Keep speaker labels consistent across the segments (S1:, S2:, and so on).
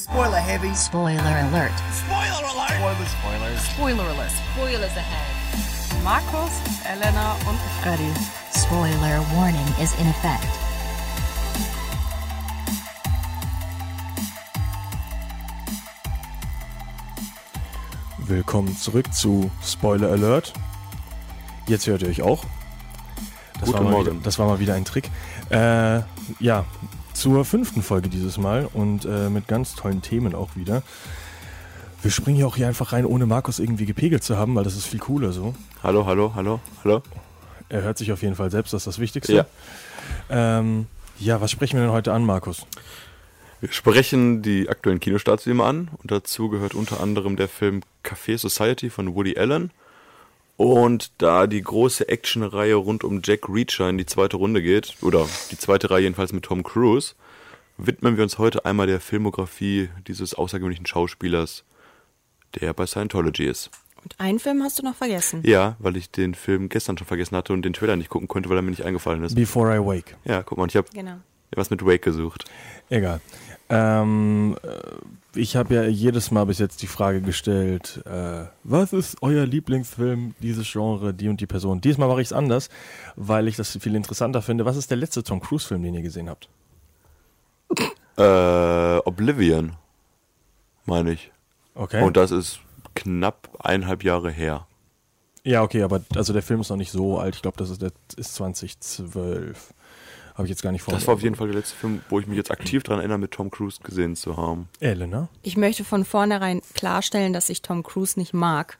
S1: Spoiler heavy.
S2: Spoiler alert.
S1: Spoiler alert. Spoiler, spoilers.
S3: Spoiler alert. Spoilers ahead. Markus, Elena und Freddy.
S2: Spoiler warning is in effect.
S4: Willkommen zurück zu Spoiler Alert. Jetzt hört ihr euch auch. Das,
S5: Guten
S4: war mal,
S5: Morgen.
S4: wieder- das war mal wieder ein Trick. Äh, ja, zur fünften Folge dieses Mal und äh, mit ganz tollen Themen auch wieder. Wir springen hier auch hier einfach rein, ohne Markus irgendwie gepegelt zu haben, weil das ist viel cooler so.
S5: Hallo, hallo, hallo, hallo.
S4: Er hört sich auf jeden Fall selbst, das ist das Wichtigste.
S5: Ja.
S4: Ähm, ja, was sprechen wir denn heute an, Markus?
S5: Wir sprechen die aktuellen Kinostarts wie immer an und dazu gehört unter anderem der Film Café Society von Woody Allen. Und da die große Actionreihe rund um Jack Reacher in die zweite Runde geht, oder die zweite Reihe jedenfalls mit Tom Cruise, widmen wir uns heute einmal der Filmografie dieses außergewöhnlichen Schauspielers, der bei Scientology ist.
S6: Und einen Film hast du noch vergessen.
S5: Ja, weil ich den Film gestern schon vergessen hatte und den Trailer nicht gucken konnte, weil er mir nicht eingefallen ist.
S4: Before I Wake.
S5: Ja, guck mal, ich habe
S6: Genau.
S5: was mit Wake gesucht.
S4: Egal. Ähm, äh, ich habe ja jedes Mal bis jetzt die Frage gestellt, äh, was ist euer Lieblingsfilm, dieses Genre, die und die Person? Diesmal mache ich es anders, weil ich das viel interessanter finde. Was ist der letzte Tom Cruise-Film, den ihr gesehen habt?
S5: Äh, Oblivion, meine ich.
S4: Okay.
S5: Und das ist knapp eineinhalb Jahre her.
S4: ja, okay, aber also der Film ist noch nicht so alt. Ich glaube, das ist, der ist 2012. Habe ich jetzt gar nicht vor.
S5: Das war auf jeden Fall der letzte Film, wo ich mich jetzt aktiv daran erinnere, mit Tom Cruise gesehen zu haben.
S4: Elena?
S6: Ich möchte von vornherein klarstellen, dass ich Tom Cruise nicht mag.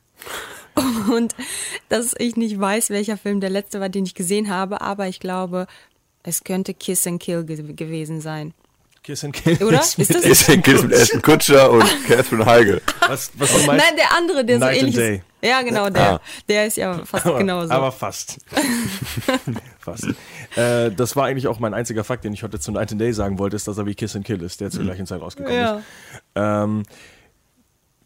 S6: Und dass ich nicht weiß, welcher Film der letzte war, den ich gesehen habe, aber ich glaube, es könnte Kiss and Kill ge gewesen sein.
S4: Kiss and Kill.
S6: Oder?
S4: Ist
S6: Ist
S4: mit
S6: das-
S5: Ich denke, es mit Ashton Kutscher und Catherine Heigl.
S4: Was, was du meinst?
S6: Nein, der andere, der
S4: Night
S6: so ähnlich
S4: and Day.
S6: ist. Ja, genau, der.
S5: Ah.
S6: Der ist ja fast
S4: aber,
S6: genauso.
S4: Aber fast. fast. Äh, das war eigentlich auch mein einziger Fakt, den ich heute zu Night and Day sagen wollte, ist, dass er wie Kiss and Kill ist, der zur gleichen Zeit rausgekommen
S6: ja.
S4: ist. Ähm,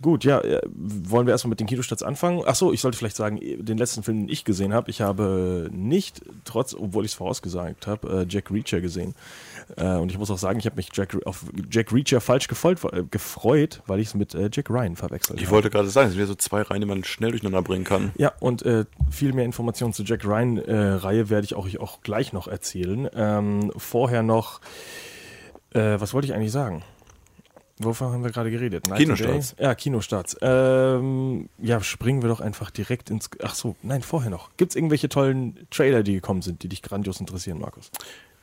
S4: gut, ja, äh, wollen wir erstmal mit den Kinostarts anfangen? Achso, ich sollte vielleicht sagen, den letzten Film, den ich gesehen habe, ich habe nicht, trotz, obwohl ich es vorausgesagt habe, äh, Jack Reacher gesehen. Äh, und ich muss auch sagen, ich habe mich Jack, auf Jack Reacher falsch gefolgt, äh, gefreut, weil ich es mit äh, Jack Ryan verwechselt
S5: Ich
S4: habe.
S5: wollte gerade sagen, es sind ja so zwei Reihen, die man schnell durcheinander bringen kann.
S4: Ja, und äh, viel mehr Informationen zur Jack Ryan-Reihe werde ich auch, ich auch gleich noch erzählen. Ähm, vorher noch, äh, was wollte ich eigentlich sagen? Wovon haben wir gerade geredet? Night
S5: Kinostarts.
S4: and Day? Ja, Kinostarts. Ähm, ja, springen wir doch einfach direkt ins. Ach so, nein, vorher noch. Gibt es irgendwelche tollen Trailer, die gekommen sind, die dich grandios interessieren, Markus?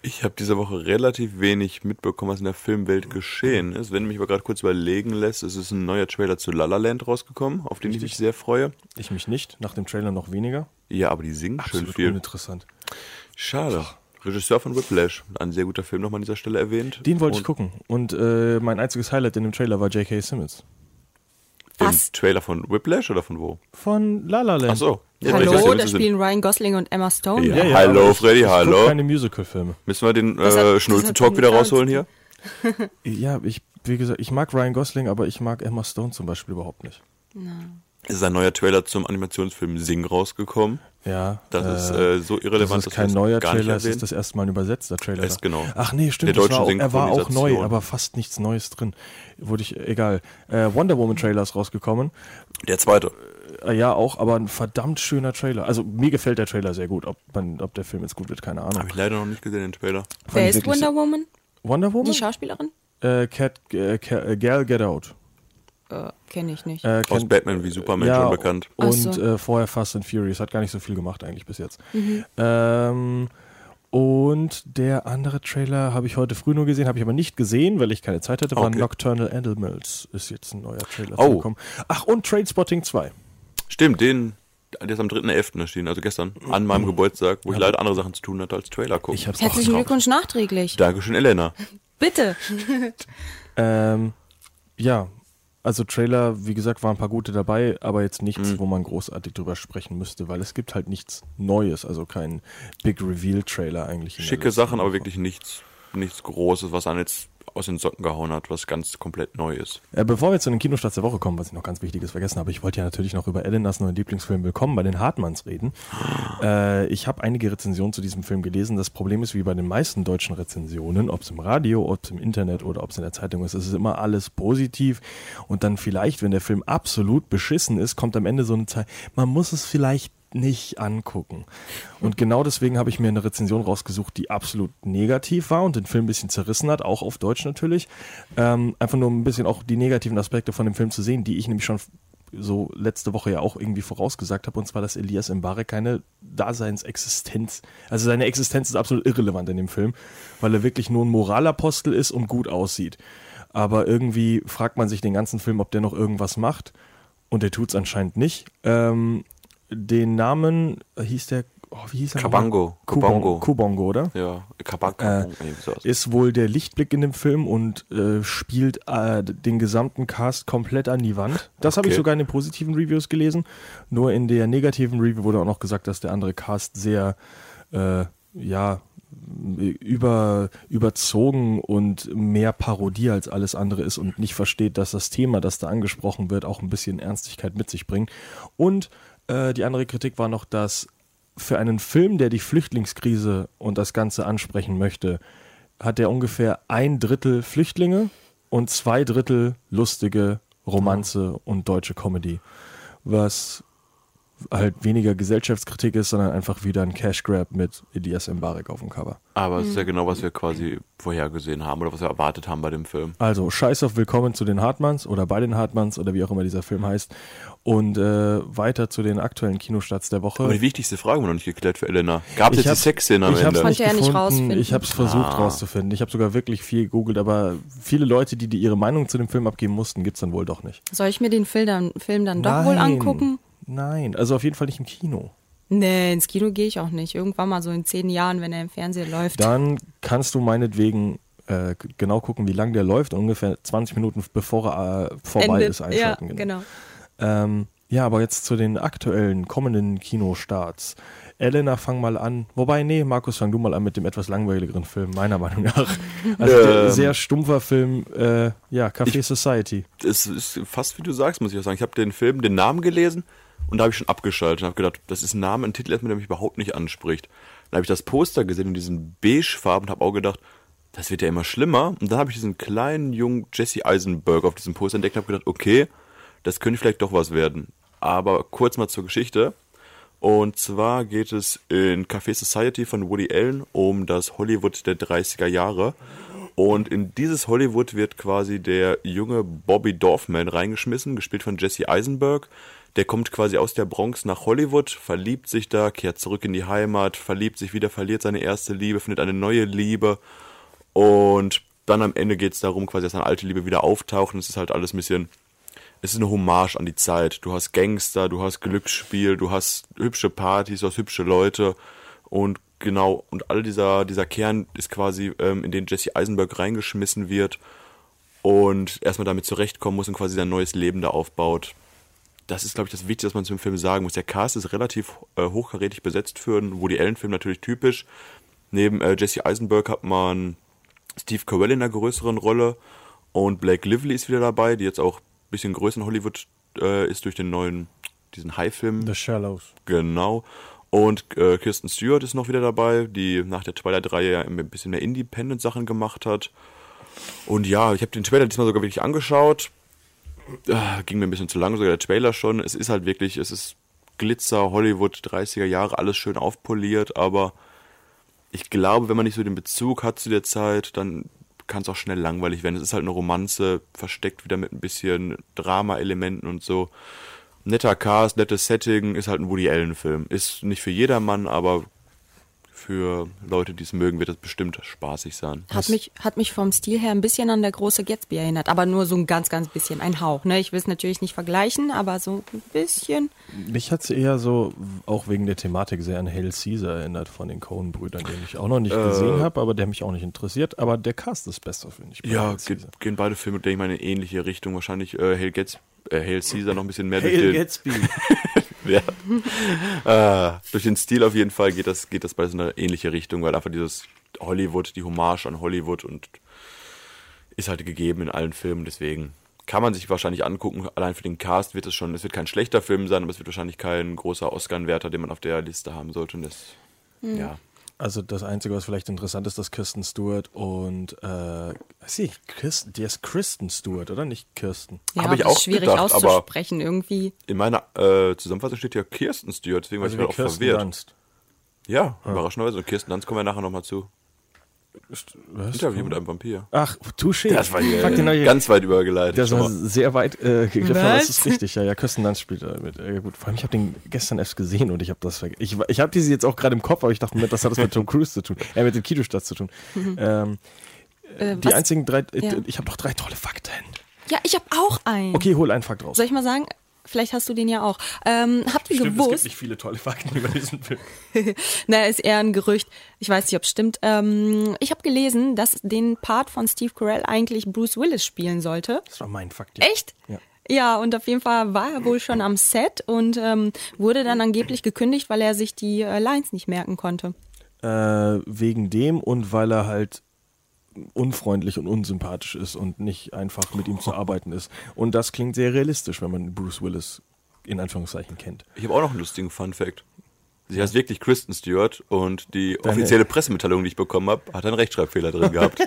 S5: Ich habe diese Woche relativ wenig mitbekommen, was in der Filmwelt geschehen ist. Wenn mich aber gerade kurz überlegen lässt, ist es ein neuer Trailer zu La La Land rausgekommen, auf den ich mich sehr freue.
S4: Ich mich nicht, nach dem Trailer noch weniger.
S5: Ja, aber die singen schön
S4: Absolut
S5: viel.
S4: uninteressant.
S5: Schade. Regisseur von Whiplash, ein sehr guter Film nochmal an dieser Stelle erwähnt.
S4: Den wollte
S5: Und
S4: ich gucken. Und äh, mein einziges Highlight in dem Trailer war J.K. Simmons.
S5: Den
S6: Was?
S5: Trailer von Whiplash oder von wo?
S4: Von La La Land.
S5: Ach so. Ja, welcher
S6: Hallo,
S5: Film
S6: da
S5: ist es denn?
S6: spielen Ryan Gosling und Emma Stone.
S5: Ja. Hallo,
S4: aber ich-
S5: Freddy,
S4: ich guck
S5: hallo.
S4: keine Musical-Filme.
S5: Müssen wir den
S6: Das hat-
S5: äh,
S6: das hat
S5: Schnulzen-Talk
S6: mit
S5: wieder
S6: gar
S5: rausholen hier?
S6: nichts
S4: Ja, ich, wie gesagt, ich mag Ryan Gosling, aber ich mag Emma Stone zum Beispiel überhaupt nicht.
S5: Es ist ein neuer Trailer zum Animationsfilm Sing rausgekommen.
S4: Ja.
S5: Das ist, äh, so irrelevant,
S4: Das ist
S5: dass wir
S4: kein
S5: es
S4: neuer
S5: gar nicht
S4: Trailer, es
S5: erwähnen.
S4: ist das erste Mal ein übersetzter Trailer.
S5: Es- genau.
S4: Ach nee, stimmt.
S5: Der
S4: das war, auch-
S5: deutschen
S4: er war auch neu,
S5: Synchronisation.
S4: aber fast nichts Neues drin. Wurde ich, egal. Äh, Wonder Woman Trailer ist rausgekommen.
S5: Der zweite.
S4: Äh, ja, auch, aber ein verdammt schöner Trailer. Also mir gefällt der Trailer sehr gut. Ob, man, ob der Film jetzt gut wird, keine Ahnung.
S5: Habe ich leider noch nicht gesehen, den Trailer.
S4: Fand
S6: Wer
S4: ich
S6: ist
S4: wirklich
S6: Wonder Woman?
S4: Wonder Woman?
S6: Die Schauspielerin?
S4: Äh, Cat, äh, Ca- äh, Gal Get Out.
S6: Äh, Kenne ich nicht.
S4: Äh,
S5: Aus
S4: kennt-
S5: Batman wie Superman
S4: ja,
S5: schon bekannt.
S4: Und
S6: Ach so.
S4: äh, vorher Fast and Furious. Hat gar nicht so viel gemacht eigentlich bis jetzt.
S6: Mhm.
S4: Ähm, und der andere Trailer habe ich heute früh nur gesehen, habe ich aber nicht gesehen, weil ich keine Zeit hatte, war
S5: Okay.
S4: Nocturnal Animals. Ist jetzt ein neuer Trailer
S5: Oh.
S4: gekommen. Ach, und Trainspotting 2.
S5: Stimmt, den, der ist am 3.11. erschienen, also gestern, an meinem Geburtstag, wo ich leider andere Sachen zu tun hatte als Trailer gucken.
S4: Ich hab's auch
S6: Herzlichen
S4: drauf.
S6: Glückwunsch nachträglich.
S5: Dankeschön, Elena.
S6: Bitte.
S4: Ähm, ja, also Trailer, wie gesagt, waren ein paar gute dabei, aber jetzt
S5: Mhm.
S4: nichts, wo man großartig drüber sprechen müsste, weil es gibt halt nichts Neues, also kein Big Reveal-Trailer eigentlich. in der
S5: Schicke
S4: letzten
S5: Sachen, aber
S4: Woche.
S5: wirklich nichts, nichts Großes, was einen jetzt aus den Socken gehauen hat, was ganz komplett neu ist.
S4: Äh, bevor wir zu den Kinostarts der Woche kommen, was ich noch ganz Wichtiges vergessen habe, ich wollte ja natürlich noch über Elenas neuen Lieblingsfilm Willkommen bei den Hartmanns reden. Äh, ich habe einige Rezensionen zu diesem Film gelesen. Das Problem ist, wie bei den meisten deutschen Rezensionen, ob es im Radio, ob es im Internet oder ob es in der Zeitung ist, es ist immer alles positiv. Und dann vielleicht, wenn der Film absolut beschissen ist, kommt am Ende so eine Zeit, man muss es vielleicht nicht angucken. Und genau deswegen habe ich mir eine Rezension rausgesucht, die absolut negativ war und den Film ein bisschen zerrissen hat, auch auf Deutsch natürlich. Ähm, einfach nur um ein bisschen auch die negativen Aspekte von dem Film zu sehen, die ich nämlich schon so letzte Woche ja auch irgendwie vorausgesagt habe, und zwar, dass Elias Mbare keine Daseinsexistenz, also seine Existenz ist absolut irrelevant in dem Film, weil er wirklich nur ein Moralapostel ist und gut aussieht. Aber irgendwie fragt man sich den ganzen Film, ob der noch irgendwas macht. Und der tut's anscheinend nicht. Ähm, den Namen äh, hieß der, oh, wie hieß er?
S5: Kabango. Kubongo.
S4: Kubongo. Kubongo, oder?
S5: Ja, Kabak.
S4: Äh, ist wohl der Lichtblick in dem Film und äh, spielt äh, den gesamten Cast komplett an die Wand. Das habe ich
S5: Okay.
S4: sogar in den positiven Reviews gelesen. Nur in der negativen Review wurde auch noch gesagt, dass der andere Cast sehr, äh, ja, über, überzogen und mehr Parodie als alles andere ist und nicht versteht, dass das Thema, das da angesprochen wird, auch ein bisschen Ernstigkeit mit sich bringt. Und äh, die andere Kritik war noch, dass für einen Film, der die Flüchtlingskrise und das Ganze ansprechen möchte, hat er ungefähr ein Drittel Flüchtlinge und zwei Drittel lustige Romanze und deutsche Comedy. Was halt weniger Gesellschaftskritik ist, sondern einfach wieder ein Cash Grab mit Elias Mbarek auf dem Cover.
S5: Aber es ist ja genau, was wir quasi vorhergesehen haben oder was wir erwartet haben bei dem Film.
S4: Also scheiß auf Willkommen zu den Hartmanns oder bei den Hartmanns oder wie auch immer dieser Film heißt. Und äh, weiter zu den aktuellen Kinostarts der Woche.
S5: Aber die wichtigste Frage haben wir noch nicht geklärt für Elena. Gab es jetzt
S4: Ich
S5: die
S4: hab-
S5: Sexszene am
S4: ich hab's
S5: Ende? Ah.
S6: Konnte er nicht
S4: gefunden.
S6: rausfinden.
S4: Ich habe es versucht rauszufinden. Ich habe sogar wirklich viel gegoogelt, aber viele Leute, die, die ihre Meinung zu dem Film abgeben mussten, gibt's dann wohl doch nicht.
S6: Soll ich mir den Film dann, Film dann doch wohl angucken?
S4: Nein, also auf jeden Fall nicht im Kino.
S6: Nee, ins Kino gehe ich auch nicht. Irgendwann mal so in zehn Jahren, wenn er im Fernsehen läuft.
S4: Dann kannst du meinetwegen äh, g- genau gucken, wie lang der läuft, und ungefähr 20 Minuten bevor er äh, vorbei
S6: Endet.
S4: ist,
S6: ja,
S4: einschalten.
S6: genau.
S4: Ähm, ja, aber jetzt zu den aktuellen kommenden Kinostarts. Elena, fang mal an. Wobei, nee, Markus, fang du mal an mit dem etwas langweiligeren Film, meiner Meinung nach. Also der
S5: Ähm.
S4: sehr stumpfer Film, äh, ja, Café Society.
S5: es ist fast wie du sagst, muss ich auch sagen. Ich habe den Film, den Namen gelesen und da habe ich schon abgeschaltet und habe gedacht, das ist ein Name, ein Titel, erstmal, der mich überhaupt nicht anspricht. Dann habe ich das Poster gesehen in diesen beigefarben und habe auch gedacht, das wird ja immer schlimmer. Und dann habe ich diesen kleinen jungen Jesse Eisenberg auf diesem Poster entdeckt und habe gedacht, okay, das könnte vielleicht doch was werden. Aber kurz mal zur Geschichte. Und zwar geht es in Café Society von Woody Allen um das Hollywood der 30er Jahre. Und in dieses Hollywood wird quasi der junge Bobby Dorfman reingeschmissen, gespielt von Jesse Eisenberg. Der kommt quasi aus der Bronx nach Hollywood, verliebt sich da, kehrt zurück in die Heimat, verliebt sich wieder, verliert seine erste Liebe, findet eine neue Liebe. Und dann am Ende geht es darum, quasi, dass seine alte Liebe wieder auftaucht. Und es ist halt alles ein bisschen es ist eine Hommage an die Zeit. Du hast Gangster, du hast Glücksspiel, du hast hübsche Partys, du hast hübsche Leute und genau, und all dieser, dieser Kern ist quasi, ähm, in den Jesse Eisenberg reingeschmissen wird und erstmal damit zurechtkommen muss und quasi sein neues Leben da aufbaut. Das ist, glaube ich, das Wichtigste, was man zum Film sagen muss. Der Cast ist relativ äh, hochkarätig besetzt für einen Woody Allen-Film, natürlich typisch. Neben äh, Jesse Eisenberg hat man Steve Carell in einer größeren Rolle und Blake Lively ist wieder dabei, die jetzt auch ein bisschen größer in Hollywood äh, ist durch den neuen, diesen High-Film.
S4: The Shallows.
S5: Genau. Und äh, Kirsten Stewart ist noch wieder dabei, die nach der Twilight-Reihe ja ein bisschen mehr Independent-Sachen gemacht hat. Und ja, ich habe den Trailer diesmal sogar wirklich angeschaut. Ah, ging mir ein bisschen zu lang, sogar der Trailer schon. Es ist halt wirklich, es ist Glitzer, Hollywood, 30er Jahre, alles schön aufpoliert, aber ich glaube, wenn man nicht so den Bezug hat zu der Zeit, dann kann es auch schnell langweilig werden. Es ist halt eine Romanze, versteckt wieder mit ein bisschen Drama-Elementen und so. Netter Cast, nettes Setting, ist halt ein Woody Allen-Film. Ist nicht für jedermann, aber für Leute, die es mögen, wird das bestimmt spaßig sein.
S6: Hat mich, hat mich vom Stil her ein bisschen an der große Gatsby erinnert, aber nur so ein ganz, ganz bisschen, ein Hauch. Ne? Ich will es natürlich nicht vergleichen, aber so ein bisschen.
S4: Mich hat's eher so, auch wegen der Thematik, sehr an Hail Caesar erinnert von den Coen-Brüdern, den ich auch noch nicht gesehen habe, aber der mich auch nicht interessiert. Aber der Cast ist besser, finde ich. bei
S5: Ja,
S4: Hail
S5: geht,
S4: Caesar.
S5: gehen beide Filme, denke ich mal, in eine ähnliche Richtung. Wahrscheinlich äh, Hail, Gats, äh, Hail Caesar noch ein bisschen mehr durch
S4: Hail
S5: den,
S4: Gatsby.
S5: ja. äh, durch den Stil auf jeden Fall geht das, geht das bei so einer ähnliche Richtung, weil einfach dieses Hollywood, die Hommage an Hollywood und ist halt gegeben in allen Filmen, deswegen kann man sich wahrscheinlich angucken. Allein für den Cast wird es schon, es wird kein schlechter Film sein, aber es wird wahrscheinlich kein großer Oscar-Werter, den man auf der Liste haben sollte. Und das, ja.
S4: Also das Einzige, was vielleicht interessant ist, dass Kirsten Stewart und äh, weiß ich, Kirsten, die ist Kristen Stewart, oder? Nicht Kirsten.
S6: Ja,
S5: Hab ich
S6: das
S5: auch
S6: ist schwierig
S5: gedacht, aber-
S6: auszusprechen irgendwie.
S5: In meiner äh, Zusammenfassung steht ja Kirsten Stewart, deswegen war ich
S4: Also wie
S5: gerade auch verwirrt.
S4: Dunst.
S5: Ja, überraschenderweise. Und Kirsten Dunst kommen wir nachher nochmal zu.
S4: Was?
S5: Interview mit einem Vampir.
S4: Ach, touché.
S5: Das war hier
S4: Fuck, genau, den hab ich-
S5: ganz weit übergeleitet.
S4: Das
S5: Schau
S4: war
S5: mal.
S4: sehr weit äh, gegriffen, aber das
S6: Was?
S4: ist richtig. Ja, ja, Kirsten Dunst spielt da mit. Äh, gut, vor allem, ich habe den gestern erst gesehen und ich habe das vergessen. Ich, ich habe diese jetzt auch gerade im Kopf, aber ich dachte, Moment, das hat das mit Tom Cruise zu tun. Äh, mit dem Kinostart zu tun. Ähm,
S6: Mhm. Äh,
S4: die
S6: was?
S4: einzigen drei, äh,
S6: Ja.
S4: ich habe noch drei tolle Fakten.
S6: Ja, ich habe auch einen.
S4: Okay, hol einen Fakt raus.
S6: Soll ich mal sagen? Vielleicht hast du den ja auch. Ähm, habt ihr
S4: Stimmt, es gibt
S6: gewusst?
S4: nicht viele tolle Fakten über diesen Film.
S6: Na, ist eher ein Gerücht. Ich weiß nicht, ob es stimmt. Ähm, ich habe gelesen, dass den Part von Steve Carell eigentlich Bruce Willis spielen sollte.
S4: Das war mein Fakt. ja.
S6: Echt?
S4: Ja.
S6: Ja, und auf jeden Fall war er wohl schon am Set und ähm, wurde dann angeblich gekündigt, weil er sich die äh, Lines nicht merken konnte.
S4: Äh, wegen dem und weil er halt unfreundlich und unsympathisch ist und nicht einfach mit ihm zu arbeiten ist. Und das klingt sehr realistisch, wenn man Bruce Willis in Anführungszeichen kennt.
S5: Ich habe auch noch einen lustigen Fun-Fact. Sie heißt wirklich Kristen Stewart und die
S4: Deine-
S5: offizielle Pressemitteilung, die ich bekommen habe, hat einen Rechtschreibfehler drin gehabt.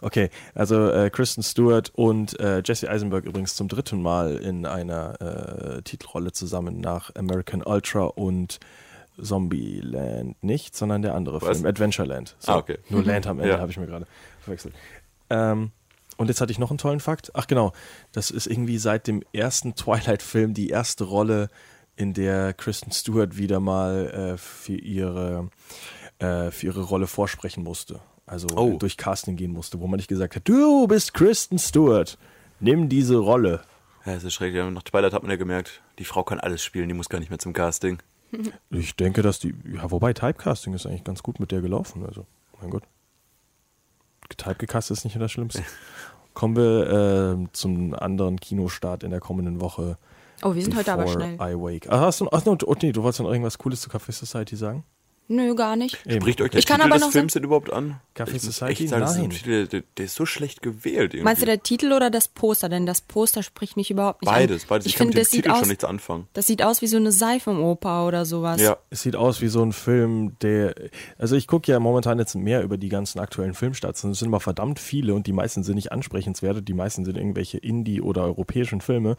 S4: Okay, also äh, Kristen Stewart und äh, Jesse Eisenberg übrigens zum dritten Mal in einer äh, Titelrolle zusammen nach American Ultra und Zombieland nicht, sondern der andere
S5: Was?
S4: Film, Adventureland.
S5: Ah, okay.
S4: Nur Land am Ende
S5: Ja.
S4: habe ich mir gerade verwechselt. Ähm, und jetzt hatte ich noch einen tollen Fakt. Ach genau, das ist irgendwie seit dem ersten Twilight-Film die erste Rolle, in der Kristen Stewart wieder mal äh, für, ihre, äh, für ihre Rolle vorsprechen musste. Also
S5: Oh.
S4: äh, durch Casting gehen musste, wo man nicht gesagt hat, du bist Kristen Stewart, nimm diese Rolle.
S5: ja, das ist schrecklich. Nach Twilight hat man ja gemerkt, die Frau kann alles spielen, die muss gar nicht mehr zum Casting.
S4: Ich denke, dass die, ja, wobei Typecasting ist eigentlich ganz gut mit der gelaufen. Also, mein Gott. Typecastet ist nicht das Schlimmste. Kommen wir ähm, zum anderen Kinostart in der kommenden Woche.
S6: Oh, wir sind heute aber
S4: Before
S6: schnell.
S4: I wake. Ah, hast du, ach, no, oh, nee, du wolltest noch irgendwas Cooles zu Café Society sagen?
S6: Nö, gar nicht.
S4: Eben.
S5: Bricht euch der
S6: Ich kann
S5: Titel
S6: aber
S5: des
S6: noch
S5: Films denn überhaupt an?
S4: Café
S5: Ich muss
S4: Society?
S5: Echt sagen, das ist ein
S4: Nein.
S5: Titel, der, der ist so schlecht gewählt. Irgendwie.
S6: Meinst du der Titel oder das Poster? Denn das Poster spricht mich überhaupt nicht
S5: beides,
S6: an.
S5: beides. Ich,
S6: Ich
S5: kann
S6: finde,
S5: mit dem
S6: das sieht
S5: Titel
S6: aus.
S5: schon nichts anfangen.
S6: Das sieht aus wie so eine Seifenoper oder sowas.
S5: Ja.
S4: Es sieht aus wie so ein Film, der. Also, ich gucke ja momentan jetzt mehr über die ganzen aktuellen Filmstarts. Und es sind immer verdammt viele und die meisten sind nicht ansprechenswert. Die meisten sind irgendwelche Indie- oder europäischen Filme.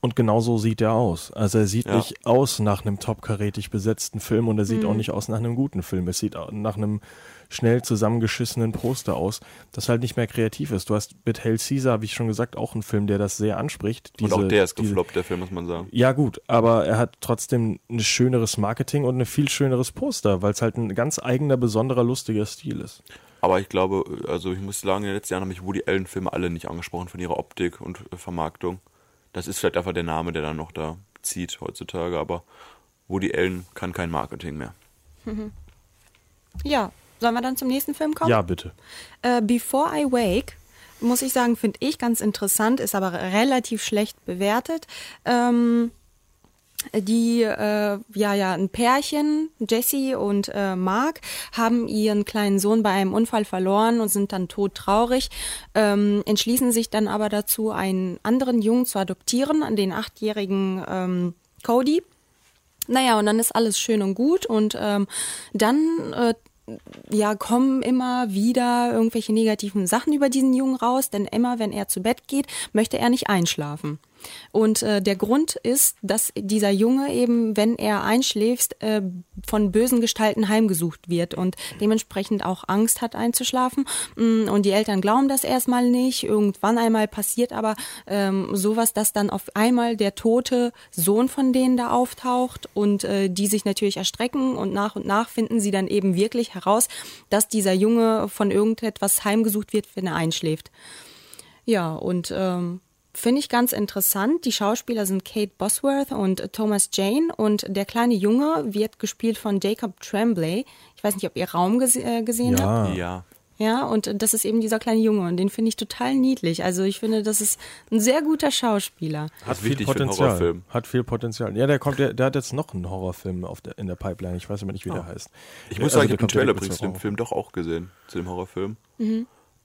S4: Und genau so sieht er aus. Also, er sieht
S5: Ja.
S4: nicht aus nach einem topkarätig besetzten Film und er sieht auch nicht aus nach einem guten Film. Es sieht au- nach einem schnell zusammengeschissenen Poster aus, das halt nicht mehr kreativ ist. Du hast mit Hell Caesar, wie ich schon gesagt, auch einen Film, der das sehr anspricht.
S5: Und auch
S4: Diese-
S5: der ist
S4: diese-
S5: gefloppt, der Film, muss man sagen.
S4: ja, gut, aber er hat trotzdem ein schöneres Marketing und ein viel schöneres Poster, weil es halt ein ganz eigener, besonderer, lustiger Stil ist.
S5: Aber ich glaube, also ich muss sagen, in den letzten Jahren haben mich Woody Allen-Filme alle nicht angesprochen von ihrer Optik und äh, Vermarktung. Das ist vielleicht einfach der Name, der dann noch da zieht heutzutage, aber Woody Allen kann kein Marketing mehr.
S6: ja. Sollen wir dann zum nächsten Film kommen?
S4: Ja, bitte.
S6: Äh, Before I Wake, muss ich sagen, finde ich ganz interessant, ist aber relativ schlecht bewertet. Ähm, die, äh, ja, ja, ein Pärchen, Jesse und äh, Mark, haben ihren kleinen Sohn bei einem Unfall verloren und sind dann todtraurig, ähm, entschließen sich dann aber dazu, einen anderen Jungen zu adoptieren, an den achtjährigen ähm, Cody. Naja, und dann ist alles schön und gut und ähm, dann äh, ja, kommen immer wieder irgendwelche negativen Sachen über diesen Jungen raus, denn immer, wenn er zu Bett geht, möchte er nicht einschlafen. Und äh, der Grund ist, dass dieser Junge eben, wenn er einschläft, äh, von bösen Gestalten heimgesucht wird und dementsprechend auch Angst hat einzuschlafen. Mm, Und die Eltern glauben das erstmal nicht. Irgendwann einmal passiert aber ähm, sowas, dass dann auf einmal der tote Sohn von denen da auftaucht und äh, die sich natürlich erstrecken und nach und nach finden sie dann eben wirklich heraus, dass dieser Junge von irgendetwas heimgesucht wird, wenn er einschläft. Ja, und ähm, finde ich ganz interessant. Die Schauspieler sind Kate Bosworth und Thomas Jane und der kleine Junge wird gespielt von Jacob Tremblay. Ich weiß nicht, ob ihr Raum gese äh, gesehen
S4: Ja.
S6: habt.
S5: Ja.
S6: Ja, und äh, das ist eben dieser kleine Junge und den finde ich total niedlich. Also ich finde, das ist ein sehr guter Schauspieler.
S5: Das ist wichtig für einen Horrorfilm.
S4: Hat viel Potenzial. Ja, der kommt, der, der hat jetzt noch einen Horrorfilm auf der, in der Pipeline. Ich weiß aber nicht, wie der heißt.
S5: Oh. Ich muss
S4: Also,
S5: sagen, ich habe
S4: der
S5: den
S4: kommt
S5: Trailer
S4: direkt
S5: übrigens zu
S4: zur
S5: dem Film doch auch gesehen, zu dem Horrorfilm.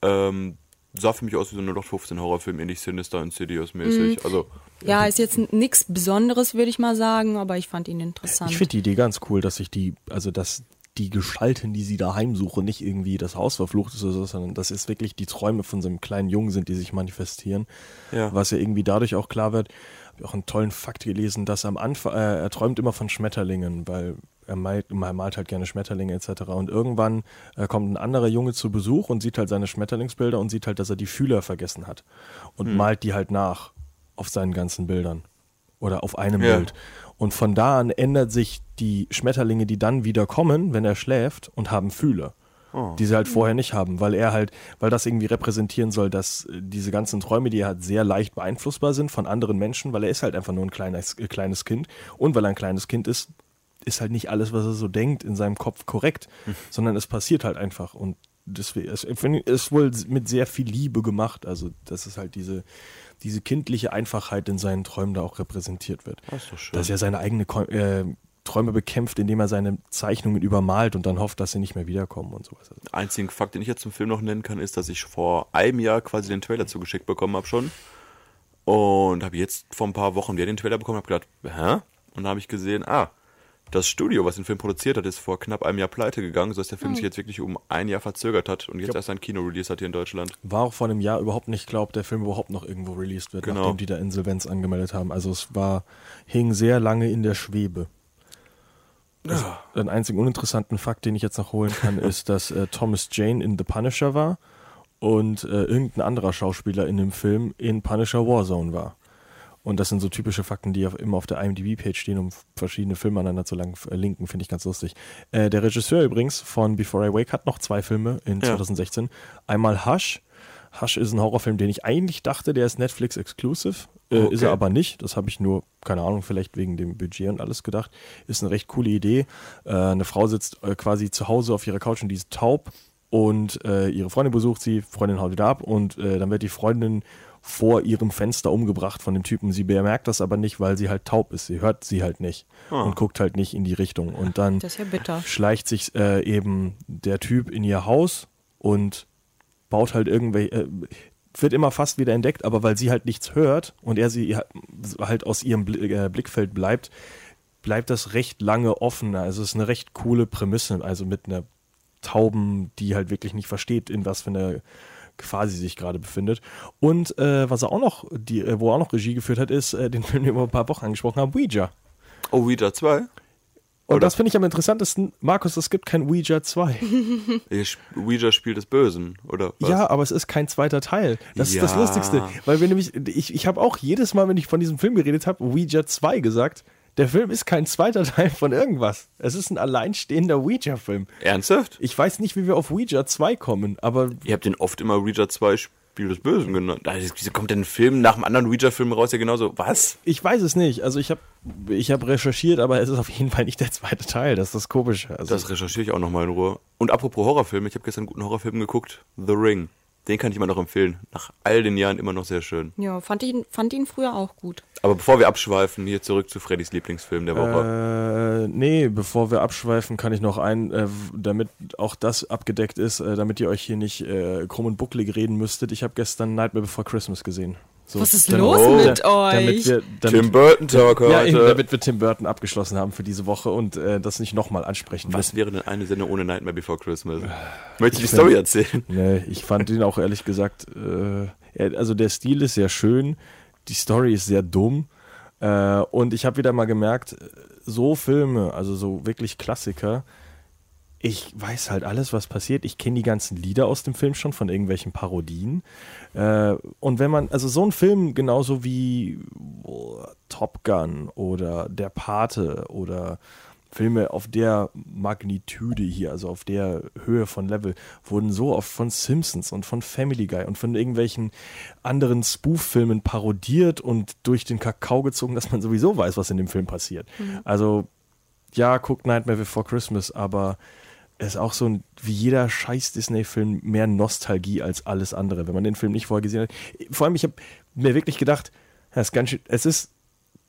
S5: Ähm, sah für mich aus wie so ein 15 Horrorfilm, ähnlich Sinister und Sidious mäßig. Also
S6: Ja, ist jetzt nichts Besonderes, würde ich mal sagen, aber ich fand ihn interessant.
S4: Ich finde die Idee ganz cool, dass sich die, also dass die Gestalten, die sie da heimsuchen, nicht irgendwie das Haus verflucht ist oder so, sondern das ist wirklich die Träume von so einem kleinen Jungen sind, die sich manifestieren.
S5: Ja.
S4: Was ja irgendwie dadurch auch klar wird, habe ich auch einen tollen Fakt gelesen, dass am Anfang, äh, er träumt immer von Schmetterlingen, weil er malt, er malt halt gerne Schmetterlinge etc. Und irgendwann äh, kommt ein anderer Junge zu Besuch und sieht halt seine Schmetterlingsbilder und sieht halt, dass er die Fühler vergessen hat
S5: Hm.
S4: und malt die halt nach auf seinen ganzen Bildern oder auf einem
S5: Ja.
S4: Bild. Und von da an ändert sich die Schmetterlinge, die dann wieder kommen, wenn er schläft, und haben Fühle. Die sie halt vorher nicht haben, weil er halt, weil das irgendwie repräsentieren soll, dass äh, diese ganzen Träume, die er hat, sehr leicht beeinflussbar sind von anderen Menschen, weil er ist halt einfach nur ein kleines, äh, kleines Kind. Und weil er ein kleines Kind ist, ist halt nicht alles, was er so denkt, in seinem Kopf korrekt, sondern es passiert halt einfach. Und deswegen, es ich finde, es ist wohl mit sehr viel Liebe gemacht. Also, dass es halt diese, diese kindliche Einfachheit in seinen Träumen da auch repräsentiert wird.
S5: Das ist doch schön.
S4: Dass er seine eigenen Ko- äh, Träume bekämpft, indem er seine Zeichnungen übermalt und dann hofft, dass sie nicht mehr wiederkommen und sowas. Also,
S5: einzigen Fakt, den ich jetzt zum Film noch nennen kann, ist, dass ich vor einem Jahr quasi den Trailer zugeschickt bekommen habe schon. Und habe jetzt vor ein paar Wochen wieder den Trailer bekommen, habe gedacht, hä? Und da habe ich gesehen, ah, das Studio, was den Film produziert hat, ist vor knapp einem Jahr pleite gegangen, sodass der Film
S4: Hm.
S5: sich jetzt wirklich um ein Jahr verzögert hat und jetzt erst ein Kino-Release hat hier in Deutschland.
S4: war auch vor einem Jahr überhaupt nicht glaubt, der Film überhaupt noch irgendwo released wird,
S5: Genau.
S4: nachdem die da Insolvenz angemeldet haben. Also es war, hing sehr lange in der Schwebe. Also, Den einzigen uninteressanten Fakt, den ich jetzt noch holen kann, ist, dass äh, Thomas Jane in The Punisher war und äh, irgendein anderer Schauspieler in dem Film in Punisher Warzone war. Und das sind so typische Fakten, die auf, immer auf der IMDb-Page stehen, um f- verschiedene Filme aneinander zu lang, äh, linken, finde ich ganz lustig. Äh, der Regisseur übrigens von Before I Wake hat noch zwei Filme in 2016. Einmal Hush. Hush ist ein Horrorfilm, den ich eigentlich dachte, der ist Netflix-exclusive. Äh,
S5: Okay.
S4: Ist er aber nicht. Das habe ich nur, keine Ahnung, vielleicht wegen dem Budget und alles gedacht. Ist eine recht coole Idee. Äh, eine Frau sitzt äh, quasi zu Hause auf ihrer Couch und die ist taub und äh, ihre Freundin besucht sie, Freundin haut wieder ab und äh, dann wird die Freundin vor ihrem Fenster umgebracht von dem Typen. Sie bemerkt das aber nicht, weil sie halt taub ist. Sie hört sie halt nicht und guckt halt nicht in die Richtung. Und dann
S6: Das ist ja bitter.
S4: schleicht sich äh, eben der Typ in ihr Haus und baut halt irgendwelche, äh, wird immer fast wieder entdeckt, aber weil sie halt nichts hört und er sie ha- halt aus ihrem Bli äh, Blickfeld bleibt, bleibt das recht lange offen. Also es ist eine recht coole Prämisse, also mit einer Tauben, die halt wirklich nicht versteht, in was für einer Gefahr sie sich gerade befindet. Und äh, was er auch noch, die, äh, wo er auch noch Regie geführt hat, ist äh, den Film, den wir vor ein paar Wochen angesprochen haben, Ouija.
S5: Oh, Ouija 2?
S4: Und das finde ich am interessantesten. Markus, es gibt kein Ouija 2.
S5: Ihr Sp- Ouija spielt des Bösen, oder was?
S4: Ja, aber es ist kein zweiter Teil. Das ist das
S5: Ja.
S4: Lustigste. Weil wir nämlich, ich, ich habe auch jedes Mal, wenn ich von diesem Film geredet habe, Ouija 2 gesagt. Der Film ist kein zweiter Teil von irgendwas. Es ist ein alleinstehender Ouija-Film.
S5: Ernsthaft?
S4: Ich weiß nicht, wie wir auf Ouija 2 kommen, aber
S5: Ihr habt den oft immer Ouija 2 Spiel des Bösen genannt. Also, Wieso kommt denn ein Film nach dem anderen Ouija-Film raus, der genauso, was?
S4: ich weiß es nicht. Also ich habe ich hab recherchiert, aber es ist auf jeden Fall nicht der zweite Teil. Das ist das Komische. Also
S5: Das recherchiere ich auch nochmal in Ruhe. Und apropos Horrorfilme, ich habe gestern einen guten Horrorfilm geguckt, The Ring. Den kann ich immer noch empfehlen. Nach all den Jahren immer noch sehr schön.
S6: Ja, fand ihn, fand ihn früher auch gut.
S5: Aber bevor wir abschweifen, hier zurück zu Freddys Lieblingsfilm der Woche.
S4: Äh, nee, bevor wir abschweifen, kann ich noch ein, äh, w- damit auch das abgedeckt ist, äh, damit ihr euch hier nicht äh, krumm und bucklig reden müsstet. Ich habe gestern Nightmare Before Christmas gesehen. So,
S6: Was ist
S4: damit-
S6: los
S4: da-
S6: mit
S4: Damit
S6: euch?
S4: wir, Äh, damit,
S5: Tim Burton Talk
S4: ja, eben,
S5: heute.
S4: damit wir Tim Burton abgeschlossen haben für diese Woche und äh, das nicht nochmal ansprechen
S5: was
S4: müssen.
S5: wäre denn eine Sendung ohne Nightmare Before Christmas? Möchtest du die Story erzählen?
S4: Nee, ich fand ihn auch ehrlich gesagt, äh, er- also der Stil ist sehr schön, die Story ist sehr dumm äh, und ich habe wieder mal gemerkt, so Filme, also so wirklich Klassiker, ich weiß halt alles, was passiert. Ich kenne die ganzen Lieder aus dem Film schon von irgendwelchen Parodien. Äh, und wenn man, also so ein Film genauso wie oh, Top Gun oder Der Pate oder Filme auf der Magnitude hier, also auf der Höhe von Level, wurden so oft von Simpsons und von Family Guy und von irgendwelchen anderen Spoof-Filmen parodiert und durch den Kakao gezogen, dass man sowieso weiß, was in dem Film passiert. Also ja, guckt Nightmare Before Christmas, aber es ist auch so ein, wie jeder scheiß Disney-Film, mehr Nostalgie als alles andere, wenn man den Film nicht vorher gesehen hat. Vor allem, ich habe mir wirklich gedacht, das ist ganz schön, es ist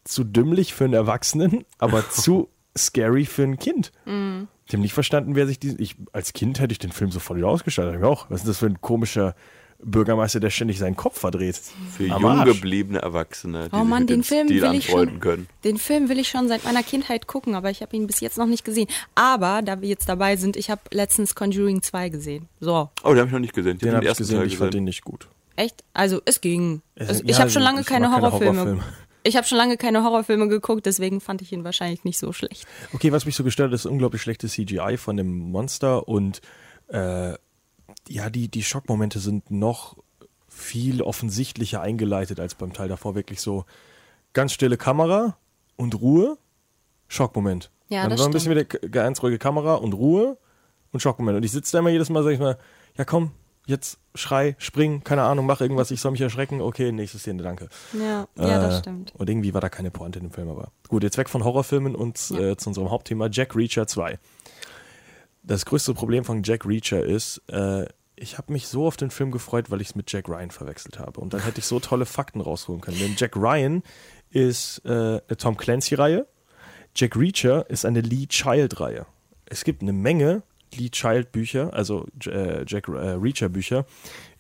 S4: zu dümmlich für einen Erwachsenen, aber zu scary für ein Kind. Ich habe nicht verstanden, wer sich diesen. Ich, als Kind hätte ich den Film sofort wieder ausgeschaltet. Ich mir auch, was ist das für ein komischer Bürgermeister, der ständig seinen Kopf verdreht?
S5: Für
S4: Am
S5: jung
S4: Arsch.
S5: gebliebene Erwachsene, die
S6: Oh
S5: sich
S6: Mann,
S5: mit
S6: den
S5: dem
S6: Film
S5: Stil
S6: will ich
S5: anfreunden
S6: schon.
S5: können.
S6: Den Film will ich schon seit meiner Kindheit gucken, aber ich habe ihn bis jetzt noch nicht gesehen. Aber da wir jetzt dabei sind, ich habe letztens Conjuring 2 gesehen. So,
S5: Oh, den habe ich noch nicht gesehen. Ich
S4: Den
S5: hab
S4: habe ich gesehen, ich fand den nicht gut.
S6: echt? Also, es ging.
S4: Es-
S6: Es,
S4: ja,
S6: ich habe schon
S4: also,
S6: lange
S4: ich
S6: keine
S4: mag keine
S6: Horrorfilme.
S4: Horrorfilme.
S6: Ich habe schon lange keine Horrorfilme geguckt, deswegen fand ich ihn wahrscheinlich nicht so schlecht.
S4: Okay, was mich so gestört hat, ist unglaublich schlechtes CGI von dem Monster und äh, ja, die, die Schockmomente sind noch viel offensichtlicher eingeleitet als beim Teil davor. Wirklich so ganz stille Kamera und Ruhe, Schockmoment.
S6: Ja,
S4: Dann
S6: das
S4: war ein bisschen wieder k- ganz ruhige Kamera und Ruhe und Schockmoment. Und ich sitze da immer jedes Mal, sag ich mal, ja komm, jetzt schrei, spring, keine Ahnung, mach irgendwas, ich soll mich erschrecken. Okay, nächste Szene, danke.
S6: Ja, ja, das
S4: Äh,
S6: stimmt.
S4: Und irgendwie war da keine Pointe in dem Film, aber gut, jetzt weg von Horrorfilmen und äh, zu unserem Hauptthema Jack Reacher 2. Das größte Problem von Jack Reacher ist, äh, ich habe mich so auf den Film gefreut, weil ich es mit Jack Ryan verwechselt habe. Und dann hätte ich so tolle Fakten rausholen können. Denn Jack Ryan ist äh, eine Tom Clancy-Reihe. Jack Reacher ist eine Lee Child-Reihe. Es gibt eine Menge Lee Child-Bücher, also J- äh, Jack äh, Reacher-Bücher.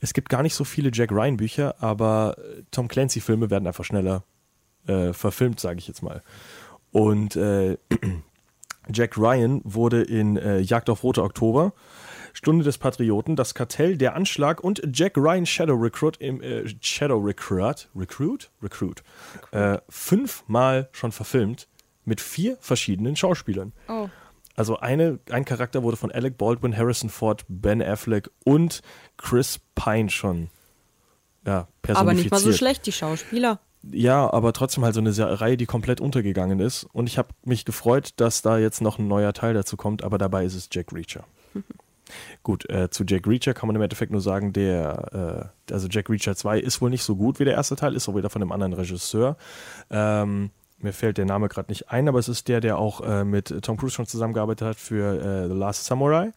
S4: Es gibt gar nicht so viele Jack Ryan-Bücher, aber äh, Tom Clancy-Filme werden einfach schneller äh, verfilmt, sage ich jetzt mal. Und äh, Jack Ryan wurde in äh, Jagd auf Rote Oktober, Stunde des Patrioten, das Kartell, der Anschlag und Jack Ryan Shadow Recruit im äh, Shadow Recruit, Recruit, Recruit, Äh, fünfmal schon verfilmt mit vier verschiedenen Schauspielern.
S6: Oh.
S4: Also eine, ein Charakter wurde von Alec Baldwin, Harrison Ford, Ben Affleck und Chris Pine schon ja, personifiziert.
S6: Aber nicht mal so schlecht, die Schauspieler.
S4: Ja, aber trotzdem halt so eine Ser- Reihe, die komplett untergegangen ist. Und ich habe mich gefreut, dass da jetzt noch ein neuer Teil dazu kommt, aber dabei ist es Jack Reacher. gut, äh, zu Jack Reacher kann man im Endeffekt nur sagen, der, äh, also Jack Reacher 2 ist wohl nicht so gut wie der erste Teil, ist auch wieder von einem anderen Regisseur. Ähm, mir fällt der Name gerade nicht ein, aber es ist der, der auch äh, mit Tom Cruise schon zusammengearbeitet hat für äh, The Last Samurai.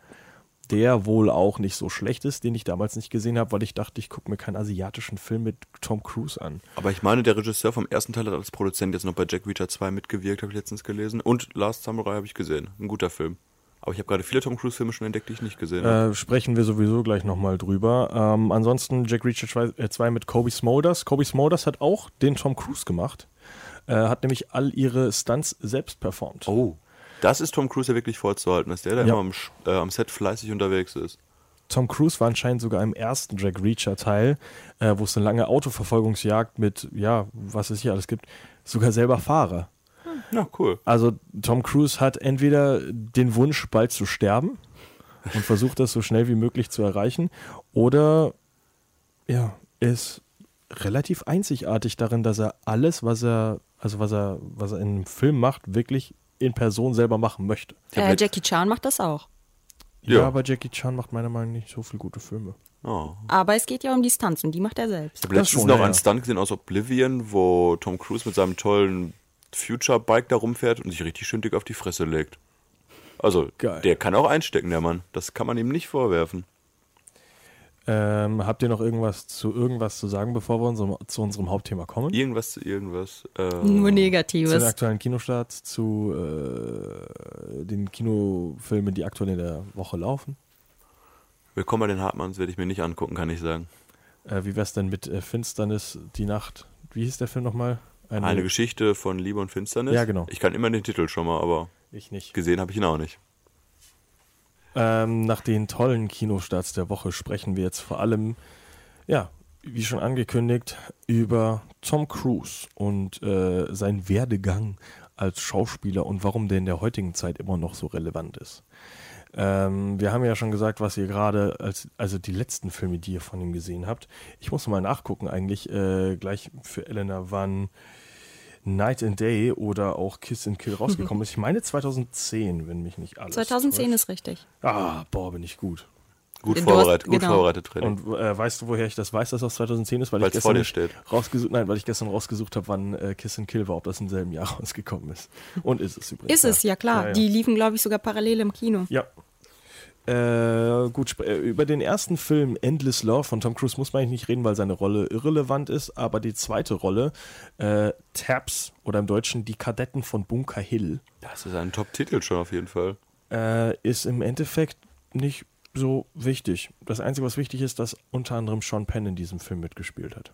S4: Der wohl auch nicht so schlecht ist, den ich damals nicht gesehen habe, weil ich dachte, ich gucke mir keinen asiatischen Film mit Tom Cruise an.
S5: Aber ich meine, der Regisseur vom ersten Teil hat als Produzent jetzt noch bei Jack Reacher 2 mitgewirkt, habe ich letztens gelesen. Und Last Samurai habe ich gesehen. Ein guter Film. Aber ich habe gerade viele Tom Cruise-Filme schon entdeckt, die ich nicht gesehen habe.
S4: Äh, sprechen wir sowieso gleich nochmal drüber. Ähm, ansonsten Jack Reacher 2 mit Kobe Smulders. Kobe Smulders hat auch den Tom Cruise gemacht. Äh, hat nämlich all ihre Stunts selbst performt.
S5: Oh. Das ist Tom Cruise ja wirklich vorzuhalten, dass der da
S4: Ja.
S5: immer am, Sch- äh, am Set fleißig unterwegs ist.
S4: Tom Cruise war anscheinend sogar im ersten Jack Reacher Teil, äh, wo es eine lange Autoverfolgungsjagd mit, ja, was es hier alles gibt, sogar selber Fahrer.
S5: Na, cool.
S4: Also Tom Cruise hat entweder den Wunsch, bald zu sterben und versucht das so schnell wie möglich zu erreichen, oder ja, er ist relativ einzigartig darin, dass er alles, was er, also was er, was er in einem Film macht, wirklich in Person selber machen möchte.
S6: Äh,
S5: halt-
S6: Jackie Chan macht das auch.
S4: Ja,
S5: Ja.
S4: aber Jackie Chan macht meiner Meinung nach nicht so viele gute Filme.
S5: Oh.
S6: Aber es geht ja um Distanz und die macht er selbst.
S5: Ich habe
S4: Das
S5: letztens
S4: schon,
S5: noch
S4: ja,
S5: einen
S4: ja.
S5: Stunt gesehen aus Oblivion, wo Tom Cruise mit seinem tollen Future-Bike da rumfährt und sich richtig schön dick auf die Fresse legt. Also,
S4: Geil.
S5: der kann auch einstecken, der Mann. Das kann man ihm nicht vorwerfen.
S4: Ähm, habt ihr noch irgendwas zu irgendwas zu sagen, bevor wir unserem, zu unserem Hauptthema kommen?
S5: Irgendwas zu irgendwas. Äh,
S6: Nur
S4: Zu den
S6: Negatives.
S4: aktuellen Kinostarts, zu äh, den Kinofilmen, die aktuell in der Woche laufen.
S5: Willkommen bei den Hartmanns werde ich mir nicht angucken, kann ich sagen.
S4: Äh, wie wär's denn mit äh, Finsternis, die Nacht? Wie hieß der Film nochmal? Äh,
S5: Eine Geschichte von Liebe und Finsternis.
S4: Ja, genau.
S5: Ich kann immer den Titel schon mal, aber
S4: Ich nicht.
S5: gesehen habe ich ihn auch nicht.
S4: Ähm, nach den tollen Kinostarts der Woche sprechen wir jetzt vor allem, ja, wie schon angekündigt, über Tom Cruise und äh, seinen Werdegang als Schauspieler und warum der in der heutigen Zeit immer noch so relevant ist. Ähm, wir haben ja schon gesagt, was ihr gerade als, also die letzten Filme, die ihr von ihm gesehen habt. Ich muss mal nachgucken eigentlich, äh, gleich für Elena, wann Night and Day oder auch Kiss and Kill rausgekommen ist. Ich meine 2010, wenn mich nicht alles
S6: 2010
S4: täuscht.
S6: ist richtig.
S4: Ah, boah, bin ich gut.
S5: Gut
S6: Du hast-
S5: vorbereitet, gut
S6: genau.
S5: vorbereitet, Freddy.
S4: Und äh, weißt du, woher ich das weiß, dass das 2010 ist? Weil
S5: Weil's
S4: ich
S5: vor
S4: gestern
S5: dir steht.
S4: rausgesucht, nein, weil ich gestern rausgesucht habe, wann äh, Kiss and Kill war, ob das im selben Jahr rausgekommen ist. Und ist es übrigens.
S6: Ist es, ja klar.
S4: Ja, ja.
S6: Die liefen, glaube ich, sogar parallel im Kino.
S4: ja. Äh, gut, sp- äh, über den ersten Film Endless Love von Tom Cruise muss man eigentlich nicht reden, weil seine Rolle irrelevant ist, aber die zweite Rolle, äh, Taps oder im Deutschen Die Kadetten von Bunker Hill,
S5: Das ist ein Top-Titel schon auf jeden Fall.
S4: äh, ist im Endeffekt nicht so wichtig. Das Einzige, was wichtig ist, dass unter anderem Sean Penn in diesem Film mitgespielt hat.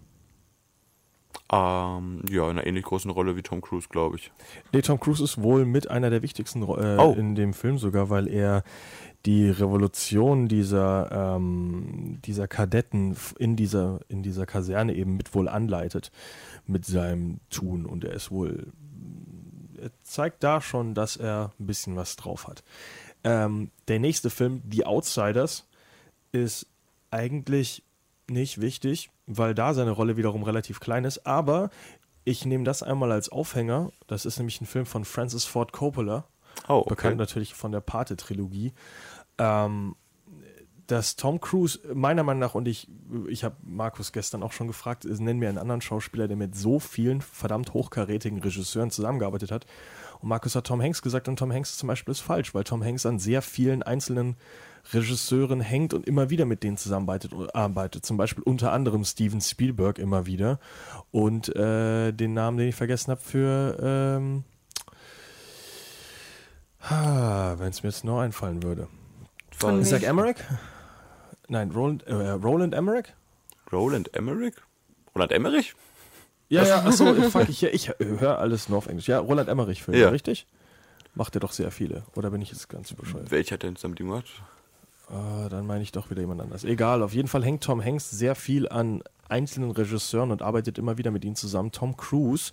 S5: Ähm, ja, in einer ähnlich großen Rolle wie Tom Cruise, glaube ich.
S4: Nee, Tom Cruise ist wohl mit einer der wichtigsten Ro- äh,
S5: Oh.
S4: in dem Film sogar, weil er die Revolution dieser, ähm, dieser Kadetten f- in dieser, in dieser Kaserne eben mit wohl anleitet mit seinem Tun und er ist wohl, er zeigt da schon, dass er ein bisschen was drauf hat. Ähm, der nächste Film, Die Outsiders, ist eigentlich nicht wichtig, weil da seine Rolle wiederum relativ klein ist. Aber ich nehme das einmal als Aufhänger. Das ist nämlich ein Film von Francis Ford Coppola,
S5: Oh, okay.
S4: bekannt natürlich von der Pate-Trilogie. Ähm, dass Tom Cruise, meiner Meinung nach, und ich, ich habe Markus gestern auch schon gefragt, äh, nenn mir einen anderen Schauspieler, der mit so vielen verdammt hochkarätigen Regisseuren zusammengearbeitet hat. Und Markus hat Tom Hanks gesagt und Tom Hanks zum Beispiel ist falsch, weil Tom Hanks an sehr vielen einzelnen Regisseuren hängt und immer wieder mit denen zusammenarbeitet. Arbeitet. Zum Beispiel unter anderem Steven Spielberg immer wieder. Und äh, den Namen, den ich vergessen habe für... Ähm, wenn es Ah, mir jetzt nur einfallen würde.
S6: Von
S4: Isaac
S6: wem?
S4: Emmerich? Nein, Roland, äh, Roland Emmerich?
S5: Roland Emmerich? Roland Emmerich?
S4: Ja, ja, achso, äh, fuck, ich, ich höre alles nur auf Englisch. Ja, Roland Emmerich-Filme,
S5: Ja.
S4: richtig? Macht er doch sehr viele. Oder bin ich jetzt ganz bescheuert?
S5: Welcher hat denn zusammen mit ihm gemacht?
S4: Ah, dann meine ich doch wieder jemand anders. Egal, auf jeden Fall hängt Tom Hanks sehr viel an einzelnen Regisseuren und arbeitet immer wieder mit ihnen zusammen. Tom Cruise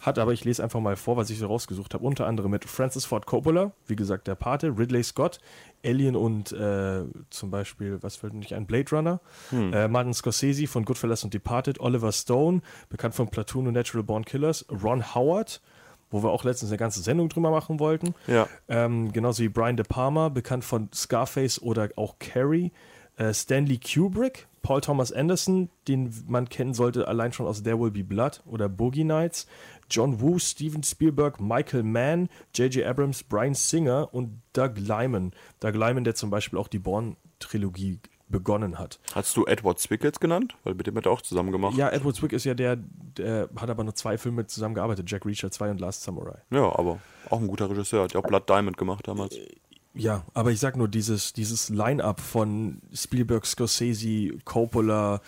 S4: hat aber, ich lese einfach mal vor, was ich so rausgesucht habe, unter anderem mit Francis Ford Coppola, wie gesagt, der Pate, Ridley Scott, Alien und äh, zum Beispiel, was fällt mir nicht ein, Blade Runner, äh, Martin Scorsese von Goodfellas und Departed, Oliver Stone, bekannt von Platoon und Natural Born Killers, Ron Howard, wo wir auch letztens eine ganze Sendung drüber machen wollten.
S5: Ja.
S4: Ähm, genauso wie Brian De Palma, bekannt von Scarface oder auch Carrie. Äh, Stanley Kubrick, Paul Thomas Anderson, den man kennen sollte allein schon aus There Will Be Blood oder Boogie Nights. John Woo, Steven Spielberg, Michael Mann, J.J. Abrams, Brian Singer und Doug Lyman. Doug Lyman, der zum Beispiel auch die Born-Trilogie begonnen hat.
S5: Hast du Edward Zwick jetzt genannt? Weil mit dem hat er auch zusammen gemacht.
S4: Ja, Edward Zwick ist ja der, der hat aber nur zwei Filme zusammengearbeitet, Jack Reacher 2 und Last Samurai.
S5: Ja, aber auch ein guter Regisseur. Hat ja auch Blood Diamond gemacht damals.
S4: Äh. Ja, aber ich sag nur, dieses, dieses Line-Up von Spielberg, Scorsese, Coppola,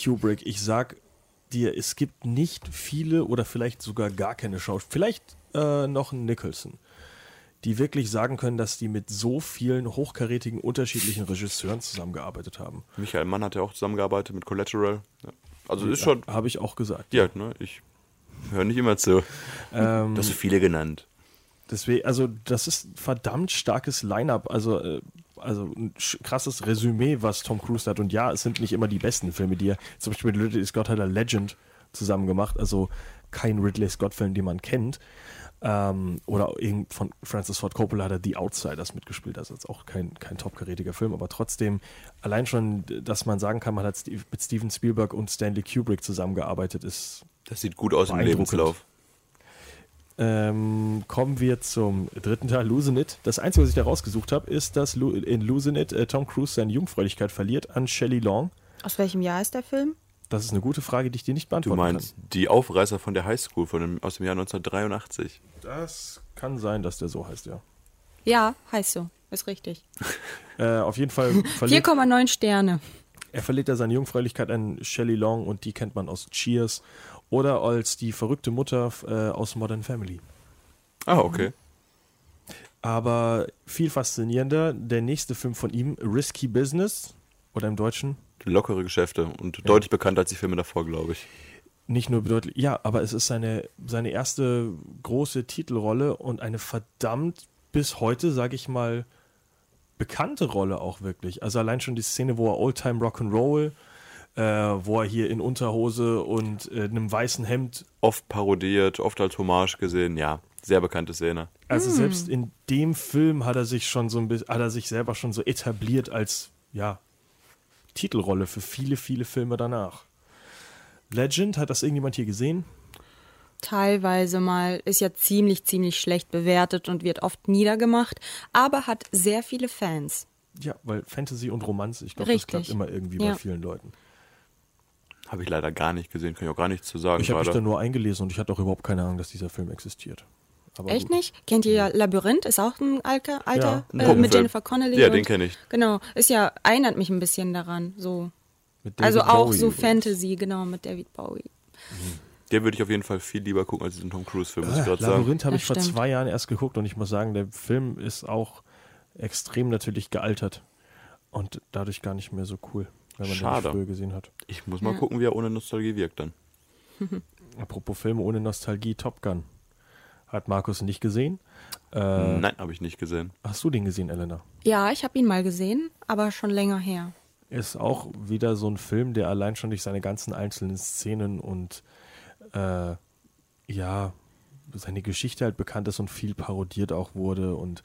S4: Kubrick, ich sag dir, es gibt nicht viele oder vielleicht sogar gar keine Schauspieler, vielleicht äh, noch einen Nicholson, die wirklich sagen können, dass die mit so vielen hochkarätigen, unterschiedlichen Regisseuren zusammengearbeitet haben.
S5: Michael Mann hat ja auch zusammengearbeitet mit Collateral. Ja. Also ist schon.
S4: Habe ich auch gesagt.
S5: Ja, ne? Ich höre nicht immer zu. Ähm, das sind viele genannt.
S4: Deswegen, also das ist ein verdammt starkes Line-up, also, äh, also ein sch- krasses Resümee, was Tom Cruise hat. Und ja, es sind nicht immer die besten Filme, die er, zum Beispiel mit Ridley Scott hat er Legend zusammen gemacht, also kein Ridley Scott-Film, den man kennt. Ähm, oder irgend- von Francis Ford Coppola hat er The Outsiders mitgespielt, also jetzt auch kein, kein topgerätiger Film, aber trotzdem, allein schon, dass man sagen kann, man hat Steve, mit Steven Spielberg und Stanley Kubrick zusammengearbeitet, ist
S5: Das sieht gut aus im
S4: Beeindruckend.
S5: Lebenslauf.
S4: ähm, kommen wir zum dritten Teil, Losing It. Das Einzige, was ich da rausgesucht habe, ist, dass Lu in Losing It äh, Tom Cruise seine Jungfräulichkeit verliert an Shelley Long.
S6: Aus welchem Jahr ist der Film?
S4: Das ist eine gute Frage, die ich dir nicht
S5: Du
S4: beantworten
S5: meinst die Aufreißer von der Highschool von dem, aus dem Jahr 1983.
S4: kann. Das kann sein, dass der so heißt, ja.
S6: Ja, heißt so. Ist richtig.
S4: Äh, auf jeden Fall verliert
S6: 4,9 Sterne.
S4: Er verliert da seine Jungfräulichkeit an Shelley Long und die kennt man aus Cheers oder als die verrückte Mutter äh, aus Modern Family.
S5: Ah, okay.
S4: Mhm. Aber viel faszinierender, der nächste Film von ihm, Risky Business oder im Deutschen
S5: Lockere Geschäfte und deutlich bekannter als die Filme davor, glaube ich.
S4: nicht nur bedeutlich, ja, aber es ist seine, seine erste große Titelrolle und eine verdammt bis heute, sage ich mal, bekannte Rolle auch wirklich. Also allein schon die Szene, wo er Oldtime Rock'n'Roll, äh, wo er hier in Unterhose und äh, einem weißen Hemd,
S5: Oft parodiert, oft als Hommage gesehen, ja. Sehr bekannte Szene.
S4: also selbst in dem Film hat er sich schon so ein bisschen, hat er sich selber schon so etabliert als, ja, Titelrolle für viele, viele Filme danach. Legend, hat das irgendjemand hier gesehen?
S6: Teilweise mal ist ja ziemlich, ziemlich schlecht bewertet und wird oft niedergemacht, aber hat sehr viele Fans.
S4: ja, weil Fantasy und Romanze, ich glaube, das
S6: Richtig.
S4: klappt immer irgendwie
S6: Ja.
S4: bei vielen Leuten.
S5: Habe ich leider gar nicht gesehen, kann ich auch gar nichts zu sagen.
S4: Ich habe mich
S5: leider.
S4: da nur eingelesen und ich hatte auch überhaupt keine Ahnung, dass dieser Film existiert. Aber
S6: Echt
S4: gut.
S6: nicht? Kennt ihr Labyrinth? Ist auch ein alter, alter
S4: ein
S6: äh, mit
S5: Puppenfilm.
S6: Jennifer Connelly.
S5: Ja,
S6: und-
S5: den kenne ich.
S6: Genau. Ist ja, erinnert mich ein bisschen daran. So.
S4: Mit
S6: Also
S4: David
S6: auch
S4: Bowie
S6: so
S4: übrigens.
S6: Fantasy, genau, mit David Bowie.
S5: Den würde ich auf jeden Fall viel lieber gucken als diesen Tom Cruise-Film, muss ich gerade sagen.
S4: Ah, Labyrinth habe
S6: Das
S4: ich vor
S6: stimmt.
S4: zwei Jahren erst geguckt und ich muss sagen, der Film ist auch extrem natürlich gealtert und dadurch gar nicht mehr so cool, wenn man den
S5: Schade.
S4: früher gesehen hat.
S5: Ich muss mal gucken, wie er ohne Nostalgie wirkt dann.
S4: Apropos Filme ohne Nostalgie, Top Gun. Hat Markus nicht gesehen. Äh,
S5: Nein, habe ich nicht gesehen.
S4: hast du den gesehen, Elena?
S6: Ja, ich habe ihn mal gesehen, aber schon länger her.
S4: Ist auch wieder so ein Film, der allein schon durch seine ganzen einzelnen Szenen und äh, ja, seine Geschichte halt bekannt ist und viel parodiert auch wurde und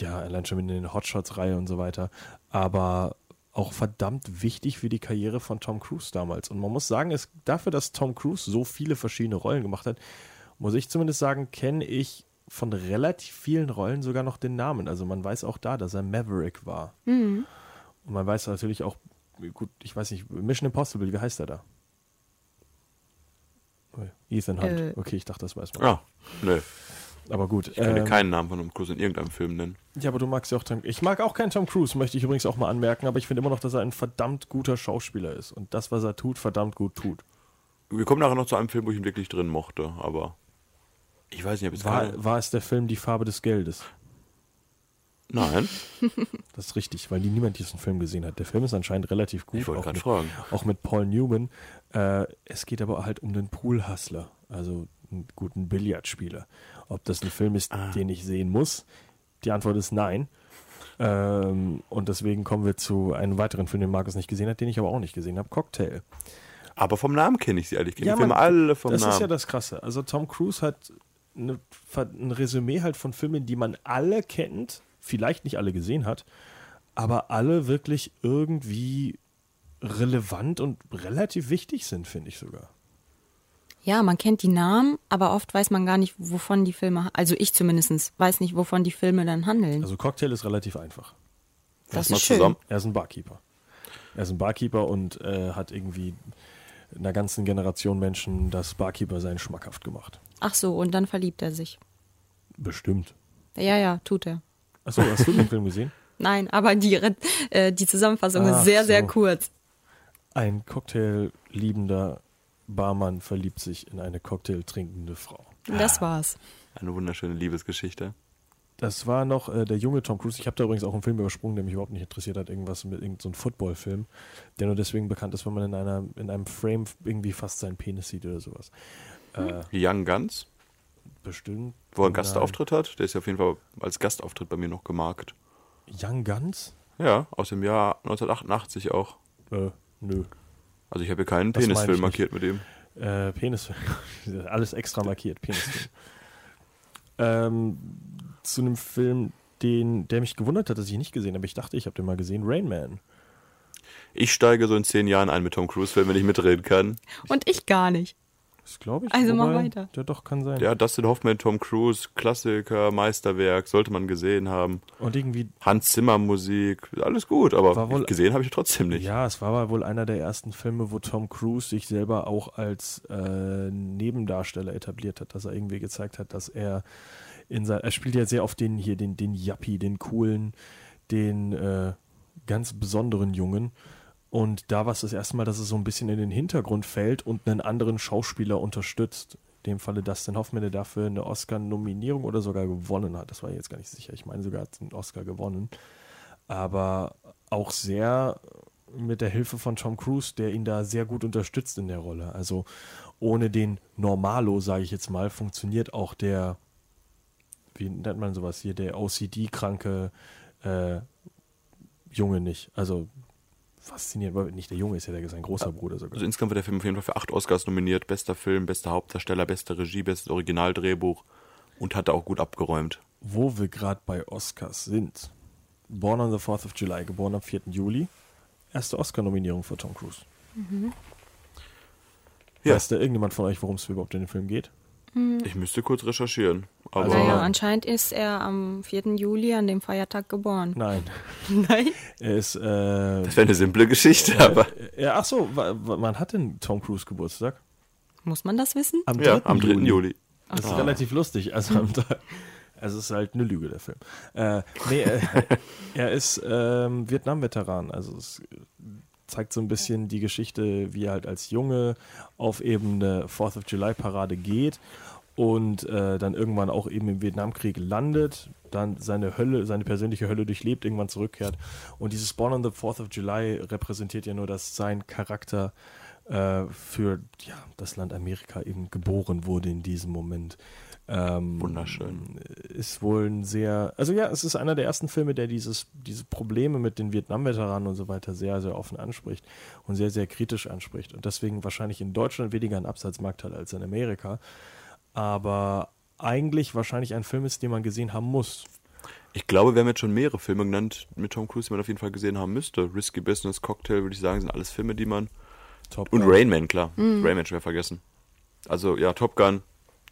S4: ja, allein schon in den Hotshots-Reihe und so weiter. Aber auch verdammt wichtig für die Karriere von Tom Cruise damals. Und man muss sagen, es, dafür, dass Tom Cruise so viele verschiedene Rollen gemacht hat, muss ich zumindest sagen, kenne ich von relativ vielen Rollen sogar noch den Namen. Also man weiß auch da, dass er Maverick war. Und man weiß natürlich auch, gut, ich weiß nicht, Mission Impossible, wie heißt er da? Ethan Hunt.
S6: Äh.
S4: Okay, ich dachte, das weiß man.
S5: Ah, nö.
S4: Aber gut.
S5: Ich kann dir
S4: ähm,
S5: keinen Namen von Tom Cruise in irgendeinem Film nennen.
S4: ja, aber du magst ja auch Tom. Ich mag auch keinen Tom Cruise, möchte ich übrigens auch mal anmerken, aber ich finde immer noch, dass er ein verdammt guter Schauspieler ist und das, was er tut, verdammt gut tut.
S5: Wir kommen nachher noch zu einem Film, wo ich ihn wirklich drin mochte, aber ich weiß nicht, ob es
S4: War, war es der Film Die Farbe des Geldes?
S5: Nein.
S4: Das ist richtig, weil die niemand diesen Film gesehen hat. Der Film ist anscheinend relativ gut.
S5: Ich wollte
S4: auch
S5: gerade
S4: mit-
S5: fragen.
S4: Auch mit Paul Newman. Äh, es geht aber halt um den Poolhustler, also einen guten Billardspieler. Ob das ein Film ist,
S5: Ah.
S4: den ich sehen muss? Die Antwort ist nein. Ähm, und deswegen kommen wir zu einem weiteren Film, den Markus nicht gesehen hat, den ich aber auch nicht gesehen habe, Cocktail.
S5: Aber vom Namen kenne ich sie ehrlich. Ich kenne die
S4: man-
S5: Filme alle vom
S4: das
S5: Namen.
S4: ist ja das Krasse. Also Tom Cruise hat eine, ver- ein Resümee halt von Filmen, die man alle kennt, vielleicht nicht alle gesehen hat, aber alle wirklich irgendwie relevant und relativ wichtig sind, finde ich sogar.
S6: Ja, man kennt die Namen, aber oft weiß man gar nicht, wovon die Filme, also ich zumindest, weiß nicht, wovon die Filme dann
S5: Mhm.
S6: handeln.
S4: Also Cocktail ist relativ einfach.
S6: das
S5: mal
S6: ist schön.
S5: zusammen.
S4: Er ist ein Barkeeper. Er ist ein Barkeeper und äh, hat irgendwie einer ganzen Generation Menschen das Barkeeper sein schmackhaft gemacht.
S6: Ach so, und dann verliebt er sich.
S4: Bestimmt.
S6: Ja, ja, tut er.
S4: Achso, hast du den Film gesehen?
S6: Nein, aber die, Re- äh, die Zusammenfassung
S4: Ach
S6: ist sehr, sehr
S4: so.
S6: kurz.
S4: Ein cocktailliebender Barmann verliebt sich in eine cocktailtrinkende Frau.
S6: Das war's.
S5: Eine wunderschöne Liebesgeschichte.
S4: Das war noch äh, der junge Tom Cruise. Ich habe da übrigens auch einen Film übersprungen, der mich überhaupt nicht interessiert hat. Irgendwas mit irgendeinem so einem Football-Film, der nur deswegen bekannt ist, wenn man in, einer, in einem Frame irgendwie fast seinen Penis sieht oder sowas.
S5: Young Guns,
S4: Bestimmt.
S5: wo er einen
S4: Oh Nein.
S5: Gastauftritt hat. Der ist ja auf jeden Fall als Gastauftritt bei mir noch gemarkt.
S4: Young Guns?
S5: Ja, aus dem Jahr 1988 auch.
S4: Äh, nö.
S5: Also ich habe hier keinen
S4: Das meine
S5: Penisfilm
S4: ich
S5: markiert mit ihm.
S4: Äh, Penis. Alles extra markiert. Penis. ähm, zu einem Film, den, der mich gewundert hat, dass ich ihn nicht gesehen habe. Ich dachte, ich habe den mal gesehen. Rain Man.
S5: Ich steige so in zehn Jahren ein mit Tom Cruise-Film, wenn ich mitreden kann.
S6: Und ich gar nicht.
S4: Das glaube ich.
S6: Also mach
S4: wobei,
S6: weiter.
S4: Ja, doch, kann sein.
S5: Ja, Dustin Hoffman, Tom Cruise, Klassiker, Meisterwerk, sollte man gesehen haben.
S4: Und irgendwie,
S5: Hans Zimmer Musik, alles gut, aber
S4: War wohl-
S5: gesehen habe ich ihn trotzdem nicht.
S4: ja, es war aber wohl einer der ersten Filme, wo Tom Cruise sich selber auch als äh, Nebendarsteller etabliert hat, dass er irgendwie gezeigt hat, dass er in sein, er spielt ja sehr oft den hier, den, den Yuppie, den coolen, den äh, ganz besonderen Jungen. Und da war es das erste Mal, dass es so ein bisschen in den Hintergrund fällt und einen anderen Schauspieler unterstützt. In dem Falle Dustin Hoffman, der dafür eine Oscar-Nominierung oder sogar gewonnen hat. Das war ich jetzt gar nicht sicher. Ich meine sogar, er hat einen Oscar gewonnen. aber auch sehr mit der Hilfe von Tom Cruise, der ihn da sehr gut unterstützt in der Rolle. Also ohne den Normalo, sage ich jetzt mal, funktioniert auch der, wie nennt man sowas hier, der OCD-kranke äh, Junge nicht. Also faszinierend, weil nicht der Junge ist ja der, sein großer Bruder sogar.
S5: Also insgesamt war der Film auf jeden Fall für acht Oscars nominiert. Bester Film, bester Hauptdarsteller, beste Regie, bestes Originaldrehbuch und hat da auch gut abgeräumt.
S4: wo wir gerade bei Oscars sind. Born on the 4th of July, geboren am 4. Juli. Erste Oscar-Nominierung für Tom Cruise.
S5: Ja.
S4: Weiß da irgendjemand von euch, worum es überhaupt in dem Film geht?
S5: Ich müsste kurz recherchieren. Aber
S6: Naja, anscheinend ist er am 4. Juli an dem Feiertag geboren.
S4: Nein.
S6: Nein?
S4: Er ist, äh,
S5: das wäre eine simple Geschichte, aber
S4: ja, ach so, wa- wa- wann hat denn Tom Cruise Geburtstag?
S6: Muss man das wissen?
S5: ja, am 3.
S4: Mhm.
S5: Juli. Ah.
S4: Das ist relativ lustig. Also, am Tag- also es ist halt eine Lüge, der Film. Äh, nee, äh, er ist ähm, Vietnam-Veteran. Also es zeigt so ein bisschen die Geschichte, wie er halt als Junge auf eben eine Fourth of July-Parade geht und äh, dann irgendwann auch eben im Vietnamkrieg landet, dann seine Hölle, seine persönliche Hölle durchlebt, irgendwann zurückkehrt. Und dieses Born on the Fourth of July repräsentiert ja nur, dass sein Charakter äh, für ja, das Land Amerika eben geboren wurde in diesem Moment. Ähm,
S5: Wunderschön.
S4: ist wohl ein sehr, also ja, es ist einer der ersten Filme, der dieses, diese Probleme mit den Vietnam-Veteranen und so weiter sehr, sehr offen anspricht und sehr, sehr kritisch anspricht und deswegen wahrscheinlich in Deutschland weniger einen Absatzmarkt hat als in Amerika, aber eigentlich wahrscheinlich ein Film ist, den man gesehen haben muss.
S5: Ich glaube, wir haben jetzt schon mehrere Filme genannt mit Tom Cruise, die man auf jeden Fall gesehen haben müsste. Risky Business, Cocktail, würde ich sagen, sind alles Filme, die man.
S4: Top
S5: Und
S4: Gun.
S5: Rain Man, klar. Rain Man schwer vergessen. Also ja, Top Gun.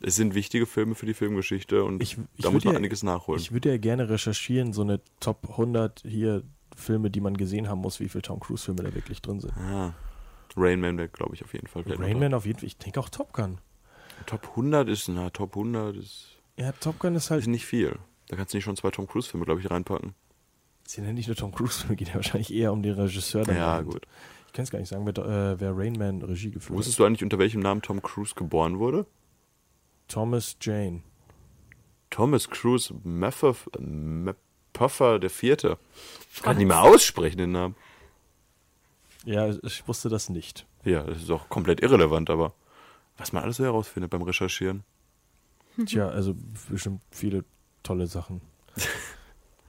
S5: Es sind wichtige Filme für die Filmgeschichte und
S4: Ich- ich
S5: da muss
S4: würde
S5: man
S4: ja-
S5: einiges nachholen.
S4: Ich würde ja gerne recherchieren, so eine Top 100 hier Filme, die man gesehen haben muss, wie viele Tom Cruise-Filme da wirklich drin sind.
S5: Ah, Rain Man wäre, glaube ich, auf jeden Fall. vielleicht
S4: Rain
S5: noch
S4: Man auf jeden Fall, ich denke auch Top Gun.
S5: da. Top 100 ist, na, Top 100 ist,
S4: Ja, Top Gun ist halt
S5: ist nicht viel. Da kannst du nicht schon zwei Tom Cruise-Filme, glaube ich, reinpacken.
S4: Sie nennen nicht nur Tom Cruise, es geht ja wahrscheinlich eher um den Regisseur. dann.
S5: Ja,
S4: Und
S5: gut.
S4: Ich kann es gar nicht sagen, wer, äh, wer Rain Man Regie geführt hat.
S5: Wusstest du eigentlich, unter welchem Namen Tom Cruise geboren wurde?
S4: Thomas Jane.
S5: Thomas Cruise Maffer, Puffer der Vierte. Ich kann nicht mehr aussprechen den Namen.
S4: Ja, ich wusste das nicht.
S5: Ja, das ist auch komplett irrelevant, aber was man alles so herausfindet beim Recherchieren.
S4: Tja, also bestimmt viele tolle Sachen.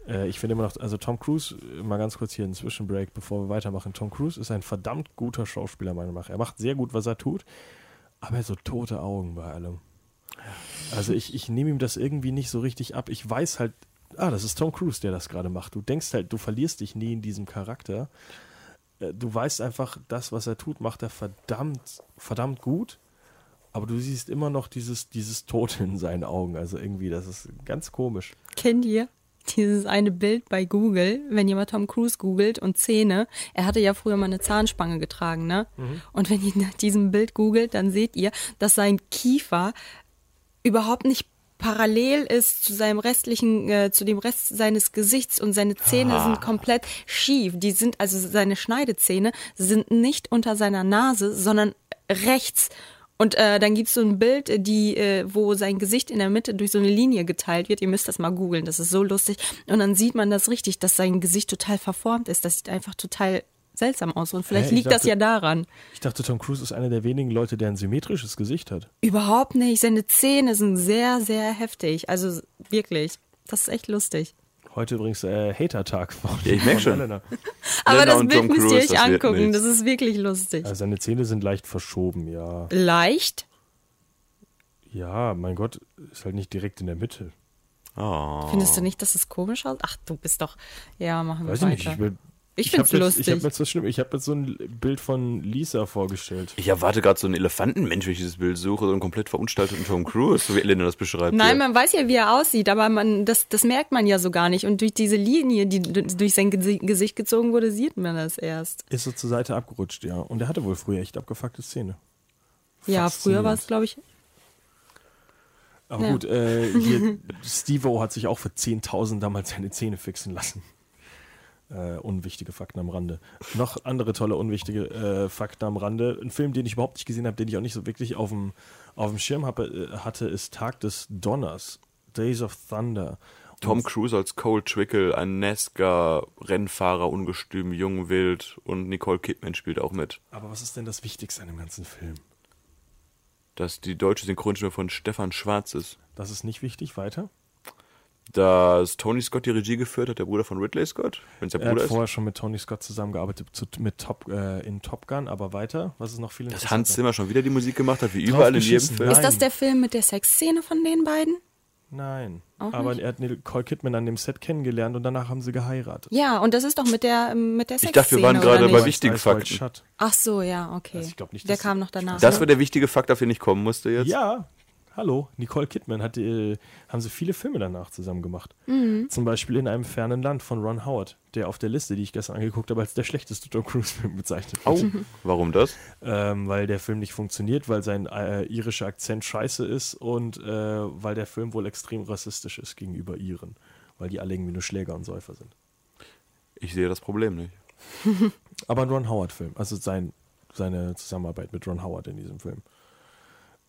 S4: äh, ich finde immer noch, also Tom Cruise, äh, mal ganz kurz hier einen Zwischenbreak, bevor wir weitermachen. Tom Cruise ist ein verdammt guter Schauspieler, meiner Meinung nach. Er macht sehr gut, was er tut, aber er hat so tote Augen bei allem. Also ich, ich nehme ihm das irgendwie nicht so richtig ab. Ich weiß halt, ah, das ist Tom Cruise, der das gerade macht. Du denkst halt, du verlierst dich nie in diesem Charakter. Äh, Du weißt einfach, das, was er tut, macht er verdammt, verdammt gut. Aber du siehst immer noch dieses, dieses Tod in seinen Augen. Also irgendwie, das ist ganz komisch.
S6: Kennt ihr dieses eine Bild bei Google, wenn jemand Tom Cruise googelt und Zähne? Er hatte ja früher mal eine Zahnspange getragen, ne? Und wenn ihr nach diesem Bild googelt, dann seht ihr, dass sein Kiefer überhaupt nicht parallel ist zu seinem restlichen, äh, zu dem Rest seines Gesichts und seine Zähne
S4: Ah.
S6: sind komplett schief. Die sind, also seine Schneidezähne sind nicht unter seiner Nase, sondern rechts. Und äh, dann gibt's so ein Bild, die, äh, wo sein Gesicht in der Mitte durch so eine Linie geteilt wird. Ihr müsst das mal googeln, das ist so lustig. Und dann sieht man das richtig, dass sein Gesicht total verformt ist. Das sieht einfach total seltsam aus. Und vielleicht
S4: Hä, ich
S6: liegt das
S4: dachte-
S6: ja daran.
S4: Ich dachte, Tom Cruise ist einer der wenigen Leute, der ein symmetrisches Gesicht hat.
S6: Überhaupt nicht. Seine Zähne sind sehr, sehr heftig. Also wirklich. Das ist echt lustig.
S4: Heute übrigens äh, Hater-Tag von,
S5: Ja, ich merk
S4: von
S5: schon.
S4: Elena.
S6: Aber
S5: Lena
S6: das
S5: und
S6: Bild
S5: Tom
S6: müsst ihr
S5: Cruise,
S6: euch
S5: das wird
S6: angucken.
S5: nichts.
S6: Das ist wirklich lustig.
S4: Also seine Zähne sind leicht verschoben, ja.
S6: Leicht?
S4: Ja, mein Gott, ist halt nicht direkt in der Mitte.
S5: Ah.
S6: Findest du nicht, dass es komisch aussieht? Ach, du bist doch. Ja, machen wir
S4: Weiß ich
S6: weiter.
S4: nicht. Ich, will-
S6: Ich
S4: hab
S6: find's
S4: jetzt-
S6: lustig.
S4: Ich habe jetzt, so schlimm- ich hab jetzt so ein Bild von Lisa vorgestellt.
S5: Ich erwarte gerade so einen Elefantenmensch, wenn ich dieses Bild suche, so einen komplett verunstalteten Tom Cruise, so wie Elena das beschreibt.
S6: Nein,
S5: hier.
S6: man weiß ja, wie er aussieht, aber man, das, das merkt man ja so gar nicht. Und durch diese Linie, die d- durch sein Gesi- Gesicht gezogen wurde, sieht man das erst.
S4: Ist so zur Seite abgerutscht, ja. Und er hatte wohl früher echt abgefuckte Zähne.
S6: Ja, früher
S4: Faszinierend.
S6: war es, glaube ich.
S4: Aber
S6: Ja.
S4: gut, äh, hier, Steve-O hat sich auch für 10.000 damals seine Zähne fixen lassen. Äh, unwichtige Fakten am Rande. Noch andere tolle unwichtige äh, Fakten am Rande. Ein Film, den ich überhaupt nicht gesehen habe, den ich auch nicht so wirklich auf dem, auf dem Schirm habe, äh, hatte, ist Tag des Donners. Days of Thunder.
S5: Tom Cruise als Cole Trickle, ein Nesca-Rennfahrer, ungestüm, jung, wild und Nicole Kidman spielt auch mit.
S4: Aber was ist denn das Wichtigste an dem ganzen Film?
S5: Dass die deutsche Synchronstimme von Stefan Schwarz ist.
S4: Das ist nicht wichtig. Weiter.
S5: Dass Tony Scott die Regie geführt hat, der Bruder von Ridley Scott, wenn es der
S4: Er hat
S5: Bruder ist.
S4: vorher schon mit Tony Scott zusammengearbeitet zu, mit Top, äh, in Top Gun, aber weiter. Was ist noch viel
S5: Dass Hans
S4: interessanter?
S5: Zimmer schon wieder die Musik gemacht hat, wie überall in jedem
S4: Draufgeschissen,
S5: Film.
S4: Nein.
S6: Ist das der Film mit der Sexszene von den beiden?
S4: Nein. aber er hat Nicole Kidman an dem Set kennengelernt und danach haben sie geheiratet.
S6: Ja, und das ist doch mit der, mit der
S5: Ich
S6: Sexszene.
S5: dachte, wir waren
S6: oder
S5: gerade bei
S6: nicht?
S5: Wichtig- wichtigen
S4: Ice White
S5: Fakten.
S4: Shut.
S6: Ach so, ja, okay.
S4: Also ich glaub nicht,
S6: der
S4: dass-
S6: kam noch danach.
S5: Das
S6: ne?
S5: war der wichtige Fakt, auf den ich kommen musste jetzt.
S4: Ja, hallo, Nicole Kidman, hat, äh, haben sie viele Filme danach zusammen gemacht.
S6: Mhm.
S4: Zum Beispiel in einem fernen Land von Ron Howard, der auf der Liste, die ich gestern angeguckt habe, als der schlechteste Tom Cruise-Film bezeichnet wird.
S5: Warum das?
S4: Ähm, weil der Film nicht funktioniert, weil sein äh, irischer Akzent scheiße ist und äh, weil der Film wohl extrem rassistisch ist gegenüber Iren. Weil die alle irgendwie nur Schläger und Säufer sind.
S5: Ich sehe das Problem nicht.
S4: Aber ein Ron Howard-Film. Also sein, seine Zusammenarbeit mit Ron Howard in diesem Film.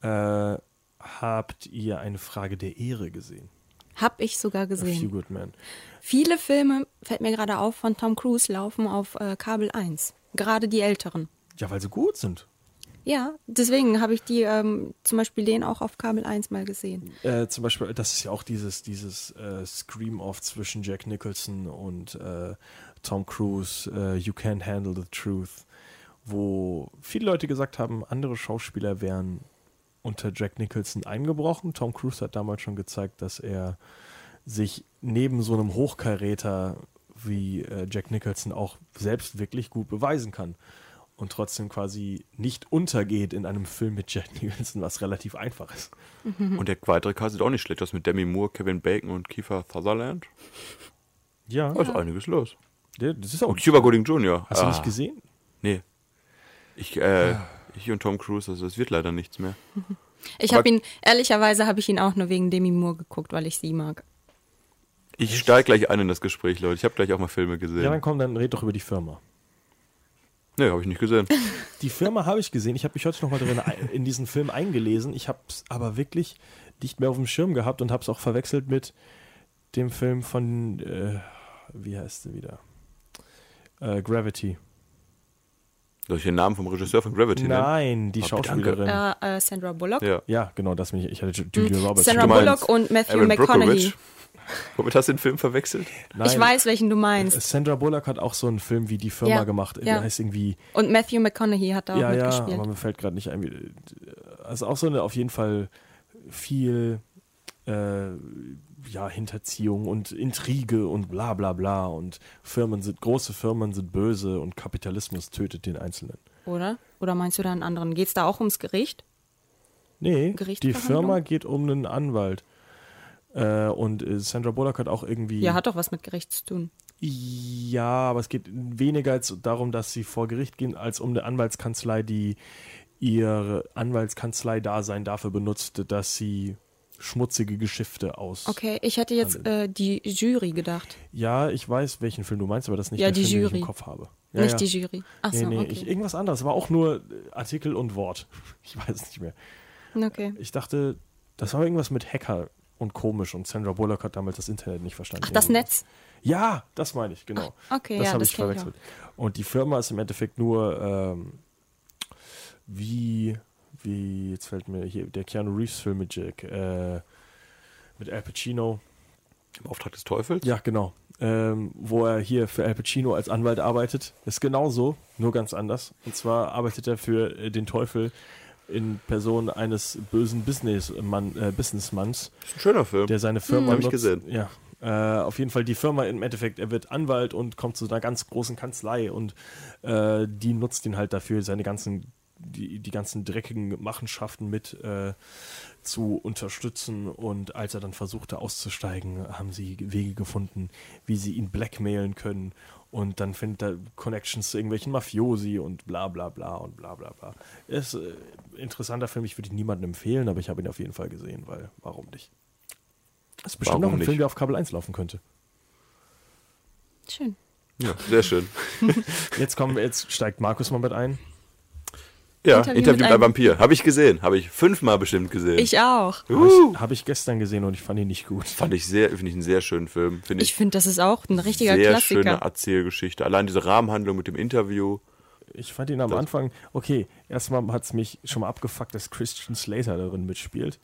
S4: Äh, habt ihr eine Frage der Ehre gesehen?
S6: Hab ich sogar
S4: Hugh
S6: gesehen.
S4: Goodman.
S6: Viele Filme, fällt mir gerade auf, von Tom Cruise laufen auf äh, Kabel 1. Gerade die älteren.
S4: Ja, weil sie gut sind.
S6: Ja, deswegen habe ich die ähm, zum Beispiel den auch auf Kabel 1 mal gesehen.
S4: Äh, zum Beispiel, das ist ja auch dieses, dieses äh, Scream-Off zwischen Jack Nicholson und äh, Tom Cruise, äh, You Can't Handle the Truth, wo viele Leute gesagt haben, andere Schauspieler wären unter Jack Nicholson eingebrochen. Tom Cruise hat damals schon gezeigt, dass er sich neben so einem Hochkaräter wie äh, Jack Nicholson auch selbst wirklich gut beweisen kann und trotzdem quasi nicht untergeht in einem Film mit Jack Nicholson, was relativ einfach ist.
S6: Hm.
S5: Und der weitere Cast sieht auch nicht schlecht aus mit Demi Moore, Kevin Bacon und Kiefer Sutherland.
S4: Ja.
S5: Da ist einiges los.
S4: Der, das ist auch.
S5: Und Cuba Gooding Jr.
S4: Hast du
S5: Ah,
S4: nicht gesehen?
S5: Nee. Ich, äh, ich und Tom Cruise, also das wird leider nichts mehr.
S6: Ich
S5: Aber-
S6: habe ihn, ehrlicherweise habe ich ihn auch nur wegen Demi Moore geguckt, weil ich sie mag.
S5: Ich steige gleich ein in das Gespräch, Leute. Ich habe gleich auch mal Filme
S4: Ja, dann
S5: gesehen.
S4: komm, dann red doch über die Firma.
S5: Nee, habe ich nicht gesehen.
S4: Die Firma habe ich gesehen. Ich habe mich heute nochmal drin ein- in diesen Film eingelesen. Ich habe es aber wirklich nicht mehr auf dem Schirm gehabt und habe es auch verwechselt mit dem Film von, äh, wie heißt sie wieder? Äh, Gravity.
S5: Soll ich den Namen vom Regisseur von Gravity nennen?
S4: Nein, die
S5: Ah,
S4: Schauspielerin.
S6: Äh, äh, Sandra Bullock.
S5: Ja.
S4: Hm. Ja, genau, das bin ich. Ich hatte Julia Roberts.
S6: Hm, Sandra
S5: Du meinst
S6: Bullock und Matthew
S5: Aaron
S6: McConaughey.
S5: Brockovich. Womit hast du den Film verwechselt?
S4: Nein, äh,
S6: Ich weiß, welchen du meinst.
S4: Sandra Bullock hat auch so einen Film wie die Firma
S6: Ja,
S4: gemacht.
S6: ja.
S4: Der heißt irgendwie
S6: Und Matthew McConaughey hat da auch
S4: ja, ja,
S6: mitgespielt.
S4: aber mir fällt gerade nicht ein. wie- Also auch so eine auf jeden Fall viel äh, ja, Hinterziehung und Intrige und bla bla bla und Firmen sind, große Firmen sind böse und Kapitalismus tötet den Einzelnen.
S6: Oder? Oder meinst du da einen anderen? Geht's da auch ums Gericht?
S4: Nee, die
S6: Gerichtsverhandlung?
S4: Firma geht um einen Anwalt. Äh, und äh, Sandra Bullock hat auch irgendwie.
S6: Ja, hat doch was mit Gericht zu tun.
S4: Ja, aber es geht weniger als darum, dass sie vor Gericht gehen, als um eine Anwaltskanzlei, die ihre Anwaltskanzlei-Dasein dafür benutzt, dass sie schmutzige Geschäfte aus.
S6: Okay, ich hätte jetzt äh, die Jury gedacht.
S4: Ja, ich weiß, welchen Film du meinst, aber das ist nicht
S6: Ja,
S4: der
S6: die
S4: Film, den ich
S6: Jury.
S4: im Kopf habe. Ja,
S6: Nicht
S4: ja.
S6: die Jury. Ach so,
S4: nee, nee,
S6: okay.
S4: ich, irgendwas anderes. War auch nur äh, Artikel und Wort. Ich weiß es nicht mehr.
S6: okay.
S4: Ich dachte, das war irgendwas mit Hacker und komisch und Sandra Bullock hat damals das Internet nicht verstanden.
S6: Ach, das
S4: Irgendwie.
S6: Netz?
S4: Ja, das meine ich, genau.
S6: Ah, okay,
S4: das
S6: ja,
S4: habe
S6: das
S4: ich
S6: kenn ich
S4: verwechselt. Und die Firma ist im Endeffekt nur ähm, wie, wie, jetzt fällt mir hier der Keanu Reeves-Film mit Jack, äh, mit Al Pacino.
S5: Im Auftrag des Teufels?
S4: Ja, genau. Ähm, wo er hier für Al Pacino als Anwalt arbeitet. Ist genauso, nur ganz anders. Und zwar arbeitet er für äh, den Teufel in Person eines bösen Businessmann, äh, Businessmanns,
S5: Ist ein schöner Film.
S4: der seine Firma.
S5: hm. Hab ich
S4: nutzt-
S5: gesehen.
S4: Ja. Äh, auf jeden Fall die Firma im Endeffekt, er wird Anwalt und kommt zu einer ganz großen Kanzlei und äh, die nutzt ihn halt dafür, seine ganzen, die, die ganzen dreckigen Machenschaften mit äh, zu unterstützen. Und als er dann versuchte auszusteigen, haben sie Wege gefunden, wie sie ihn blackmailen können. Und dann findet er Connections zu irgendwelchen Mafiosi und bla bla bla und bla bla bla. Ist äh, interessanter Film, ich würde ihn niemandem empfehlen, aber ich habe ihn auf jeden Fall gesehen, weil warum nicht? Das ist bestimmt
S5: Warum
S4: auch ein Film,
S5: nicht?
S4: der auf Kabel 1 laufen könnte.
S6: Schön.
S5: Ja, sehr schön.
S4: Jetzt kommen, jetzt steigt Markus mal mit ein.
S5: Ja,
S6: Interview
S5: Interview,
S6: mit
S5: mit
S6: einem-
S5: einem Vampir. Habe ich gesehen. Habe ich fünfmal bestimmt gesehen.
S6: Ich auch.
S5: uh,
S4: Habe ich gestern gesehen und ich fand ihn nicht gut.
S5: fand ich sehr, finde ich einen sehr schönen Film. Finde
S6: Ich
S5: ich,
S6: finde, das ist auch ein richtiger
S5: sehr schöne
S6: Klassiker.
S5: Erzählgeschichte. Allein diese Rahmenhandlung mit dem Interview.
S4: Ich fand ihn am Anfang, okay, erstmal hat es mich schon mal abgefuckt, dass Christian Slater darin mitspielt.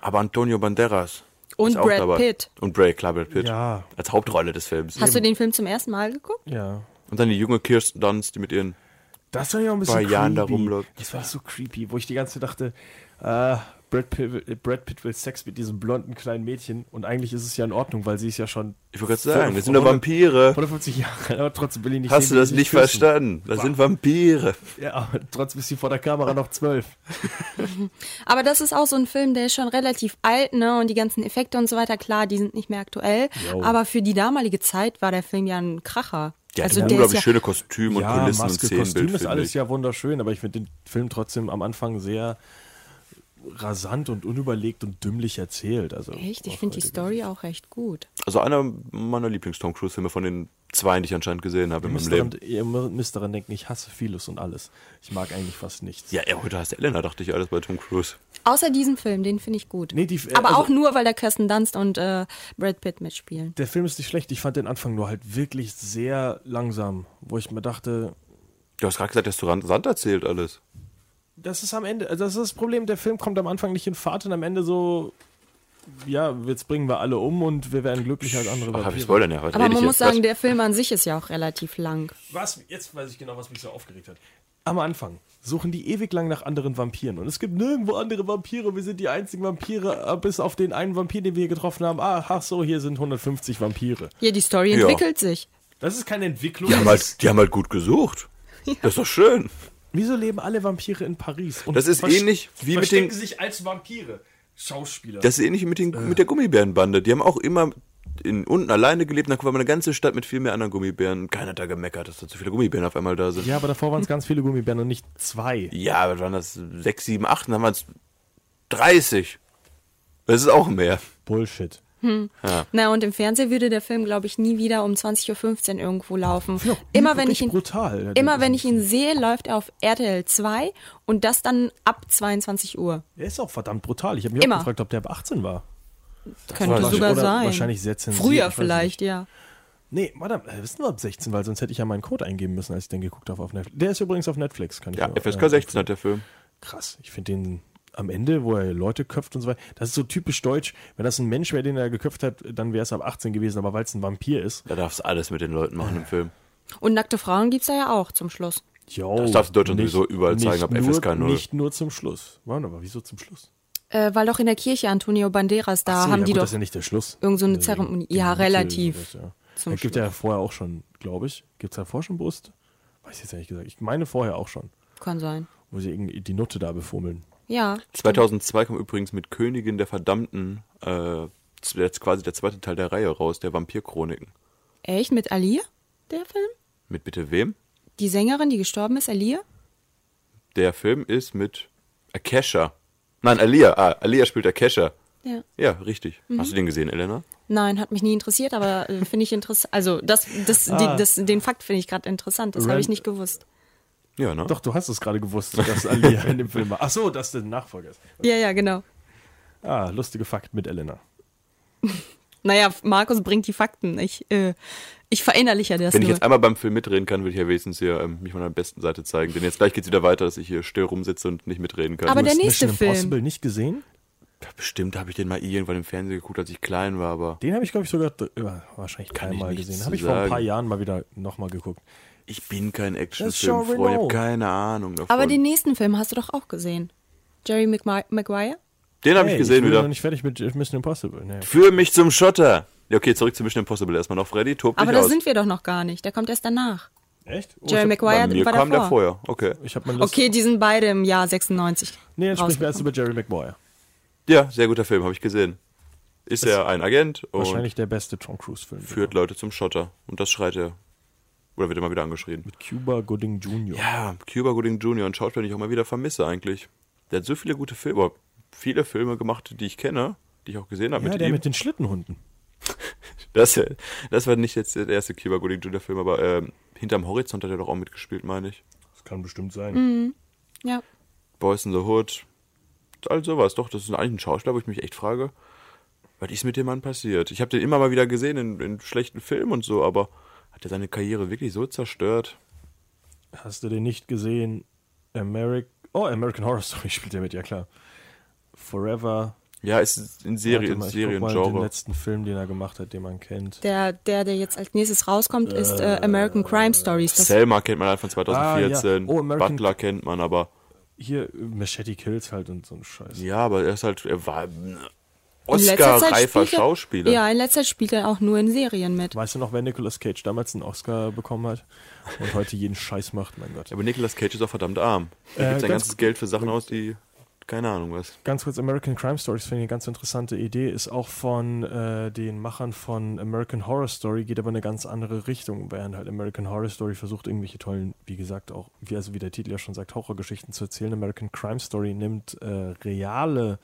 S5: Aber Antonio Banderas.
S6: Und
S5: ist auch
S6: Brad
S5: dabei.
S6: Pitt.
S5: Und Brad, klar, Brad Pitt.
S4: Ja.
S5: Als Hauptrolle des Films.
S6: Hast du den Film zum ersten Mal geguckt?
S4: Ja.
S5: Und dann die junge Kirsten Dunst, die mit ihren.
S4: Das war ja auch ein bisschen
S5: Bei Jahren
S4: creepy.
S5: da rumläuft.
S4: Das war so creepy, wo ich die ganze Zeit dachte, äh, Brad Pitt, Brad Pitt will Sex mit diesem blonden kleinen Mädchen und eigentlich ist es ja in Ordnung, weil sie ist ja schon.
S5: Ich wollte gerade sagen, das sind doch Vampire.
S4: 150 Jahre alt, aber trotzdem will ich nicht.
S5: Hast du
S4: sehen, wie
S5: das
S4: sie
S5: nicht
S4: sich küssen.
S5: verstanden? Das sind
S6: Also
S5: Vampire.
S4: Ja, aber trotzdem ist sie vor der Kamera noch zwölf.
S6: Aber das ist auch so ein Film, der ist schon relativ alt, ne? Und die ganzen Effekte und so weiter, klar, die sind nicht mehr aktuell.
S4: Jo.
S6: Aber für die damalige Zeit war der Film ja ein Kracher.
S5: Ja,
S6: also
S5: die haben
S6: der ist
S5: unglaublich
S6: ja,
S5: schöne Kostüme und
S4: Ja,
S5: Kulissen
S4: Maske,
S5: und Szenenbild,
S4: Kostüm ist
S5: finde
S4: alles
S5: ich.
S4: ja wunderschön, aber ich finde den Film trotzdem am Anfang sehr rasant und unüberlegt und dümmlich erzählt. Also
S6: echt, ich finde die Story auch recht gut.
S5: Also einer meiner Lieblings-Tom Cruise-Filme von den zwei, die ich anscheinend gesehen habe in meinem
S4: Müsst
S5: Leben.
S4: daran, ihr müsst daran denken, ich hasse vieles und alles. Ich mag eigentlich fast nichts.
S5: Ja, ja, heute heißt Elena, dachte ich alles bei Tom Cruise.
S6: Außer diesen Film, den finde ich gut.
S4: Nee, die- äh,
S6: Aber
S4: also-
S6: auch nur, weil da Kirsten Dunst und äh, Brad Pitt mitspielen.
S4: Der Film ist nicht schlecht, ich fand den Anfang nur halt wirklich sehr langsam, wo ich mir dachte,
S5: Du hast gerade gesagt, dass du Rand- Sand erzählt alles.
S4: das ist am Ende, also das ist das Problem, der Film kommt am Anfang nicht in Fahrt und am Ende so, ja, jetzt bringen wir alle um und wir werden glücklicher als andere
S5: Ach, hab ich
S4: Vampire.
S5: Spoilern ja heute.
S6: Aber
S5: rede ich
S6: man muss
S5: jetzt? Was?
S6: sagen, der Film an sich ist ja auch relativ lang.
S4: Was? Jetzt weiß ich genau, was mich so aufgeregt hat. Am Anfang suchen die ewig lang nach anderen Vampiren und es gibt nirgendwo andere Vampire. Wir sind die einzigen Vampire, äh, bis auf den einen Vampir, den wir getroffen haben. Ah, ach so, hier sind 150 Vampire.
S6: Ja, die Story
S5: Ja.
S6: entwickelt sich.
S4: Das ist keine Entwicklung.
S5: die, haben
S4: das ist,
S5: halt, die haben halt gut gesucht. Das ist doch schön.
S4: wieso leben alle Vampire in Paris? Und
S5: Das ist
S4: versch-
S5: ähnlich wie mit
S4: verstecken
S5: den-
S4: sich als Vampire. Schauspieler.
S5: Das ist ähnlich mit, den, mit der Gummibärenbande. Die haben auch immer in, unten alleine gelebt. Dann war mal eine ganze Stadt mit viel mehr anderen Gummibären. Keiner hat da gemeckert, dass da zu viele Gummibären auf einmal da sind.
S4: ja, aber davor waren es ganz viele Gummibären und nicht zwei.
S5: Ja, aber waren das sechs, sieben, acht? Dann waren es 30. Das ist auch mehr.
S4: Bullshit.
S6: Na, und im Fernsehen würde der Film, glaube ich, nie wieder um 20.15 Uhr irgendwo laufen. Immer wenn ich ihn.
S4: brutal.
S6: Immer wenn ich ihn sehe, läuft er auf RTL 2 und das dann ab 22 Uhr.
S4: Der ist auch verdammt brutal. Ich habe mich
S6: Immer.
S4: auch gefragt, ob der ab 18 war.
S6: Könnte
S4: war-
S6: sogar
S4: oder
S6: sein.
S4: wahrscheinlich sehr zensiert, ich
S6: Früher
S4: weiß
S6: vielleicht, ja.
S4: Nee, warte, äh, wissen wir ab 16, weil sonst hätte ich ja meinen Code eingeben müssen, als ich den geguckt habe auf Netflix. Der ist übrigens auf Netflix, kann ich
S5: Ja,
S4: nur,
S5: FSK
S4: äh,
S5: 16 hat der Film.
S4: Krass, ich finde den am Ende, wo er Leute köpft und so weiter, das ist so typisch deutsch. Wenn das ein Mensch wäre, den er geköpft hat, dann wäre es ab 18 gewesen, aber weil es ein Vampir ist.
S5: Da darfst du alles mit den Leuten machen im Film.
S6: Und nackte Frauen gibt's da ja auch zum Schluss.
S4: Yo,
S5: Das darfst du Deutschland sowieso überall
S4: nicht
S5: zeigen, ab
S4: nur,
S5: FSK null.
S4: Nicht nur zum Schluss. Warte, aber wieso zum Schluss?
S6: Äh, weil doch in der Kirche Antonio Banderas, da
S4: Ach so,
S6: haben
S4: ja,
S6: die
S4: gut,
S6: doch
S4: das ist ja genau, nicht der Schluss.
S6: irgend so eine
S4: Deswegen
S6: Zeremonie.
S4: die
S6: Ja,
S4: Mitte
S6: relativ
S4: oder sowas, ja.
S6: zum
S4: Es gibt ja vorher auch schon, glaube ich. Gibt es da vorher schon Brust? Weiß ich jetzt ehrlich gesagt. Ich meine vorher auch schon,
S6: Kann sein.
S4: wo sie irgendwie die Nutte da befummeln.
S6: Ja.
S5: 2002 kam übrigens mit Königin der Verdammten äh, jetzt quasi der zweite Teil der Reihe raus, der Vampirchroniken.
S6: Echt? Mit Alia? Der Film?
S5: Mit bitte wem?
S6: Die Sängerin, die gestorben ist, Alia?
S5: Der Film ist mit Akesha. Nein, Alia. Ah, Alia spielt Akesha.
S6: Ja.
S5: Ja, richtig. Hast du den gesehen, Elena?
S6: Nein, hat mich nie interessiert, aber äh, finde ich interessant. Also das, das,
S5: Ah.
S6: die, das, den Fakt finde ich gerade interessant. Das habe
S4: Ren-
S6: ich nicht gewusst.
S5: Ja, ne?
S4: Doch, du hast es gerade gewusst, dass Alia in dem Film war. Ach so, dass der Nachfolger ist.
S6: Ja, ja, genau.
S4: Ah, lustige Fakten mit Elena.
S6: Naja, Markus bringt die Fakten. Ich, äh, ich verinnerliche das
S5: Wenn ich
S6: nur.
S5: jetzt einmal beim Film mitreden kann, würde ich ja wenigstens hier ähm, mich von der besten Seite zeigen. Denn jetzt gleich geht's wieder weiter, dass ich hier still rumsitze und nicht mitreden kann.
S6: Aber
S4: Du
S6: der
S4: hast
S6: nächste
S4: Mission
S6: Film.
S4: Impossible nicht gesehen?
S5: Bestimmt habe ich den mal irgendwann im Fernsehen geguckt, als ich klein war, aber
S4: Den habe ich, glaube ich, sogar dr- ja, wahrscheinlich
S5: ich
S4: dreimal
S5: nichts
S4: gesehen.
S5: zu
S4: Habe ich vor ein paar
S5: sagen.
S4: Jahren mal wieder nochmal geguckt.
S5: ich bin kein
S4: Das ist Jean
S5: Actionfilmfreund. Ich habe
S4: Reno.
S5: keine Ahnung davon.
S6: aber den nächsten Film hast du doch auch gesehen. Jerry Magui- Maguire?
S5: den habe
S4: Hey,
S5: ich gesehen
S4: bin
S5: wieder.
S4: noch nicht fertig mit Mission Impossible. Nee.
S5: Für mich zum Schotter. Ja, okay, zurück zu Mission Impossible. Erstmal noch Freddy, tob
S6: Aber
S5: dich
S6: da
S5: aus.
S6: sind wir doch noch gar nicht. Der kommt erst danach.
S4: Echt? Oh,
S6: Jerry
S4: ich
S6: Maguire
S5: Bei mir
S6: war
S5: kam der
S6: davor.
S5: vorher. Okay.
S4: ich habe meine Liste.
S6: Okay, die sind beide im Jahr 96.
S4: Nee, jetzt sprechen wir erst
S6: rausgekommen.
S4: über Jerry Maguire.
S5: Ja, sehr guter Film, habe ich gesehen. Ist er ein Agent und
S4: Wahrscheinlich der beste Tom Cruise-Film.
S5: führt Leute zum Schotter. Und das schreit er. Oder wird immer wieder angeschrien.
S4: Cuba Gooding Jr.
S5: Ja, Cuba Gooding Jr. und Schauspieler, den ich auch mal wieder vermisse eigentlich. Der hat so viele gute Filme, aber viele Filme gemacht, die ich kenne, die ich auch gesehen habe
S4: Ja,
S5: mit
S4: der
S5: ihm.
S4: mit den Schlittenhunden.
S5: das, das war nicht jetzt der erste Cuba Gooding Jr. Film, aber ähm, hinterm Horizont hat er doch auch mitgespielt, meine ich.
S4: Das kann bestimmt sein.
S6: Mhm. Ja.
S5: Boys in the Hood. All sowas, doch, das ist eigentlich ein Schauspieler, wo ich mich echt frage, was ist mit dem Mann passiert? Ich habe den immer mal wieder gesehen in, in schlechten Filmen und so, aber hat er seine Karriere wirklich so zerstört?
S4: Hast du den nicht gesehen? American. Oh, American Horror Story spielt er mit, ja klar. Forever.
S5: Ja, ist in Serien,
S4: Warte mal, ich guck mal den
S5: Seriengenre.
S4: letzten Film, den er gemacht hat, den man kennt.
S6: Der, der, der jetzt als nächstes rauskommt, ist äh, American Crime Stories. Das,
S5: Selma kennt man halt von
S4: Ah, ja.
S5: 2014,
S4: Oh, American-
S5: Butler kennt man, aber
S4: hier äh, Machete Kills halt und so ein Scheiß.
S5: Ja, aber er ist halt, er war ein
S6: In letzter Zeit
S5: Oscar-reifer
S6: spielt er-
S5: Schauspieler.
S6: Ja, in letzter Zeit spielt er auch nur in Serien mit.
S4: Weißt du noch, wer Nicolas Cage damals einen Oscar bekommen hat und heute jeden Scheiß macht? Mein Gott.
S5: Aber Nicolas Cage ist auch verdammt arm. Er
S4: Äh,
S5: gibt sein
S4: ganz-
S5: ganzes Geld für Sachen aus, die, keine Ahnung was.
S4: Ganz kurz, American Crime Stories finde ich eine ganz interessante Idee, ist auch von äh, den Machern von American Horror Story, geht aber in eine ganz andere Richtung, während halt American Horror Story versucht, irgendwelche tollen, wie gesagt, auch, wie, also wie der Titel ja schon sagt, Horrorgeschichten zu erzählen. American Crime Story nimmt äh, reale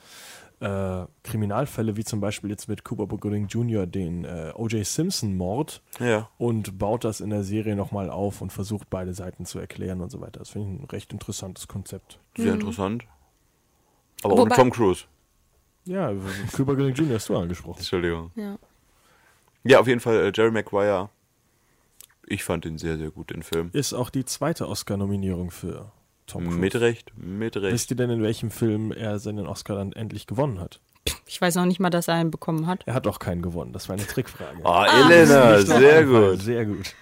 S4: äh, Kriminalfälle, wie zum Beispiel jetzt mit Cooper Gooding Jr., den äh, O.J. Simpson-Mord,
S5: Ja.
S4: und baut das in der Serie nochmal auf und versucht, beide Seiten zu erklären und so weiter. Das finde ich ein recht interessantes Konzept.
S5: Sehr interessant. Aber auch
S6: Mhm. Wobei-
S5: mit Tom Cruise.
S4: Ja, Cuba Gooding Jr. hast du angesprochen.
S5: Entschuldigung.
S6: Ja.
S5: Ja, auf jeden Fall äh, Jerry Maguire. Ich fand ihn sehr, sehr gut, den Film.
S4: Ist auch die zweite Oscar-Nominierung für Tom Cruise.
S5: Mit Recht, mit Recht.
S4: Wisst ihr denn, in welchem Film er seinen Oscar dann endlich gewonnen hat?
S6: Ich weiß noch nicht mal, dass er einen bekommen hat.
S4: Er hat auch keinen gewonnen. Das war eine Trickfrage.
S5: Ah, Elena, sehr gut.
S4: Sehr gut.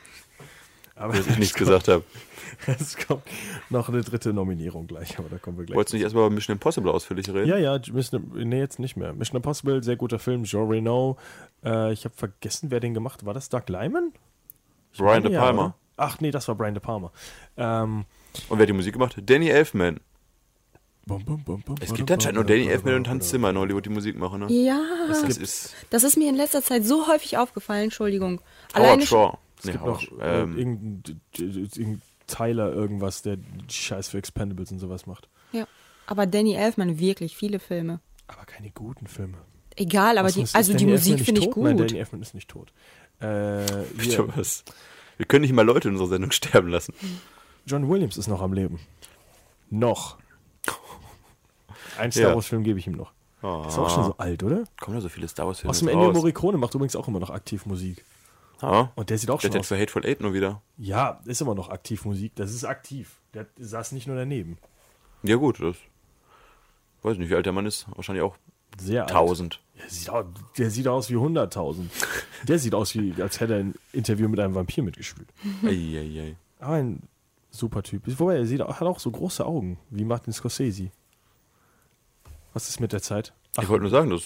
S4: Aber
S5: Dass ich nichts gesagt habe.
S4: es kommt noch eine dritte Nominierung gleich, aber da kommen wir gleich.
S5: Wolltest du nicht erstmal über Mission Impossible ausführlich reden?
S4: Ja, ja, Mission, nee, jetzt nicht mehr. Mission Impossible, sehr guter Film, Jean Reno. Äh, ich habe vergessen, wer den gemacht hat. War das Doug Lyman?
S5: Brian De
S4: Ja,
S5: Palma.
S4: oder? Ach nee, das war Brian De Palma. Ähm,
S5: Und wer hat die Musik gemacht? Danny Elfman.
S4: bum, bum, bum, bum,
S5: Es gibt
S4: bum,
S5: anscheinend
S4: bum,
S5: nur Danny
S4: bum,
S5: Elfman
S4: bum,
S5: und Hans
S4: bum.
S5: Zimmer in Hollywood, die Musik machen. Ne?
S6: Ja,
S5: Das ist
S6: das ist mir in letzter Zeit so häufig aufgefallen, Entschuldigung.
S5: Howard
S6: Alleine
S5: Shaw. Nee,
S4: gibt
S5: Howard
S4: noch
S5: Shaw.
S4: äh,
S5: Ähm,
S4: irgendein, d- d- irgendein Tyler irgendwas, der Scheiß für Expendables und sowas macht.
S6: Ja. Aber Danny Elfman, wirklich viele Filme.
S4: Aber keine guten Filme.
S6: Egal, aber
S4: Was
S6: die,
S4: ist-
S6: also
S4: ist
S6: die
S4: Danny
S6: Musik
S4: Elfman
S6: finde ich
S4: nicht tot? Nein,
S6: gut.
S4: Danny Elfman ist nicht tot. Äh,
S5: bitte
S4: hier,
S5: was? Wir können nicht mal Leute in unserer Sendung sterben lassen.
S4: John Williams ist noch am Leben. Noch. Ein Star
S5: Ja.
S4: Wars-Film gebe ich ihm noch. Ist auch schon so alt, oder?
S5: Kommen da so viele Star Wars-Filme
S4: Aus dem
S5: jetzt
S4: Ennio
S5: raus?
S4: Morricone macht übrigens auch immer noch aktiv Musik.
S5: Ja.
S4: Und der sieht auch
S5: Der
S4: schon
S5: hat jetzt
S4: aus.
S5: für Hateful Eight nur wieder.
S4: Ja, ist immer noch aktiv Musik. Das ist aktiv. Der hat- saß nicht nur daneben.
S5: Ja gut, das... Weiß nicht, wie alt der Mann ist. Wahrscheinlich auch
S4: Sehr alt.
S5: 1000.
S4: Der sieht, au- der sieht aus wie 100.000. Der sieht aus, wie, als hätte er ein Interview mit einem Vampir mitgespielt.
S6: Mhm.
S5: Eieiei.
S4: Aber ein super Typ. Wobei, er sieht, au- hat auch so große Augen, wie Martin Scorsese. Was ist mit der Zeit? Ach,
S5: Ich wollte nur sagen, das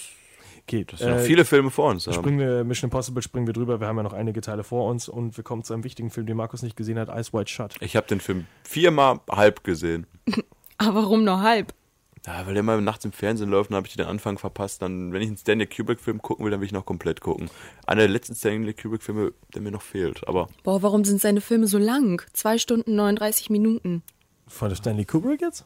S4: geht.
S5: das sind
S6: Äh,
S5: noch viele Filme vor uns. Haben.
S4: Springen wir, Mission Impossible springen wir drüber. Wir haben ja noch einige Teile vor uns und wir kommen zu einem wichtigen Film, den Markus nicht gesehen hat, Ice White Shut.
S5: Ich habe den Film viermal halb gesehen.
S6: Aber warum nur halb?
S5: Ja, weil der mal nachts im Fernsehen läuft, dann habe ich den Anfang verpasst. Dann, wenn ich einen Stanley Kubrick-Film gucken will, dann will ich noch komplett gucken. Einer der letzten Stanley Kubrick-Filme, der mir noch fehlt. Aber
S6: Boah, warum sind seine Filme so lang? Zwei Stunden 39 Minuten.
S4: Von Stanley Kubrick jetzt?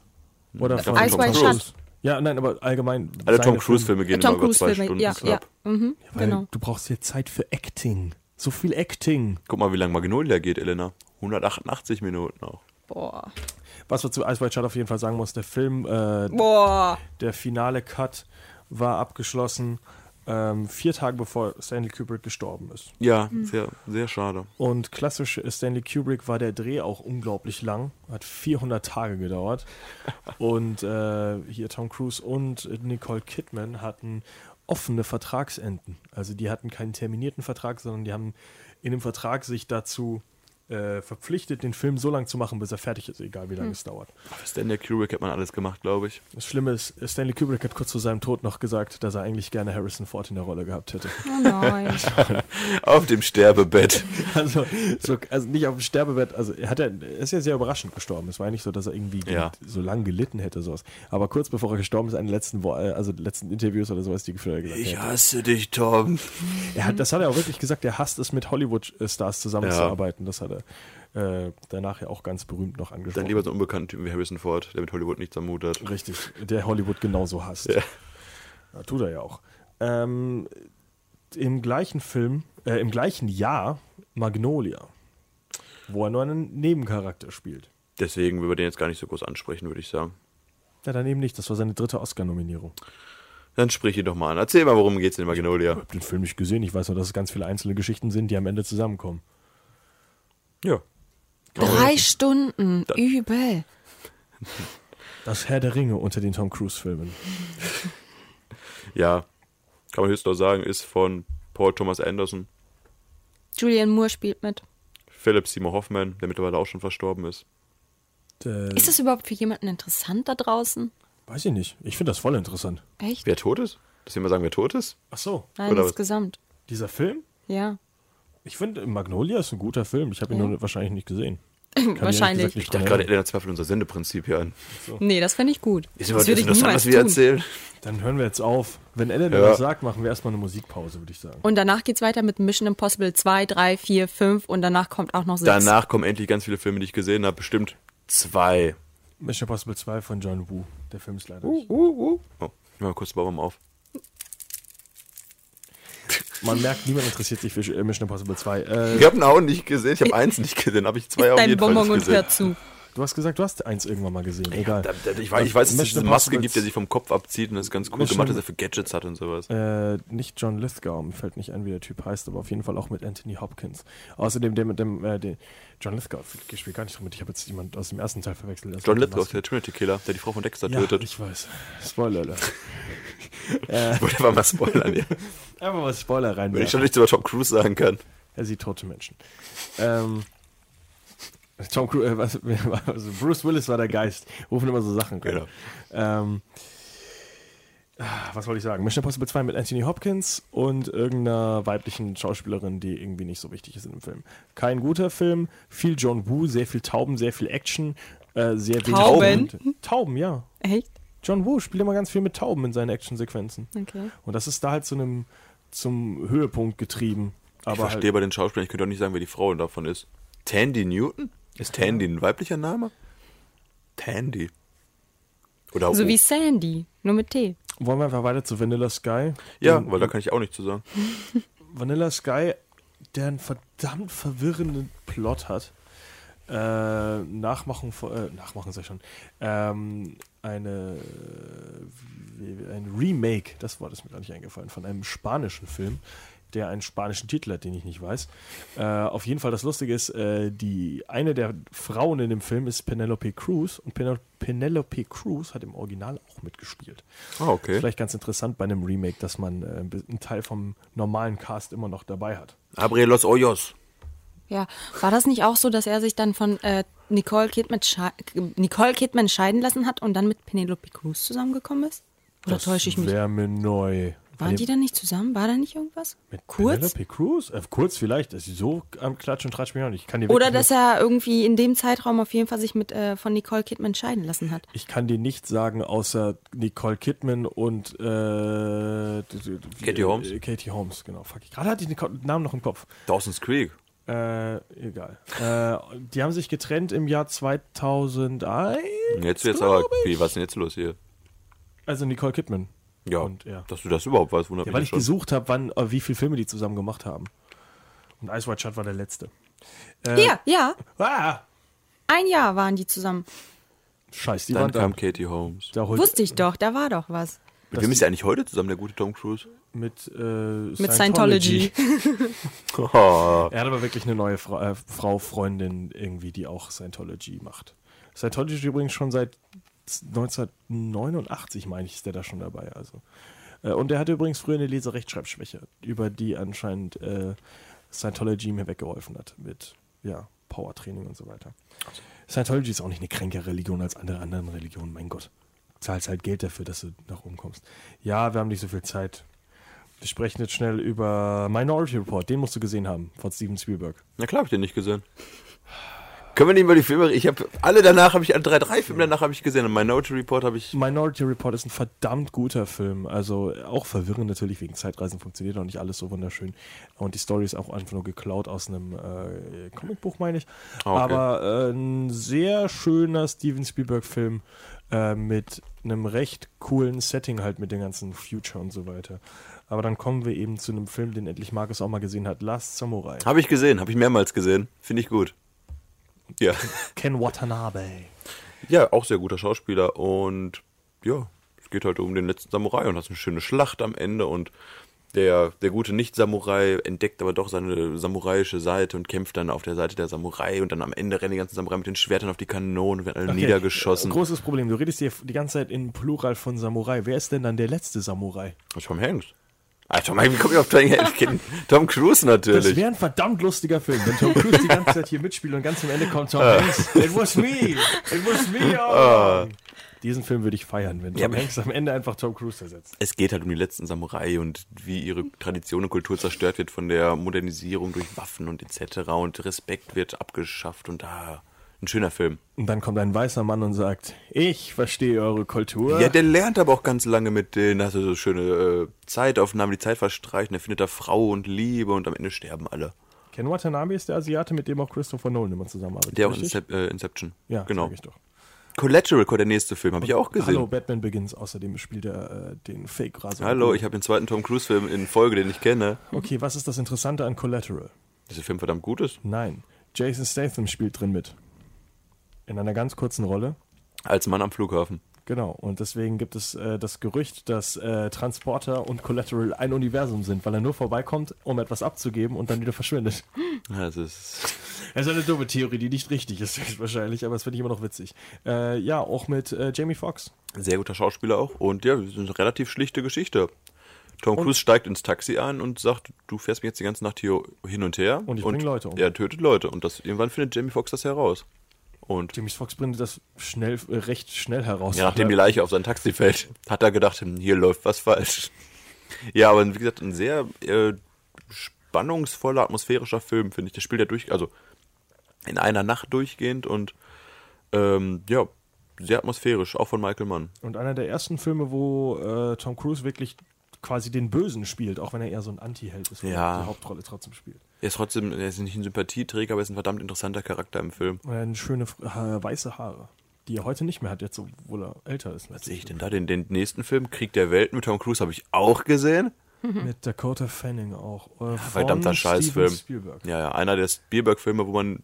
S4: Oder von
S5: Ice White Shut.
S4: Ja, nein, aber allgemein.
S5: alle Tom
S4: seine
S5: Cruise-Filme gehen
S6: Tom
S5: immer über zwei
S6: Cruise-Filme,
S5: Stunden
S6: ja, ja.
S5: knapp.
S6: Mhm,
S4: Weil
S6: genau.
S4: du brauchst hier Zeit für Acting. So viel Acting.
S5: Guck mal, wie lange Magnolia geht, Elena. 188 Minuten auch.
S6: Boah.
S4: Was wir zu Ice White Shut auf jeden Fall sagen muss, der Film, äh,
S6: Boah.
S4: der finale Cut war abgeschlossen, ähm, vier Tage bevor Stanley Kubrick gestorben ist.
S5: Ja,
S6: Hm.
S5: sehr, sehr schade.
S4: Und klassisch Stanley Kubrick war der Dreh auch unglaublich lang, hat 400 Tage gedauert. Und äh, hier Tom Cruise und Nicole Kidman hatten offene Vertragsenden. Also die hatten keinen terminierten Vertrag, sondern die haben in dem Vertrag sich dazu äh, verpflichtet, den Film so lang zu machen, bis er fertig ist, egal wie lange es dauert.
S5: Für Stanley Kubrick hat man alles gemacht, glaube ich.
S4: Das Schlimme ist, Stanley Kubrick hat kurz vor seinem Tod noch gesagt, dass er eigentlich gerne Harrison Ford in der Rolle gehabt hätte.
S6: Oh nein.
S5: Auf dem Sterbebett.
S4: Also, so, also nicht auf dem Sterbebett, also er hat ja, er ist ja sehr überraschend gestorben. Es war ja nicht so, dass er irgendwie ge-
S5: Ja.
S4: so lange gelitten hätte, sowas. Aber kurz bevor er gestorben ist, an den letzten, Wo- äh, also den letzten Interviews oder sowas, die gefühlt gesagt
S5: Ich
S4: ja.
S5: hasse dich, Tom.
S4: er hat, Das hat er auch wirklich gesagt, er hasst es, mit Hollywood-Stars zusammenzuarbeiten. Das hat er äh, danach ja auch ganz berühmt noch angesprochen.
S5: Dann lieber so einen unbekannten Typen wie Harrison Ford, der mit Hollywood nichts am Hut hat.
S4: Richtig, der Hollywood genauso hasst.
S5: Ja.
S4: Ja, tut er ja auch. Ähm, Im gleichen Film, äh, im gleichen Jahr Magnolia, wo er nur einen Nebencharakter spielt.
S5: Deswegen will wir den jetzt gar nicht so groß ansprechen, würde ich sagen.
S4: Ja, dann eben nicht. Das war seine dritte Oscar-Nominierung.
S5: Dann sprich ihn doch mal an. Erzähl mal, worum geht's in Magnolia?
S4: Ich habe den Film nicht gesehen. Ich weiß nur, dass es ganz viele einzelne Geschichten sind, die am Ende zusammenkommen.
S5: Ja.
S6: Drei Stunden. Übel.
S4: Das Herr der Ringe unter den Tom Cruise-Filmen.
S5: Ja, kann man höchstens noch sagen, ist von Paul Thomas Anderson,
S6: Julian Moore spielt mit.
S5: Philip Seymour Hoffman, der mittlerweile auch schon verstorben ist.
S4: äh,
S6: Ist das überhaupt für jemanden interessant da draußen?
S4: weiß ich nicht. Ich finde das voll interessant.
S6: Echt?
S5: Wer tot ist? Dass jemand sagen, wer tot ist?
S4: Ach so,
S6: Nein,
S5: oder was?
S6: insgesamt.
S4: dieser Film?
S6: Ja.
S4: Ich finde, Magnolia ist ein guter Film. Ich habe ihn nur wahrscheinlich nicht gesehen. Kann
S6: Wahrscheinlich.
S4: Ich, ehrlich
S5: Ich
S4: gesagt
S5: dachte
S4: nicht
S5: gerade,
S4: dran
S5: Elena zweifelt unser Sendeprinzip hier an.
S6: Nee, das fände ich gut.
S5: Ist überhaupt interessant, was wir erzählen.
S4: erinnern. Dann hören wir jetzt auf. Wenn Ellen
S5: Ja.
S4: das sagt, machen wir erstmal eine Musikpause, würde ich sagen.
S6: Und danach geht's weiter mit Mission Impossible 2, 3, 4, 5 und danach kommt auch noch 6.
S5: Danach kommen endlich ganz viele Filme, die ich gesehen habe. Bestimmt zwei.
S4: Mission Impossible 2 von John Woo. Der Film ist leider nicht.
S5: Oh, ich mach mal kurz den Baum auf.
S4: Man merkt, niemand interessiert sich für äh, Mission Impossible 2. Äh,
S5: Ich habe ihn auch nicht gesehen. Ich habe eins nicht gesehen. Habe ich zwei
S6: Isst
S5: auf
S6: dein
S5: jeden Fall
S6: Bonbon
S5: nicht
S6: und
S5: gesehen.
S6: hör zu.
S4: Du hast gesagt, du hast eins irgendwann mal gesehen. Egal.
S5: Da, da, ich weiß, ich weiß dass es
S4: Mission
S5: diese Maske
S4: Impossible
S5: gibt, der sich vom Kopf abzieht und das ist ganz cool
S4: Mission-
S5: gemacht, dass er für Gadgets hat und sowas.
S4: Äh, nicht John Lithgow, mir fällt nicht ein, wie der Typ heißt, aber auf jeden Fall auch mit Anthony Hopkins. Außerdem der mit dem, äh, den John Lithgow, ich spiele gar nicht drum mit, ich habe jetzt jemand aus dem ersten Teil verwechselt. Das
S5: John
S4: mit der
S5: Lithgow,
S4: Maske.
S5: der Trinity Killer, der die Frau von Dexter
S4: ja,
S5: tötet.
S4: ich weiß. Spoiler, alert.
S5: Ich wollte einfach mal spoilern. Ja.
S4: Einfach mal Spoiler
S5: Wenn ich schon
S4: reinwerfen.
S5: nichts über Tom Cruise sagen kann.
S4: Er sieht tote Menschen. Ähm, Tom Cruise, äh, was, wer war- also Bruce Willis war der Geist. Rufen immer so Sachen.
S5: Genau.
S4: Ähm, ah, was wollte ich sagen? Mission Impossible 2 mit Anthony Hopkins und irgendeiner weiblichen Schauspielerin, die irgendwie nicht so wichtig ist in dem Film. Kein guter Film, viel John Woo, sehr viel Tauben, sehr viel Action, äh, sehr wenig
S6: Tauben?
S4: Grund. Tauben, ja.
S6: Echt?
S4: John Woo spielt immer ganz viel mit Tauben in seinen Actionsequenzen.
S6: Okay.
S4: Und das ist da halt zu einem zum Höhepunkt getrieben. Aber halt,
S5: Ich verstehe bei den Schauspielern, ich könnte auch nicht sagen, wer die Frau davon ist. Tandy Newton? Ist Tandy ein weiblicher Name? Tandy. Oder
S6: So
S5: oh.
S6: wie Sandy, nur mit T.
S4: Halt, wollen wir einfach weiter zu Vanilla Sky?
S5: Ja,
S4: Den-
S5: weil da kann ich auch nichts zu sagen.
S4: Vanilla Sky, der einen verdammt verwirrenden Plot hat. Äh, Nachmachung von, äh, Nachmachen ist ja schon. Ähm, eine, äh, ein Remake, das Wort ist mir gar nicht eingefallen, von einem spanischen Film, der einen spanischen Titel hat, den ich nicht weiß. Äh, auf jeden Fall, das Lustige ist, äh, die, eine der Frauen in dem Film ist Penelope Cruz und Penel Penelope Cruz hat im Original auch mitgespielt.
S5: Ah, okay.
S4: Ist vielleicht ganz interessant bei einem Remake, dass man äh, ein bi- einen Teil vom normalen Cast immer noch dabei hat.
S5: Abre los Hoyos.
S6: Ja, war das nicht auch so, dass er sich dann von äh, Nicole, Kidman sche- Nicole Kidman scheiden lassen hat und dann mit Penelope Cruz zusammengekommen ist? Oder täusche ich mich?
S4: Wäre mir neu.
S6: Waren die dann nicht zusammen? War da nicht irgendwas?
S4: mit
S6: Kurz?
S4: Penelope Cruz? Äh, kurz vielleicht. Dass sie so am Klatsch und Tratsch bin ich auch nicht. Ich kann dir
S6: Oder
S4: wirklich
S6: dass er irgendwie in dem Zeitraum auf jeden Fall sich mit äh, von Nicole Kidman scheiden lassen hat.
S4: Ich kann dir nichts sagen, außer Nicole Kidman und äh, Katie
S5: Holmes?
S4: Katie Holmes, genau. Fuck, ich- gerade hatte ich den Ko- Namen noch im Kopf.
S5: Dawson's Creek.
S4: Äh, egal. äh, die haben sich getrennt im Jahr 2001.
S5: Jetzt, jetzt aber,
S4: glaub ich.
S5: wie, was ist denn jetzt los hier?
S4: Also Nicole Kidman.
S5: Ja,
S4: Und, ja.
S5: dass du das überhaupt weißt, wundert
S4: Ja, weil
S5: mich
S4: ich
S5: ja schon.
S4: gesucht habe, wann, äh, wie viele Filme die zusammen gemacht haben. Und Ice White Shut war der letzte. Äh,
S6: Ja, ja.
S4: Ah!
S6: Ein Jahr waren die zusammen.
S4: Scheiß, die
S5: Dann
S4: waren
S5: kam
S4: da.
S5: Katie Holmes.
S4: da holt
S6: Wusste ich doch, da war doch was.
S5: Mit wem ist ja eigentlich heute zusammen, der gute Tom Cruise?
S4: mit, äh,
S6: Mit Scientology.
S5: Oh,
S4: Er hat aber wirklich eine neue Fra äh, Frau, Freundin irgendwie, die auch Scientology macht. Scientology ist übrigens schon seit 1989, meine ich, ist der da schon dabei. Also. Äh, und er hatte übrigens früher eine Leserechtschreibschwäche, über die anscheinend äh, Scientology mir weggeholfen hat mit ja, Powertraining und so weiter. Scientology ist auch nicht eine kränkere Religion als andere anderen Religionen, mein Gott. Du zahlst halt Geld dafür, dass du nach oben kommst. Ja, wir haben nicht so viel Zeit. Wir sprechen jetzt schnell über Minority Report. Den musst du gesehen haben von Steven Spielberg.
S5: na klar, hab ich den nicht gesehen. Können wir nicht über die Filme reden? Ich habe alle danach habe ich alle drei, drei Filme danach habe ich gesehen. Und Minority Report habe ich.
S4: Minority Report ist ein verdammt guter Film. Also auch verwirrend natürlich, wegen Zeitreisen funktioniert auch nicht alles so wunderschön. Und die Story ist auch einfach nur geklaut aus einem äh, Comicbuch, meine ich.
S5: Ah, okay.
S4: Aber äh, ein sehr schöner Steven Spielberg-Film äh, mit einem recht coolen Setting halt mit den ganzen Future und so weiter. Aber dann kommen wir eben zu einem Film, den endlich Markus auch mal gesehen hat, Last Samurai.
S5: Habe ich gesehen, habe ich mehrmals gesehen. Finde ich gut. Ja.
S4: Ken Watanabe.
S5: Ja, auch sehr guter Schauspieler und ja, es geht halt um den letzten Samurai und hast eine schöne Schlacht am Ende und der, der gute Nicht-Samurai entdeckt aber doch seine samuraiische Seite und kämpft dann auf der Seite der Samurai und dann am Ende rennen die ganzen Samurai mit den Schwertern auf die Kanonen und werden alle
S4: Okay,
S5: niedergeschossen.
S4: Großes Problem. Du redest hier die ganze Zeit in Plural von Samurai. Wer ist denn dann der letzte Samurai?
S5: Das ist vom Hengst. Ah, Tom, wie komme ich auf Trying Anakin? Tom Cruise natürlich.
S4: Das wäre ein verdammt lustiger Film, wenn Tom Cruise die ganze Zeit hier mitspielt und ganz am Ende kommt Tom
S5: Ah.
S4: Hanks. It was me. It was me. all along." Diesen Film würde ich feiern, wenn Tom
S5: aber-
S4: Hanks am Ende einfach Tom Cruise ersetzt.
S5: es geht halt um die letzten Samurai und wie ihre Tradition und Kultur zerstört wird von der Modernisierung durch Waffen und etc. Und Respekt wird abgeschafft und da. ein schöner Film.
S4: Und dann kommt ein weißer Mann und sagt, ich verstehe eure Kultur.
S5: Ja, der lernt aber auch ganz lange mit denen, hat so schöne äh, Zeitaufnahmen, die Zeit verstreichen, er findet da Frau und Liebe und am Ende sterben alle.
S4: Ken Watanabe ist der Asiate, mit dem auch Christopher Nolan immer zusammenarbeitet.
S5: Der auch
S4: richtig?
S5: Incep äh, Inception.
S4: Ja,
S5: genau.
S4: sag ich doch.
S5: Collateral, der nächste Film, habe ich auch gesehen.
S4: Hallo, Batman Begins. Außerdem spielt er äh, den fake rasen
S5: Hallo, ich habe den zweiten Tom Cruise Film in Folge, den ich kenne.
S4: Okay, was ist das Interessante an Collateral?
S5: Dieser Film verdammt gut ist.
S4: Nein, Jason Statham spielt drin mit. In einer ganz kurzen Rolle.
S5: Als Mann am Flughafen.
S4: Genau, und deswegen gibt es äh, das Gerücht, dass äh, Transporter und Collateral ein Universum sind, weil er nur vorbeikommt, um etwas abzugeben und dann wieder verschwindet.
S5: Ja, Das ist
S4: Das ist eine dumme Theorie, die nicht richtig ist, wahrscheinlich, aber das finde ich immer noch witzig. Äh, ja, auch mit äh, Jamie Foxx.
S5: ein sehr guter Schauspieler auch. Und ja, das ist eine relativ schlichte Geschichte. Tom Cruise steigt ins Taxi ein und sagt, du fährst mich jetzt die ganze Nacht hier hin und her.
S4: Und ich bring Leute um.
S5: Er tötet Leute. Und das, irgendwann findet Jamie Foxx das heraus. Und
S4: Jamie Foxx bringt das schnell, äh, recht schnell heraus.
S5: Ja, nachdem die Leiche auf sein Taxi fällt, hat er gedacht, hm, hier läuft was falsch. Ja, aber wie gesagt, ein sehr äh, spannungsvoller, atmosphärischer Film, finde ich. Der spielt ja durch, also in einer Nacht durchgehend und ähm, ja, sehr atmosphärisch, auch von Michael Mann.
S4: Und einer der ersten Filme, wo äh, Tom Cruise wirklich quasi den Bösen spielt, auch wenn er eher so ein Anti-Held ist, wo
S5: Ja.
S4: er die Hauptrolle trotzdem spielt.
S5: Er ist trotzdem, er ist nicht ein Sympathieträger, aber er ist ein verdammt interessanter Charakter im Film.
S4: Und er hat schöne äh, weiße Haare, die er heute nicht mehr hat, jetzt obwohl er älter ist.
S5: Was sehe ich denn da? Den, den nächsten Film, Krieg der Welten mit Tom Cruise, habe ich auch gesehen.
S4: Mit Dakota Fanning auch. Äh, ja,
S5: Mhm. Verdammter Scheißfilm.
S4: Spielberg.
S5: Ja, ja, einer der Spielberg-Filme, wo man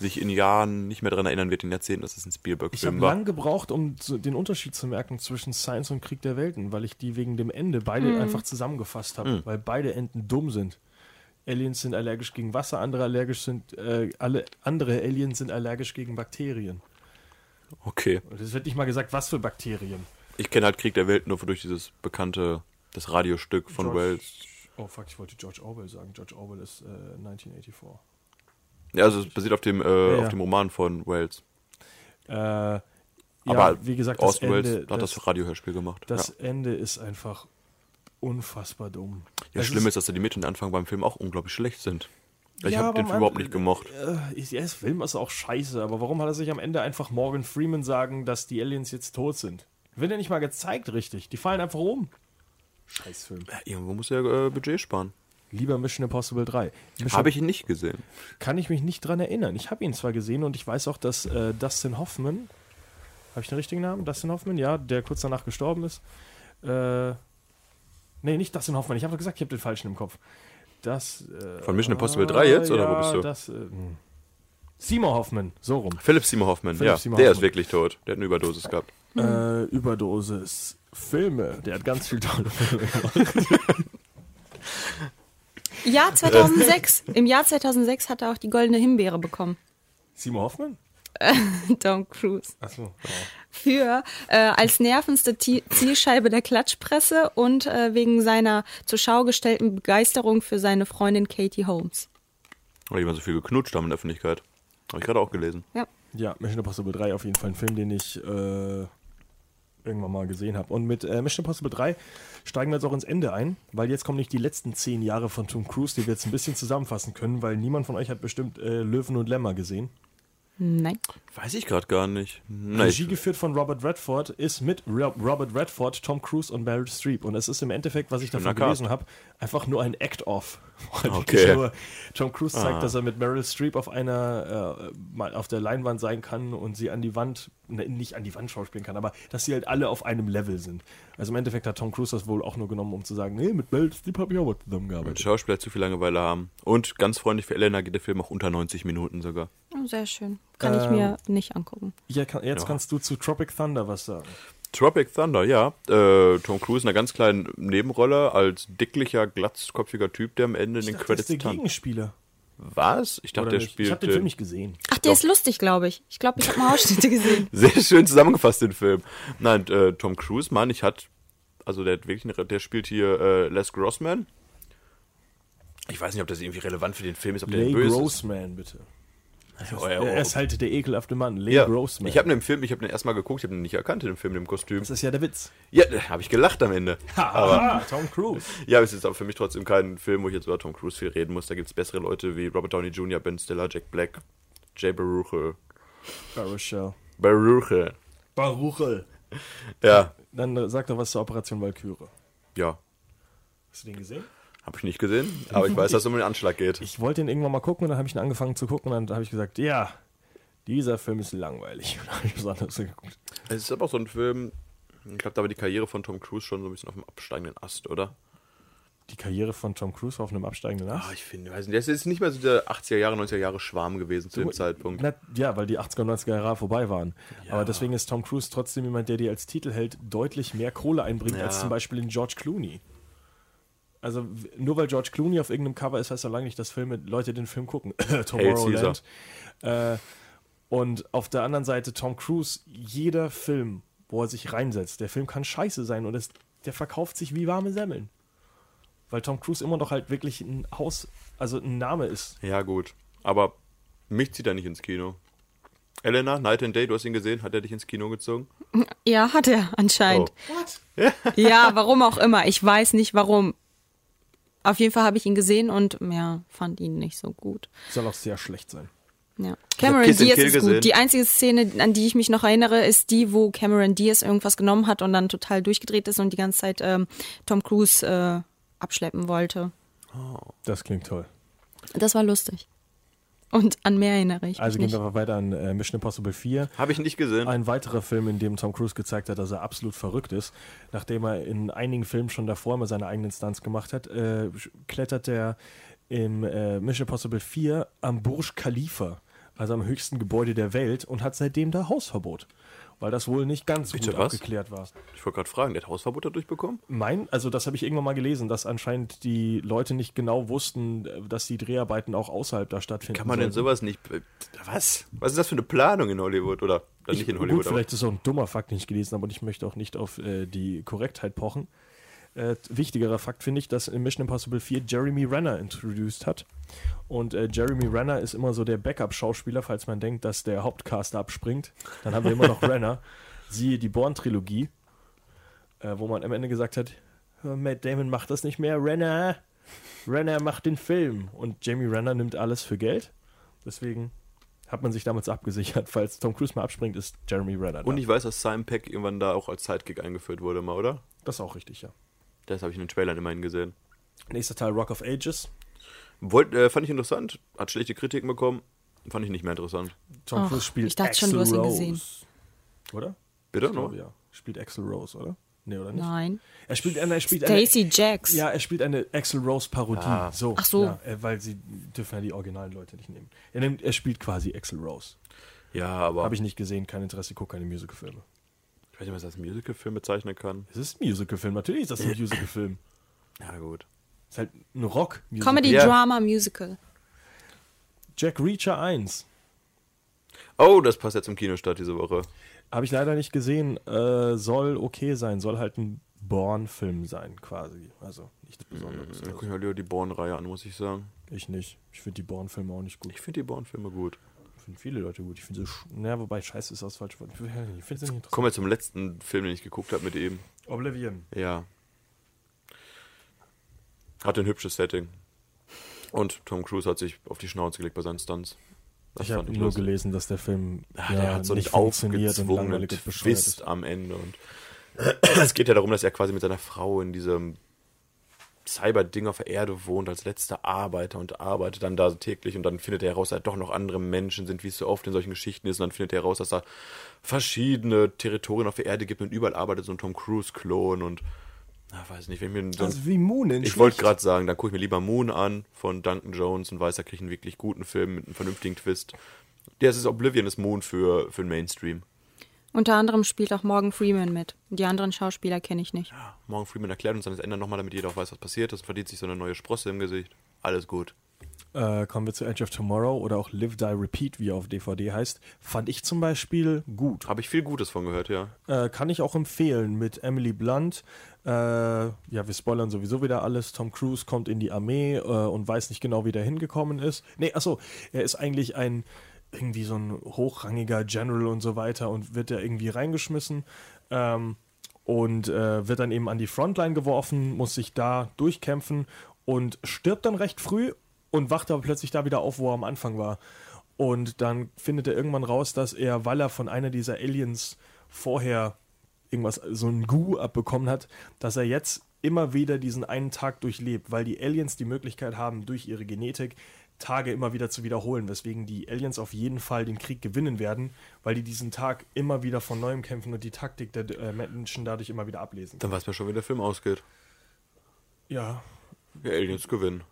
S5: sich in Jahren nicht mehr daran erinnern wird, in Jahrzehnten, dass es ein
S4: Ich habe
S5: Spielberg-Film war.
S4: lang gebraucht, um zu, den Unterschied zu merken zwischen Science und Krieg der Welten, weil ich die wegen dem Ende beide einfach zusammengefasst habe,
S5: Mhm.
S4: weil beide Enden dumm sind. Aliens sind allergisch gegen Wasser, andere allergisch sind, äh, alle andere Aliens sind allergisch gegen Bakterien.
S5: Okay.
S4: Und es wird nicht mal gesagt, was für Bakterien.
S5: Ich kenne halt Krieg der Welt nur durch dieses bekannte, das Radiostück von
S4: George-
S5: Wells.
S4: Oh fuck, ich wollte George Orwell sagen. George Orwell ist äh, 1984.
S5: Ja, also es basiert auf dem, äh,
S4: ja.
S5: auf dem Roman von Wells.
S4: Äh, ja,
S5: Aber
S4: wie gesagt, das
S5: Orson Welles
S4: Ende,
S5: hat das, Radiohörspiel gemacht.
S4: das
S5: ja.
S4: Ende ist einfach unfassbar dumm.
S5: ja
S4: Es
S5: schlimm ist, dass da die Mitte und Anfang beim Film auch unglaublich schlecht sind. Ich
S4: Ja,
S5: habe
S4: aber
S5: den
S4: man-
S5: Film überhaupt nicht gemocht.
S4: Äh, ich- ja, das Film ist auch scheiße, aber warum hat er sich am Ende einfach Morgan Freeman sagen, dass die Aliens jetzt tot sind? Wird ja nicht mal gezeigt, richtig. Die fallen einfach um. Scheißfilm.
S5: Ja, irgendwo muss er äh, Budget sparen.
S4: Lieber Mission Impossible 3. Mission
S5: Habe ich ihn nicht gesehen.
S4: kann ich mich nicht dran erinnern. Ich habe ihn zwar gesehen und ich weiß auch, dass äh, Dustin Hoffman, habe ich den richtigen Namen? Dustin Hoffman, ja, der kurz danach gestorben ist. Äh, nee, nicht Dustin Hoffman, ich habe gesagt, ich habe den falschen im Kopf. Das, äh,
S5: Von Mission Impossible 3 jetzt, oder wo
S4: ja,
S5: bist du?
S4: Das, äh, hm. Seymour Hoffman, so rum.
S5: Philip Seymour Hoffman,
S4: Philip
S5: ja,
S4: Seymour
S5: der
S4: Hoffman.
S5: ist wirklich tot. Der hat eine Überdosis gehabt.
S4: Äh, Überdosis, Filme, der hat ganz viel tolle Filme.
S6: Jahr 2006. Im Jahr 2006 hat er auch die Goldene Himbeere bekommen.
S4: Seymour Hoffman?
S6: Tom Cruise.
S4: Achso.
S6: Für äh, als nervendste Ti- Zielscheibe der Klatschpresse und äh, wegen seiner zur Schau gestellten Begeisterung für seine Freundin Katie Holmes.
S5: Weil die immer so viel geknutscht haben in der Öffentlichkeit. Habe ich gerade auch gelesen.
S6: Ja.
S4: Ja, Mission Impossible 3 auf jeden Fall ein Film, den ich äh, irgendwann mal gesehen habe. Und mit äh, Mission Impossible 3 steigen wir jetzt auch ins Ende ein, weil jetzt kommen nicht die letzten zehn Jahre von Tom Cruise, die wir jetzt ein bisschen zusammenfassen können, weil niemand von euch hat bestimmt äh, Löwen und Lämmer gesehen.
S6: Nein.
S5: Weiß ich gerade gar nicht. Nein,
S4: Regie
S5: ich,
S4: geführt von Robert Redford ist mit Rob Robert Redford, Tom Cruise und Meryl Streep. Und es ist im Endeffekt, was ich davon
S5: Cast.
S4: gelesen habe, einfach nur ein Act-Off. Weil
S5: Okay. Ah.
S4: wirklich Nur Tom Cruise zeigt, dass er mit Meryl Streep auf einer äh, mal auf der Leinwand sein kann und sie an die Wand, ne, nicht an die Wand schauspielen kann, aber dass sie halt alle auf einem Level sind. Also im Endeffekt hat Tom Cruise das wohl auch nur genommen, um zu sagen, nee, mit Meryl Streep habe ich auch was
S5: Wenn
S4: zusammengearbeitet.
S5: Schauspieler zu viel Langeweile haben. Und ganz freundlich für Elena geht der Film auch unter 90 Minuten sogar.
S6: Oh, sehr schön. Kann ich mir nicht angucken.
S4: Ja, kann, jetzt
S5: Ja.
S4: kannst du zu Tropic Thunder was sagen.
S5: Tropic Thunder, ja. Äh, Tom Cruise in einer ganz kleinen Nebenrolle als dicklicher, glatzkopfiger Typ, der am Ende in den
S4: das ist
S5: Credits
S4: der
S5: tanzt.
S4: Gegenspieler.
S5: Was? Ich dachte,
S4: Oder
S5: der
S4: nicht?
S5: spielt.
S4: ich habe den
S5: äh,
S4: Film nicht gesehen.
S6: Ach, der ist lustig, glaube ich. Ich glaube, ich habe mal Ausschnitte gesehen.
S5: Sehr schön zusammengefasst, den Film. Nein, äh, Tom Cruise, meine ich, hat Also der, hat wirklich eine, Re- der spielt hier äh, Les Grossman. Ich weiß nicht, ob das irgendwie relevant für den Film ist, ob der
S4: Lay
S5: böse
S4: Grossman, bitte.
S5: ist. Oh, ja, oh,
S4: Er ist halt der ekelhafte Mann, Lay
S5: ja.
S4: Grossman.
S5: Ich habe den Film, ich habe den erstmal geguckt, ich habe den nicht erkannt, den Film, den Kostüm.
S4: das ist ja der Witz.
S5: Ja, da habe ich gelacht am Ende.
S4: Haha, Tom Cruise.
S5: Ja, aber es ist aber für mich trotzdem kein Film, wo ich jetzt über Tom Cruise viel reden muss. Da gibt es bessere Leute wie Robert Downey Jr., Ben Stiller, Jack Black, Jay Baruchel.
S4: Baruchel.
S5: Baruchel.
S4: Baruchel.
S5: Ja,
S4: Dann äh, sag doch was zur Operation Valkyrie.
S5: ja.
S4: Hast du den gesehen?
S5: Habe ich nicht gesehen, aber ich weiß, dass es um den Anschlag geht.
S4: Ich wollte den irgendwann mal gucken und dann habe ich ihn angefangen zu gucken und dann habe ich gesagt, ja, dieser Film ist langweilig. Und dann habe ich was anderes geguckt.
S5: Es ist aber auch so ein Film, ich glaube, da war die Karriere von Tom Cruise schon so ein bisschen auf dem absteigenden Ast, oder?
S4: Die Karriere von Tom Cruise war auf einem absteigenden
S5: Ah,
S4: Ast.
S5: ich finde, weiß nicht. Das ist nicht mehr so der 80er Jahre, 90er Jahre Schwarm gewesen zu dem Zeitpunkt.
S4: Na, ja, weil die 80er und 90er Jahre vorbei waren. Aber deswegen ist Tom Cruise trotzdem jemand, der dir als Titelheld deutlich mehr Kohle einbringt als
S5: Ja.
S4: zum Beispiel in George Clooney. Also w- nur weil George Clooney auf irgendeinem Cover ist, heißt ja lange nicht, dass Filme, Leute den Film gucken. Tomorrowland. Äh, und auf der anderen Seite Tom Cruise, jeder Film, wo er sich reinsetzt, der Film kann scheiße sein und es, der verkauft sich wie warme Semmeln. Weil Tom Cruise immer noch halt wirklich ein Haus, also ein Name ist.
S5: Ja, gut. Aber mich zieht er nicht ins Kino. Elena, Night and Day, du hast ihn gesehen, hat er dich ins Kino gezogen?
S6: Ja, hat er anscheinend.
S5: Oh.
S6: Ja, warum auch immer. Ich weiß nicht warum. Auf jeden Fall habe ich ihn gesehen und ja, fand ihn nicht so gut.
S4: Soll auch sehr schlecht sein.
S6: Ja. Cameron
S5: Kiss and
S6: Diaz
S5: Kill
S6: ist
S5: gesehen.
S6: gut. Die einzige Szene, an die ich mich noch erinnere, ist die, wo Cameron Diaz irgendwas genommen hat und dann total durchgedreht ist und die ganze Zeit ähm, Tom Cruise äh, abschleppen wollte.
S4: Das klingt toll.
S6: Das war lustig. Und an mehr erinnere ich
S4: Also
S6: mich
S4: gehen
S6: nicht.
S4: wir weiter an äh, Mission Impossible 4.
S5: Habe ich nicht gesehen.
S4: Ein weiterer Film, in dem Tom Cruise gezeigt hat, dass er absolut verrückt ist. Nachdem er in einigen Filmen schon davor mal seine eigenen Stunts gemacht hat, äh, sch- klettert er im äh, Mission Impossible 4 am Burj Khalifa, also am höchsten Gebäude der Welt, und hat seitdem da Hausverbot. Weil das wohl nicht ganz
S5: Bitte
S4: gut
S5: was?
S4: abgeklärt war.
S5: Ich wollte gerade fragen, der hat Hausverbot dadurch bekommen?
S4: Mein, also das habe ich irgendwann mal gelesen, dass anscheinend die Leute nicht genau wussten, äh, dass die Dreharbeiten auch außerhalb da stattfinden.
S5: Kann man denn
S4: sollten.
S5: sowas nicht. Was? Was ist das für eine Planung in Hollywood? Oder dann nicht in Hollywood,
S4: Gut, vielleicht ist es auch ein dummer Fakt, den ich gelesen habe, und ich möchte auch nicht auf äh, die Korrektheit pochen. Äh, wichtigerer Fakt finde ich, dass in Mission Impossible 4 Jeremy Renner introduced hat. Und äh, Jeremy Renner ist immer so der Backup-Schauspieler, falls man denkt, dass der Hauptcaster abspringt. Dann haben wir immer noch Renner. Siehe die Born-Trilogie, äh, wo man am Ende gesagt hat, "Hör, Matt Damon macht das nicht mehr, Renner. Renner macht den Film. Und Jeremy Renner nimmt alles für Geld. Deswegen hat man sich damals abgesichert. Falls Tom Cruise mal abspringt, ist Jeremy Renner da.
S5: Und ich weiß, dass Simon Peck irgendwann da auch als Sidekick eingeführt wurde, mal, oder?
S4: das ist auch richtig, ja.
S5: Das habe ich in den Trailern immerhin gesehen.
S4: Nächster Teil Rock of Ages.
S5: Wollt, äh, fand ich interessant, hat schlechte Kritiken bekommen, fand ich nicht mehr interessant.
S4: Tom
S6: Ach,
S4: Cruise spielt
S6: ich dachte
S4: Axl
S6: schon, du hast ihn
S4: Rose.
S6: gesehen.
S4: Oder?
S5: Bitte?
S4: Ich glaube,
S5: No?
S4: ja. Spielt Axel Rose, oder? Nee, oder nicht?
S6: Nein.
S4: Er spielt eine, er spielt
S6: Stacey
S4: eine,
S6: Jacks.
S4: Ja, er spielt eine Axel Rose Parodie. So.
S6: Ach so.
S4: Ja, äh, weil sie dürfen ja die originalen Leute nicht nehmen. Er, nimmt, er spielt quasi Axel Rose.
S5: Ja, aber.
S4: Habe ich nicht gesehen, kein Interesse, gucke keine Musicalfilme.
S5: ich weiß nicht, was das Musical-Film bezeichnen kann.
S4: Es ist ein Musicalfilm, natürlich ist das ein Musicalfilm.
S5: Ja, gut.
S4: Ist halt ein Rock.
S6: Comedy,
S5: Ja.
S6: Drama, Musical.
S4: Jack Reacher 1.
S5: Oh, das passt jetzt im Kinostart diese Woche.
S4: Habe ich leider nicht gesehen. Äh, soll okay sein. Soll halt ein Born-Film sein, quasi. Also nichts Besonderes.
S5: Dann gucke ich mir lieber die Born-Reihe an, muss ich sagen.
S4: Ich nicht. Ich finde die Born-Filme auch nicht gut.
S5: Ich Mm. finde die Born-Filme gut.
S4: Ich finde viele Leute gut. Ich finde sie. sch- Na, wobei Scheiße ist das falsche Wort. Ich finde sie nicht interessant.
S5: Kommen wir zum letzten Film, den ich geguckt habe mit ihm.
S4: Oblivion.
S5: Ja. Hat ein hübsches Setting. Und Tom Cruise hat sich auf die Schnauze gelegt bei seinen Stunts. Das
S4: Ich habe
S5: fand
S4: nur
S5: lustig.
S4: gelesen, dass der Film
S5: Ah, der
S4: ja,
S5: hat so
S4: nicht
S5: nicht
S4: funktioniert und
S5: aufgezwungenen
S4: langweilig und bescheuert
S5: Twist
S4: ist.
S5: am Ende. Und es geht ja darum, dass er quasi mit seiner Frau in diesem Cyber-Ding auf der Erde wohnt, als letzter Arbeiter und arbeitet dann da täglich und dann findet er heraus, dass doch noch andere Menschen sind, wie es so oft in solchen Geschichten ist. Und dann findet er heraus, dass da verschiedene Territorien auf der Erde gibt und überall arbeitet so ein Tom Cruise-Klon und na, weiß nicht, wenn ich mir so ein
S4: Also wie Moon in
S5: ich wollte gerade sagen, dann gucke ich mir lieber Moon an von Duncan Jones und weiß, da kriege ich einen wirklich guten Film mit einem vernünftigen Twist. Der ist Oblivion, ist Moon für, für den Mainstream.
S6: Unter anderem spielt auch Morgan Freeman mit. Die anderen Schauspieler kenne ich nicht.
S5: Morgan Freeman erklärt uns dann das Ende nochmal, damit jeder auch weiß, was passiert ist. Verdient sich so eine neue Sprosse im Gesicht. Alles gut.
S4: äh, kommen wir zu Edge of Tomorrow oder auch Live, Die, Repeat, wie er auf DVD heißt, fand ich zum Beispiel gut.
S5: Habe ich viel Gutes von gehört, ja.
S4: Äh, kann ich auch empfehlen mit Emily Blunt. Äh, ja, wir spoilern sowieso wieder alles. Tom Cruise kommt in die Armee äh, und weiß nicht genau, wie der hingekommen ist. Nee, achso, er ist eigentlich ein irgendwie so ein hochrangiger General und so weiter und wird da irgendwie reingeschmissen. Ähm, und äh, wird dann eben an die Frontline geworfen, muss sich da durchkämpfen und stirbt dann recht früh und wacht aber plötzlich da wieder auf, wo er am Anfang war. Und dann findet er irgendwann raus, dass er, weil er von einer dieser Aliens vorher irgendwas, so ein Gu abbekommen hat, dass er jetzt immer wieder diesen einen Tag durchlebt, weil die Aliens die Möglichkeit haben, durch ihre Genetik Tage immer wieder zu wiederholen, weswegen die Aliens auf jeden Fall den Krieg gewinnen werden, weil die diesen Tag immer wieder von neuem kämpfen und die Taktik der äh, Menschen dadurch immer wieder ablesen.
S5: Dann weiß man schon, wie der Film ausgeht.
S4: Ja,
S5: Ja, Aliens gewinnen.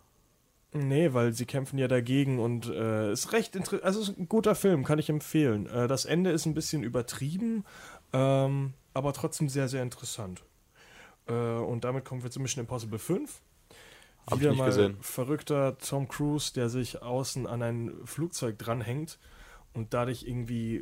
S4: Nee, weil sie kämpfen ja dagegen und äh, ist recht interessant. Also ist ein guter Film, kann ich empfehlen. Äh, das Ende ist ein bisschen übertrieben, ähm, aber trotzdem sehr, sehr interessant. Äh, und damit kommen wir zu Mission Impossible 5.
S5: Hab ich nicht gesehen.
S4: verrückter Tom Cruise, der sich außen an ein Flugzeug dranhängt und dadurch irgendwie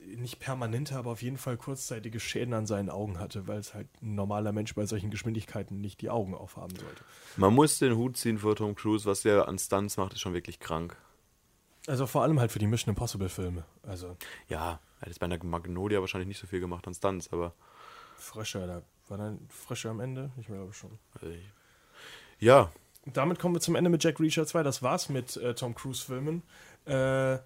S4: äh, nicht permanente, aber auf jeden Fall kurzzeitige Schäden an seinen Augen hatte, weil es halt ein normaler Mensch bei solchen Geschwindigkeiten nicht die Augen aufhaben sollte.
S5: Man muss den Hut ziehen vor Tom Cruise, was der an Stunts macht, ist schon wirklich krank.
S4: Also vor allem halt für die Mission Impossible Filme. Also
S5: Ja, er hat jetzt bei einer Magnolia wahrscheinlich nicht so viel gemacht an Stunts, aber
S4: Frösche, da war dann Frösche am Ende? Ich glaube schon.
S5: äh, ja,
S4: Damit kommen wir zum Ende mit Jack Reacher 2. Das war's mit äh, Tom Cruise Filmen. Äh,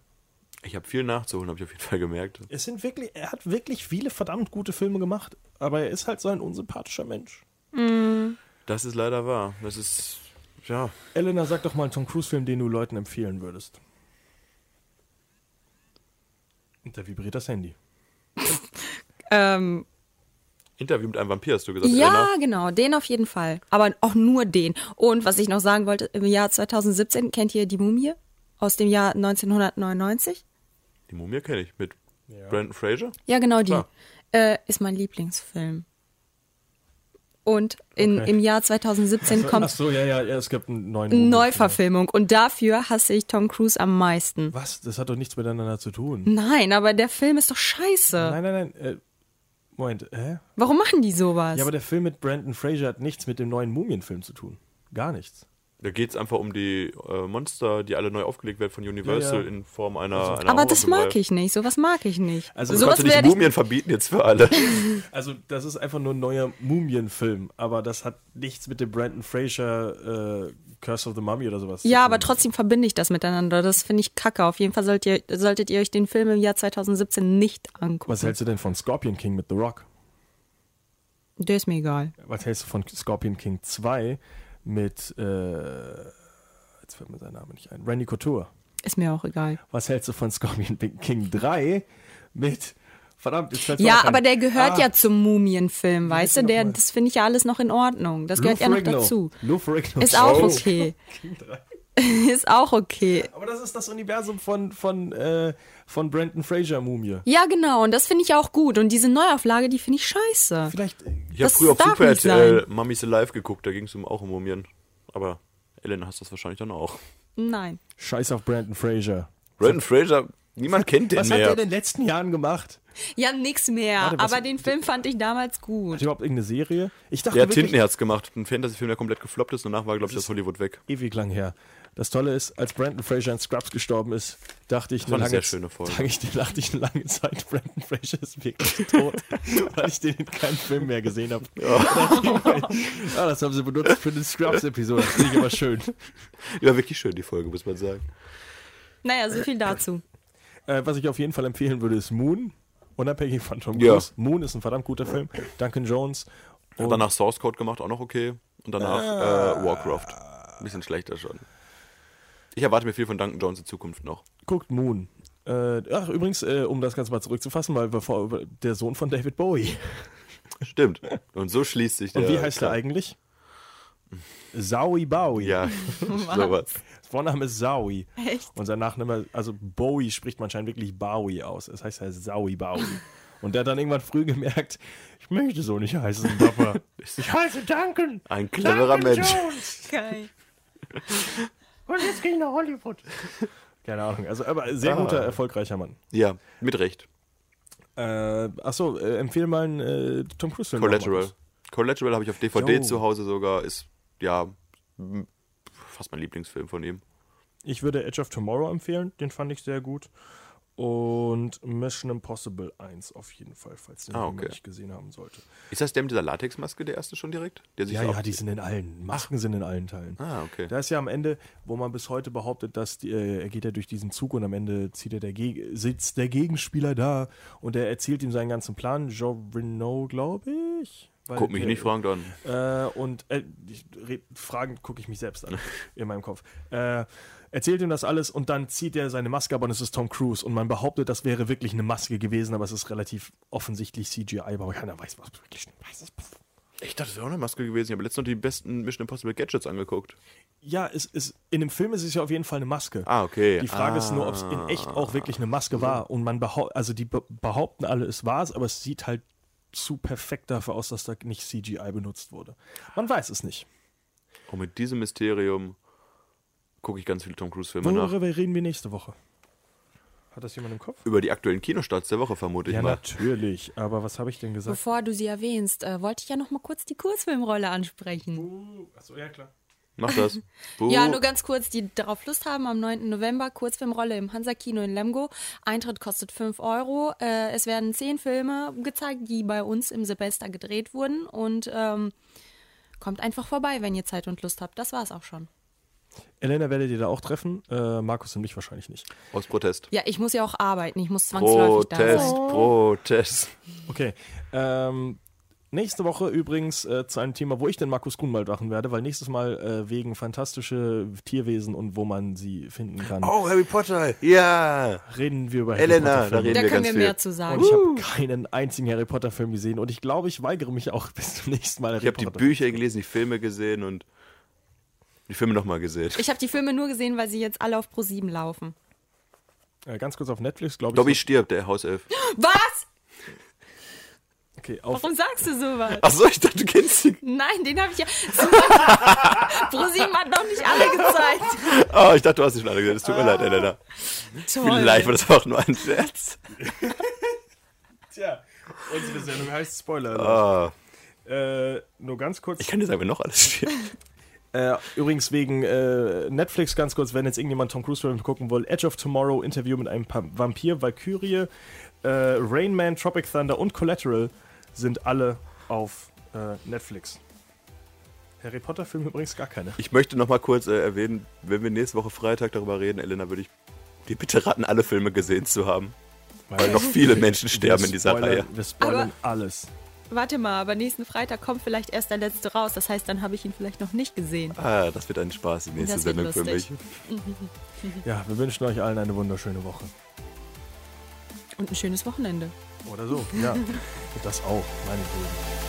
S5: ich habe viel nachzuholen, habe ich auf jeden Fall gemerkt.
S4: es sind wirklich, er hat wirklich viele verdammt gute Filme gemacht, aber er ist halt so ein unsympathischer Mensch.
S5: Das ist leider wahr. Das ist, ja,
S4: Elena, sag doch mal einen Tom Cruise Film, den du Leuten empfehlen würdest. Und da vibriert das Handy.
S6: Ähm,
S5: Interview mit einem Vampir hast du gesagt,
S6: ja,
S5: Elena.
S6: genau, den auf jeden Fall. Aber auch nur den. Und was ich noch sagen wollte, im Jahr 2017 kennt ihr die Mumie aus dem Jahr 1999?
S5: Die Mumie kenne ich mit Brandon Fraser.
S6: Ja, genau die.
S5: Klar.
S6: Äh, ist mein Lieblingsfilm. Und in,
S4: Okay.
S6: im Jahr 2017
S4: Ach
S6: kommt
S4: so, ja, ja, ja, es gibt einen neuen.
S6: eine
S4: Movie-Film.
S6: Neuverfilmung und dafür hasse ich Tom Cruise am meisten.
S4: Was? Das hat doch nichts miteinander zu tun.
S6: Nein, aber der Film ist doch scheiße.
S4: Nein, nein, nein. Äh, Moment, hä?
S6: Warum machen die sowas?
S4: Ja, aber der Film mit Brandon Fraser hat nichts mit dem neuen Mumienfilm zu tun. Gar nichts.
S5: Da geht es einfach um die äh, Monster, die alle neu aufgelegt werden von Universal
S4: Ja, Also, ja.
S5: in Form einer. einer
S6: Aber das
S5: Horrorfilm,
S6: mag ich nicht, sowas mag ich nicht.
S4: Also,
S6: Also
S4: du
S5: weil- Kannst
S6: sowas
S5: du nicht
S6: werde ich
S5: Mumien verbieten jetzt für alle?
S4: Also, das ist einfach nur ein neuer Mumienfilm, aber das hat nichts mit dem Brandon Fraser äh, Curse of the Mummy oder sowas zu
S6: Ja,
S4: tun.
S6: aber trotzdem verbinde ich das miteinander. Das finde ich kacke. Auf jeden Fall sollt ihr, solltet ihr euch den Film im Jahr 2017 nicht angucken.
S4: Was hältst du denn von Scorpion King mit The Rock?
S6: Der ist mir egal.
S4: Was hältst du von Scorpion King 2 mit, äh, jetzt fällt mir sein Name nicht ein, Randy Couture?
S6: Ist mir auch egal.
S4: Was hältst du von Scorpion King 3 mit, verdammt, jetzt fällt mir
S6: Ja,
S4: auch ein.
S6: aber der gehört
S4: Ah,
S6: ja zum Mumienfilm, weißt du?
S4: noch
S6: Der,
S4: mal.
S6: das finde ich ja alles noch in Ordnung. Das
S4: Lou
S6: gehört ja noch
S4: Ferrigno.
S6: dazu.
S4: Lou Ferrigno.
S6: Ist auch
S4: Oh.
S6: okay. Ist auch okay.
S4: Aber das ist das Universum von, von, äh, von Brandon Fraser Mumie.
S6: Ja, genau. Und das finde ich auch gut. Und diese Neuauflage, die finde ich scheiße.
S4: Vielleicht, äh,
S5: Ich habe
S6: Das
S5: früher auf
S6: darf
S5: Super
S6: nicht
S5: RTL Mummies Alive geguckt, da ging es um auch um Mumien. Aber Elena hast das wahrscheinlich dann auch.
S6: Nein.
S4: scheiß auf Brandon Fraser.
S5: Brandon Fraser, niemand kennt den
S4: Was hat
S5: mehr.
S4: er in den letzten Jahren gemacht?
S6: Ja, nix mehr.
S4: Warte, was-
S6: aber den Film fand ich damals
S4: Hat
S6: gut.
S4: er überhaupt irgendeine Serie? Ich dachte
S5: Der hat
S4: wirklich,
S5: Tintenherz gemacht, ein Fantasy-Film, der komplett gefloppt ist. Danach war, glaube ich, das Hollywood weg.
S4: ewig lang her. Das Tolle ist, als Brandon Fraser in Scrubs gestorben ist, dachte ich,
S5: war eine
S4: lange,
S5: sehr schöne Folge.
S4: Dachte, ich, dachte ich eine lange Zeit, Brandon Fraser ist wirklich tot, weil ich den in keinem Film mehr gesehen habe. ah, das haben sie benutzt für den Scrubs-Episode. Das finde ich immer schön.
S5: Die war wirklich schön, die Folge, muss man sagen.
S6: Naja, so viel dazu.
S4: Äh, was ich auf jeden Fall empfehlen würde, ist Moon. Unabhängig von Tom
S5: Ja.
S4: Cruise. Moon ist ein verdammt guter Film. Duncan Jones.
S5: Hat danach Source Code gemacht, auch noch okay. Und danach äh, Warcraft. Ein bisschen schlechter schon. Ich erwarte mir viel von Duncan Jones in Zukunft noch.
S4: Guckt Moon. Äh, ach, übrigens, äh, um das Ganze mal zurückzufassen, weil bevor, der Sohn von David Bowie.
S5: Stimmt. Und so schließt sich der.
S4: Und wie heißt er eigentlich? Zowie Bowie.
S5: Ja, sowas.
S4: Sein Vorname ist Zowie.
S6: Echt?
S4: Und sein Nachname, also Bowie spricht man anscheinend wirklich Bowie aus. Es heißt ja Zowie Bowie. Und der hat dann irgendwann früh gemerkt, ich möchte so nicht heißen, Papa. Also Ich heiße Duncan.
S5: Ein cleverer Mensch.
S4: Jones.
S6: Geil.
S4: Und jetzt gehe ich nach Hollywood. Keine Ahnung. Also, aber sehr
S5: Ah.
S4: guter, erfolgreicher Mann.
S5: Ja, mit Recht.
S4: Äh, achso, äh, empfehle mal einen äh, Tom Cruise Film.
S5: Collateral. Collateral habe ich auf DVD
S4: Jo.
S5: zu Hause sogar, ist ja m- fast mein Lieblingsfilm von ihm.
S4: Ich würde Edge of Tomorrow empfehlen, den fand ich sehr gut. Und Mission Impossible 1 auf jeden Fall, falls den
S5: Ah,
S4: jemand
S5: okay.
S4: nicht gesehen haben sollte.
S5: Ist das der mit dieser Latexmaske der erste schon direkt? Der sich
S4: Ja,
S5: auch-
S4: ja, die sind in allen. Masken sind in allen Teilen.
S5: Ah, okay.
S4: Da ist ja am Ende, wo man bis heute behauptet, dass die, äh, er geht ja durch diesen Zug und am Ende zieht er der Geg sitzt der Gegenspieler da und er erzählt ihm seinen ganzen Plan. Jean Renault, glaube ich. Weil
S5: Guck mich
S4: der-
S5: nicht fragend an.
S4: Äh, und äh, ich red, fragend gucke ich mich selbst an in meinem Kopf. Äh, erzählt ihm das alles und dann zieht er seine Maske ab und es ist Tom Cruise. Und man behauptet, das wäre wirklich eine Maske gewesen, aber es ist relativ offensichtlich CGI, aber keiner weiß, was wirklich weiß. es.
S5: Ich dachte, das wäre auch eine Maske gewesen. Ich habe letztens noch die besten Mission Impossible Gadgets angeguckt.
S4: Ja, es ist, in dem Film ist es ja auf jeden Fall eine Maske.
S5: Ah, okay.
S4: Die Frage ist nur,
S5: Ah.
S4: ob es in echt auch wirklich eine Maske war. Und man behauptet, also die be- behaupten alle, es war es, aber es sieht halt zu perfekt dafür aus, dass da nicht CGI benutzt wurde. Man weiß es nicht.
S5: Und mit diesem Mysterium gucke ich ganz viele Tom Cruise-Filme nach.
S4: Worüber reden wir nächste Woche? Hat das jemand im Kopf?
S5: Über die aktuellen Kinostarts der Woche vermute ich
S4: Ja,
S5: mal.
S4: natürlich. Aber was habe ich denn gesagt?
S6: Bevor du sie erwähnst, äh, wollte ich ja noch mal kurz die Kurzfilmrolle
S5: Oh.
S6: ansprechen.
S4: Achso, ja, klar.
S5: Mach das. Buh.
S6: Ja, nur ganz kurz, die darauf Lust haben, am 9. November Kurzfilmrolle im Hansa-Kino in Lemgo. Eintritt kostet 5 Euro. Äh, es werden 10 Filme gezeigt, die bei uns im Silvester gedreht wurden. Und ähm, kommt einfach vorbei, wenn ihr Zeit und Lust habt. Das war's auch schon.
S4: Elena werdet ihr da auch treffen. Äh, Markus und mich wahrscheinlich nicht.
S5: Aus Protest.
S6: Ja, ich muss ja auch arbeiten. Ich muss zwangsläufig da Oh.
S5: Protest, Protest.
S6: sein.
S4: Okay. Ähm, nächste Woche übrigens äh, zu einem Thema, wo ich den Markus Kuhn mal machen werde, weil nächstes Mal äh, wegen fantastische Tierwesen und wo man sie finden kann,
S5: Oh, Harry Potter. Ja.
S4: reden wir über
S5: Elena, da
S4: Potter-Filme.
S5: reden
S6: Da
S5: wir ganz
S6: können wir
S5: viel. Oh.
S6: mehr zu sagen.
S4: Und ich habe keinen einzigen Harry Potter Film gesehen und ich glaube, ich weigere mich auch bis zum nächsten Mal. Harry
S5: Ich habe die
S4: Potter.
S5: Bücher gelesen, die Filme gesehen und die Filme nochmal gesehen.
S6: Ich habe die Filme nur gesehen, weil sie jetzt alle auf Pro7 laufen.
S4: Äh, ganz kurz auf Netflix, glaube ich.
S5: Dobby stirbt, der Hauself.
S6: Was?
S4: okay, auf
S6: Warum sagst du sowas?
S5: Achso, ich dachte, du kennst ihn.
S6: Nein, den habe ich ja. ProSieben hat noch nicht alle gezeigt.
S5: Ah, ich dachte, du hast ihn schon alle gesehen. Es tut mir leid, Elena.
S6: Toll.
S5: Vielleicht war das auch nur ein Scherz.
S4: Tja, unsere Sendung heißt Spoiler.
S5: Ah,
S4: Äh, nur ganz
S5: ich
S4: kurz.
S5: kann dir sagen, wer noch alles stirbt.
S4: Äh, übrigens wegen äh, Netflix ganz kurz, wenn jetzt irgendjemand Tom Cruise Film gucken will, Edge of Tomorrow, Interview mit einem Pa- Vampir, Valkyrie, äh, Rain Man, Tropic Thunder und Collateral sind alle auf äh, Netflix. Harry Potter Film übrigens gar keine.
S5: Ich möchte nochmal kurz äh, erwähnen, wenn wir nächste Woche Freitag darüber reden, Elena, würde ich dir bitte raten, alle Filme gesehen zu haben. Weil noch viele Menschen sterben in dieser
S4: Spoiler-
S5: Reihe.
S4: Wir spoilern alles.
S6: Warte mal, aber nächsten Freitag kommt vielleicht erst der letzte raus. Das heißt, dann habe ich ihn vielleicht noch nicht gesehen.
S5: Ah, das wird ein Spaß, die nächste
S6: Das wird
S5: Sendung für mich.
S6: lustig.
S4: Ja, wir wünschen euch allen eine wunderschöne Woche.
S6: Und ein schönes Wochenende.
S4: Oder so, ja. Das auch, meinetwegen.